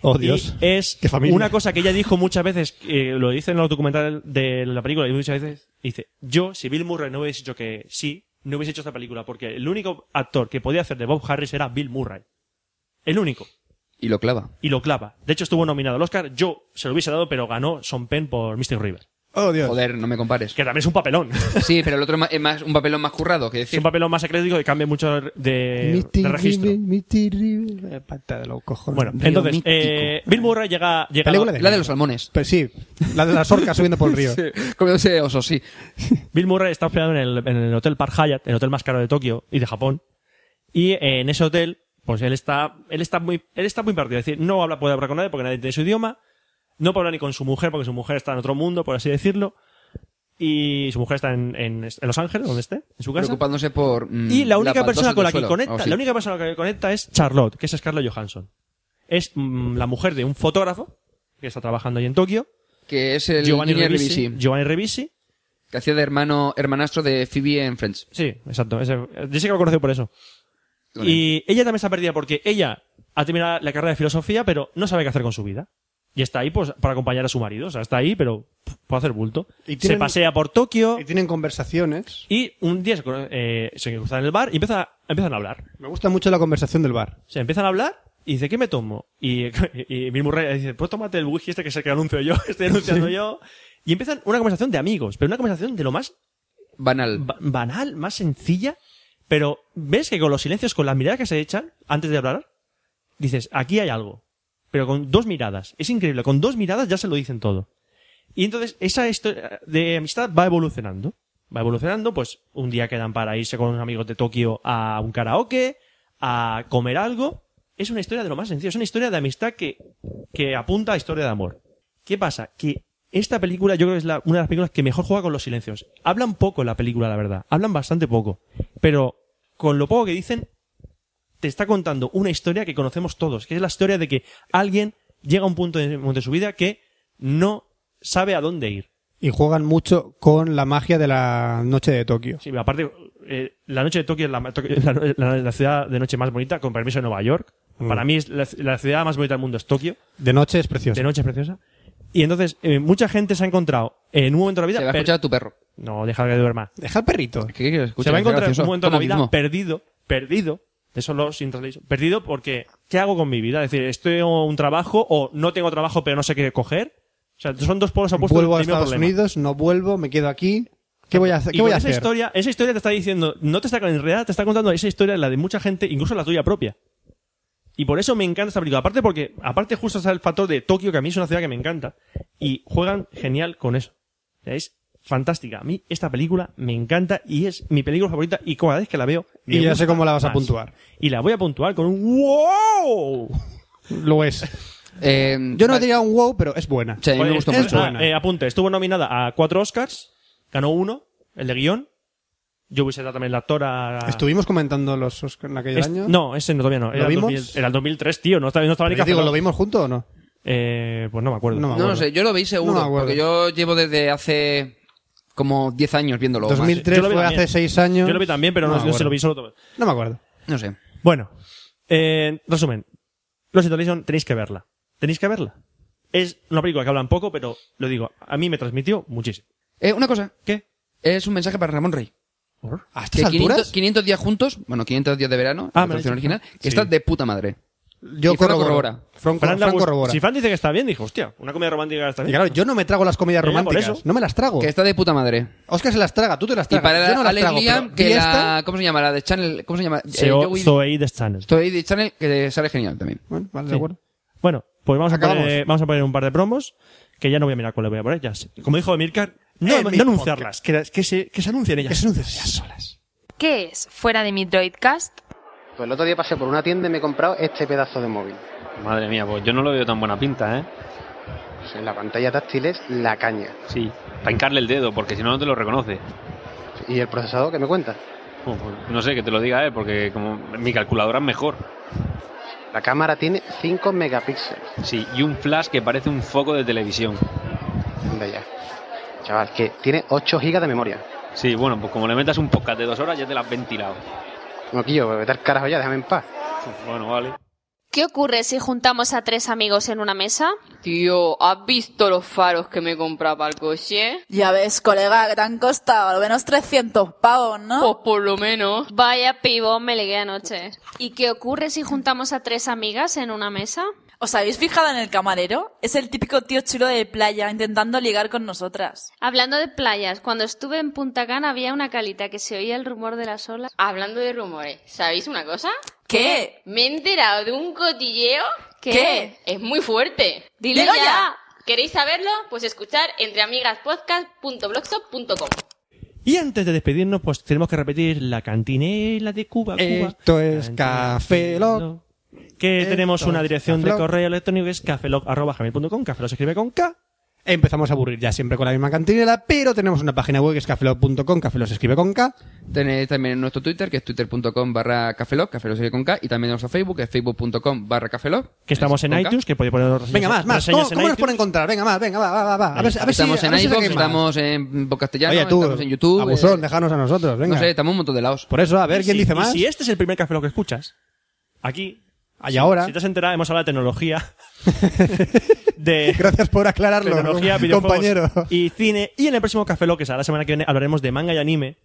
Speaker 1: Oh,
Speaker 3: y
Speaker 1: Dios.
Speaker 3: es
Speaker 1: Qué familia.
Speaker 3: una cosa que ella dijo muchas veces, eh, lo dice en los documentales de la película, y muchas veces dice, yo, si Bill Murray no hubiese dicho que sí, no hubiese hecho esta película, porque el único actor que podía hacer de Bob Harris era Bill Murray. El único.
Speaker 2: Y lo clava.
Speaker 3: Y lo clava. De hecho, estuvo nominado al Oscar. Yo se lo hubiese dado, pero ganó Son Penn por Mystic River.
Speaker 1: Oh, Dios.
Speaker 2: Joder, no me compares.
Speaker 3: Que también es un papelón.
Speaker 2: Sí, pero el otro es más- es más un papelón más currado, que
Speaker 3: es un
Speaker 2: decir.
Speaker 3: papelón más ecléctico que cambia mucho de, de Eh, registro.
Speaker 1: Eh, Pata de los cojones.
Speaker 3: Bueno,
Speaker 2: Río
Speaker 3: entonces,
Speaker 2: mítico.
Speaker 3: eh, Bill Murray llega, llega
Speaker 1: Película
Speaker 2: La de los salmones.
Speaker 1: Pero Pues sí, la de las orcas subiendo por el río.
Speaker 2: Comiéndose oso, sí.
Speaker 3: Bill Murray está hospedado en el, en el hotel Park Hyatt, el hotel más caro de Tokio y de Japón. Y eh, en ese hotel, pues él está, él está muy, él está muy partido. Es decir, no habla, puede hablar con nadie porque nadie tiene su idioma. No puede hablar ni con su mujer porque su mujer está en otro mundo, por así decirlo. Y su mujer está en, en- en Los Ángeles, donde esté, en su casa.
Speaker 2: Preocupándose por. mm,
Speaker 3: Y la única persona
Speaker 2: baldosa
Speaker 3: con
Speaker 2: del
Speaker 3: la que
Speaker 2: suelo,
Speaker 3: conecta,
Speaker 2: algo así.
Speaker 3: la única persona con la que conecta es Charlotte, que es Scarlett Johansson. Es mm, la mujer de un fotógrafo que está trabajando ahí en Tokio.
Speaker 2: Que es el
Speaker 3: Giovanni
Speaker 2: Giovanni
Speaker 3: Ribisi.
Speaker 2: Ribisi,
Speaker 3: Giovanni Ribisi.
Speaker 2: que hacía de hermano, hermanastro de Phoebe en Friends.
Speaker 3: Sí, exacto. Ese, yo sé que lo conocí por eso. Y ella también está perdida porque ella ha terminado la carrera de filosofía, pero no sabe qué hacer con su vida. Y está ahí pues para acompañar a su marido. O sea, está ahí, pero pff, puede hacer bulto.
Speaker 1: Y
Speaker 3: Se
Speaker 1: tienen-
Speaker 3: pasea por Tokio
Speaker 1: Y tienen conversaciones.
Speaker 3: y un día se, cono- eh, se cruzan en el bar y empieza, empiezan a hablar.
Speaker 1: Me gusta mucho la conversación del bar.
Speaker 3: Se empiezan a hablar y dice, ¿qué me tomo? Y, y Bill Murray dice, pues tómate el whisky este que es el que anuncio yo, que estoy anunciando yo. Y empiezan una conversación de amigos, pero una conversación de lo más
Speaker 2: Banal.
Speaker 3: ba- banal, más sencilla, pero ves que con los silencios, con las miradas que se echan antes de hablar, dices, aquí hay algo. Pero con dos miradas. Es increíble. Con dos miradas ya se lo dicen todo. Y entonces esa historia de amistad va evolucionando. va evolucionando, pues un día quedan para irse con unos amigos de Tokio a un karaoke, a comer algo. Es una historia de lo más sencillo, es una historia de amistad que, que apunta a historia de amor. ¿Qué pasa? Que esta película yo creo que es la- una de las películas que mejor juega con los silencios. Hablan poco en la película, la verdad. Hablan bastante poco. Pero con lo poco que dicen, te está contando una historia que conocemos todos, que es la historia de que alguien llega a un punto de, de su vida que no sabe a dónde ir.
Speaker 1: Y juegan mucho con la magia de la noche de Tokio.
Speaker 3: Sí, aparte, eh, la noche de Tokio es la, ma- Tokio- la- la- la ciudad de noche más bonita, con permiso de Nueva York.
Speaker 1: Mm.
Speaker 3: Para mí es la, la ciudad más bonita del mundo es Tokio.
Speaker 1: De noche es precioso.
Speaker 3: De noche es preciosa. Y entonces, eh, mucha gente se ha encontrado eh, en un momento de la vida.
Speaker 2: Se va a
Speaker 3: per-
Speaker 2: escuchar a tu perro.
Speaker 3: No, deja que duerma.
Speaker 1: Deja al perrito.
Speaker 2: ¿Qué quieres
Speaker 3: se
Speaker 2: escuchar?
Speaker 3: va a encontrar
Speaker 2: Gracioso.
Speaker 3: un momento de la
Speaker 2: Como
Speaker 3: vida
Speaker 2: mismo.
Speaker 3: perdido, perdido. Eso lo sin translation. Perdido porque, ¿qué hago con mi vida? Es decir, estoy en un trabajo o no tengo trabajo pero no sé qué coger. O sea, son dos polos opuestos
Speaker 1: Vuelvo a
Speaker 3: del mismo
Speaker 1: Estados
Speaker 3: problema. Ah,
Speaker 1: Unidos, no vuelvo, me quedo aquí. ¿Qué voy a hacer?
Speaker 3: Y
Speaker 1: ¿Qué voy
Speaker 3: con
Speaker 1: a
Speaker 3: esa
Speaker 1: hacer?
Speaker 3: historia, esa historia te está diciendo, no te está en realidad te está contando esa historia la de mucha gente, incluso la tuya propia. Y por eso me encanta esta película. Aparte porque, aparte justo está el factor de Tokio, que a mí es una ciudad que me encanta. Y juegan genial con eso. O sea, Es fantástica. A mí esta película me encanta y es mi película favorita y cada vez que la veo... me
Speaker 1: Y ya
Speaker 3: gusta
Speaker 1: sé cómo la vas a
Speaker 3: más.
Speaker 1: puntuar.
Speaker 3: Y la voy a puntuar con un wow.
Speaker 1: Lo es.
Speaker 2: Eh,
Speaker 1: Yo no
Speaker 2: vale.
Speaker 1: diría un wow, pero es buena.
Speaker 2: Sí, a mí me
Speaker 3: Oye,
Speaker 2: gustó
Speaker 3: es-
Speaker 2: mucho.
Speaker 3: ah, eh, apunte, estuvo nominada a cuatro Oscars, ganó uno, el de guión. Yo hubiese dado también la actora...
Speaker 1: Estuvimos comentando los Oscar en aquel
Speaker 3: Es-
Speaker 1: año.
Speaker 3: No, ese no, todavía no. Era, el
Speaker 1: vimos?
Speaker 3: 2000 era el 2003, tío. No estaba, no estaba ni
Speaker 1: Pero digo,
Speaker 3: Cazador.
Speaker 1: ¿lo vimos juntos o no?
Speaker 3: Eh, pues no me acuerdo.
Speaker 1: No me
Speaker 2: No
Speaker 1: acuerdo.
Speaker 2: lo sé, yo lo vi seguro,
Speaker 1: No me acuerdo.
Speaker 2: porque yo llevo desde hace como 10 años viéndolo. o más.
Speaker 1: 2003
Speaker 3: Yo lo vi
Speaker 1: fue hace
Speaker 3: también.
Speaker 1: seis años.
Speaker 3: Yo lo vi también, pero no,
Speaker 1: me
Speaker 3: yo se
Speaker 1: acuerdo.
Speaker 3: lo vi solo.
Speaker 1: No me acuerdo.
Speaker 2: No sé.
Speaker 3: Bueno, eh, resumen. Los Isolation tenéis que verla. Tenéis que verla. Es una película que hablan poco, pero lo digo, a mí me transmitió muchísimo.
Speaker 2: Eh, una cosa,
Speaker 3: ¿Qué?
Speaker 2: es un mensaje para Ramón Rey.
Speaker 1: ¿A estas
Speaker 2: Que 500,
Speaker 1: alturas?
Speaker 2: 500 días juntos, bueno, 500 días de verano,
Speaker 3: Ah,
Speaker 2: la
Speaker 3: me lo has
Speaker 2: traducción
Speaker 3: dicho.
Speaker 2: original, que
Speaker 3: Sí.
Speaker 2: está de puta madre.
Speaker 1: Yo
Speaker 2: Y Fran
Speaker 1: corroboro.
Speaker 2: corrobora.
Speaker 1: Fran,
Speaker 3: Fran
Speaker 1: Fran
Speaker 3: la bus-
Speaker 1: corrobora.
Speaker 3: Si Fran dice que está bien, dijo, hostia, una comedia romántica está
Speaker 1: Y
Speaker 3: bien.
Speaker 1: claro, yo no me trago las comedias
Speaker 3: Ya, ya, por
Speaker 1: románticas.
Speaker 3: eso.
Speaker 1: No me las trago.
Speaker 2: Que está de puta madre.
Speaker 1: Oscar se las traga, tú te las
Speaker 2: Y
Speaker 1: tragas.
Speaker 2: para
Speaker 1: yo no las
Speaker 2: Alex
Speaker 1: trago,
Speaker 2: Liam,
Speaker 1: pero-
Speaker 2: que
Speaker 1: ¿Y
Speaker 2: la...
Speaker 1: esta?
Speaker 2: ¿Cómo se llama? La de Channel... ¿Cómo se llama? Eh,
Speaker 3: Seo-
Speaker 2: Joey-
Speaker 3: Zoe de Channel.
Speaker 2: Joey de Channel, que sale genial también.
Speaker 1: Bueno, vale,
Speaker 3: Sí.
Speaker 1: de acuerdo.
Speaker 3: Bueno, pues vamos a,
Speaker 1: Acabamos.
Speaker 3: poner, vamos a poner un par de promos, que ya no voy a mirar cuál le voy a poner. Ya sé. Como dijo Emilcar, no,
Speaker 1: En
Speaker 3: no
Speaker 1: mi
Speaker 3: anunciarlas, que, las- que se, que se anuncien ellas.
Speaker 1: Eh, Que se anuncien ellas solas.
Speaker 11: ¿Qué es Fuera de mi Droidcast?
Speaker 12: Pues el otro día pasé por una tienda y me he comprado este pedazo de móvil.
Speaker 13: Madre mía, pues yo no lo veo tan buena pinta, ¿eh?
Speaker 12: Pues en la pantalla táctil es la caña.
Speaker 13: Sí, para hincarle el dedo, porque si no, no te lo reconoce.
Speaker 12: ¿Y el procesador que me cuenta?
Speaker 13: Oh, pues No sé, que te lo diga él, porque como mi calculadora es mejor.
Speaker 12: La cámara tiene 5 megapíxeles.
Speaker 13: Sí, y un flash que parece un foco de televisión.
Speaker 12: Anda ya. Chaval, que tiene 8 gigas de memoria.
Speaker 13: Sí, bueno, pues como le metas un podcast de dos horas, ya te la has ventilado.
Speaker 12: No, Quillo, vete al carajo ya, déjame en paz.
Speaker 13: Bueno, vale.
Speaker 9: ¿Qué ocurre si juntamos a tres amigos en una mesa? Tío, ¿has visto los faros que me compraba el coche?
Speaker 10: Ya ves, colega, que te han costado al menos 300 pavos,
Speaker 11: Oh.
Speaker 10: ¿no?
Speaker 9: por lo menos. Vaya pibón, me ligué anoche. ¿Y qué ocurre si juntamos a tres amigas en una mesa?
Speaker 10: ¿Os habéis fijado en el camarero? Es el típico tío chulo de playa intentando ligar con nosotras.
Speaker 9: Hablando de playas, cuando estuve en Punta Cana había una calita que se oía el rumor de las olas. Hablando de rumores, ¿sabéis una cosa?
Speaker 10: ¿Qué?
Speaker 9: Me he enterado de un cotilleo que
Speaker 10: ¿Qué?
Speaker 9: es muy fuerte. Dilo
Speaker 10: Dilo
Speaker 9: ya.
Speaker 10: ya.
Speaker 9: ¿Queréis saberlo? Pues escuchar entreamigaspodcast.blogspot.com.
Speaker 3: Y antes de despedirnos, pues tenemos que repetir la cantinela de Cuba. Cuba.
Speaker 1: Esto es Café Lock.
Speaker 3: que
Speaker 1: Esto
Speaker 3: tenemos una
Speaker 1: es
Speaker 3: dirección de
Speaker 1: Cafeloc.
Speaker 3: correo electrónico que es cafeloc.com. Cafeloc se escribe con K.
Speaker 1: Empezamos a aburrir ya siempre con la misma cantinela, pero tenemos una página web que es cafelog.com, cafelog se escribe con K.
Speaker 2: Tenéis también nuestro Twitter, que es twitter.com barra cafeloc, cafeloc sigue con K, y también nuestro Facebook, que es facebook.com barra cafeloc.
Speaker 3: Que estamos en
Speaker 2: Con K.
Speaker 3: iTunes, que podéis poner reseñas-
Speaker 1: Venga, más, más.
Speaker 3: reseñas
Speaker 1: ¿Cómo,
Speaker 3: en
Speaker 1: cómo nos
Speaker 3: iTunes.
Speaker 1: pueden encontrar? Venga, más, venga, va, va, va, va. A ver, a ver si,
Speaker 2: estamos
Speaker 1: a
Speaker 2: en
Speaker 1: ver si
Speaker 2: iVoox,
Speaker 1: saquéis más.
Speaker 2: estamos en Podcastellano,
Speaker 1: Oye, tú,
Speaker 2: estamos en YouTube.
Speaker 1: Abusón,
Speaker 2: eh,
Speaker 1: déjanos a nosotros, venga.
Speaker 2: no sé, estamos un montón de lados.
Speaker 1: Por eso, a ver
Speaker 3: Y
Speaker 1: quién
Speaker 3: si-
Speaker 1: dice
Speaker 3: y
Speaker 1: más.
Speaker 3: si este es el primer Cafeloc que escuchas, aquí,
Speaker 1: Hay ahora.
Speaker 3: si te has enterado, hemos hablado de tecnología. de
Speaker 1: Gracias por aclararlo,
Speaker 3: tecnología, videojuegos
Speaker 1: compañero.
Speaker 2: Ah,
Speaker 3: y cine. Y en el próximo Café Lock, que será la semana que viene, hablaremos de manga y anime,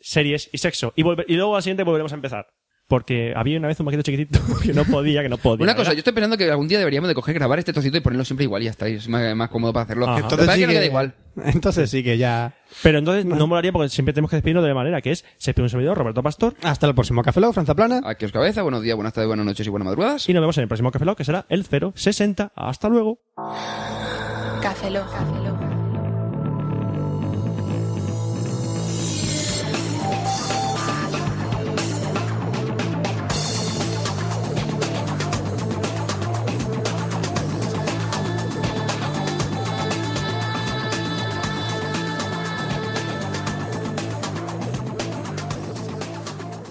Speaker 3: series y sexo. Y, volve- y luego al siguiente volveremos a empezar. Porque había una vez un maquito chiquitito que no podía, que no podía.
Speaker 2: Una cosa, yo
Speaker 3: ¿verdad?
Speaker 2: estoy pensando que algún día deberíamos de coger, grabar este trocito y ponerlo siempre igual y ya está, y es más, más cómodo para hacerlo.
Speaker 3: Ajá.
Speaker 2: Lo que pasa es que no queda igual.
Speaker 1: entonces sí que ya.
Speaker 3: Pero entonces no molaría porque siempre tenemos que despedirnos de manera, que es se pide un servidor, Roberto Pastor,
Speaker 1: Hasta el próximo Café Lock, Franza Plana.
Speaker 2: Aquí os cabeza, buenos días, buenas tardes, buenas noches y buenas madrugadas.
Speaker 3: y nos vemos en el próximo Café Lock, que será el 060. Hasta luego.
Speaker 7: Café Lock.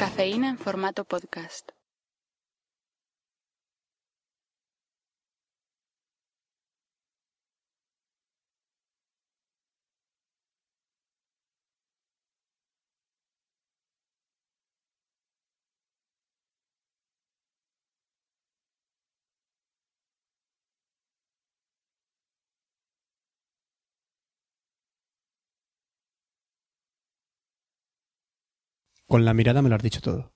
Speaker 10: Cafeína en formato podcast.
Speaker 1: Con la mirada me lo has dicho todo.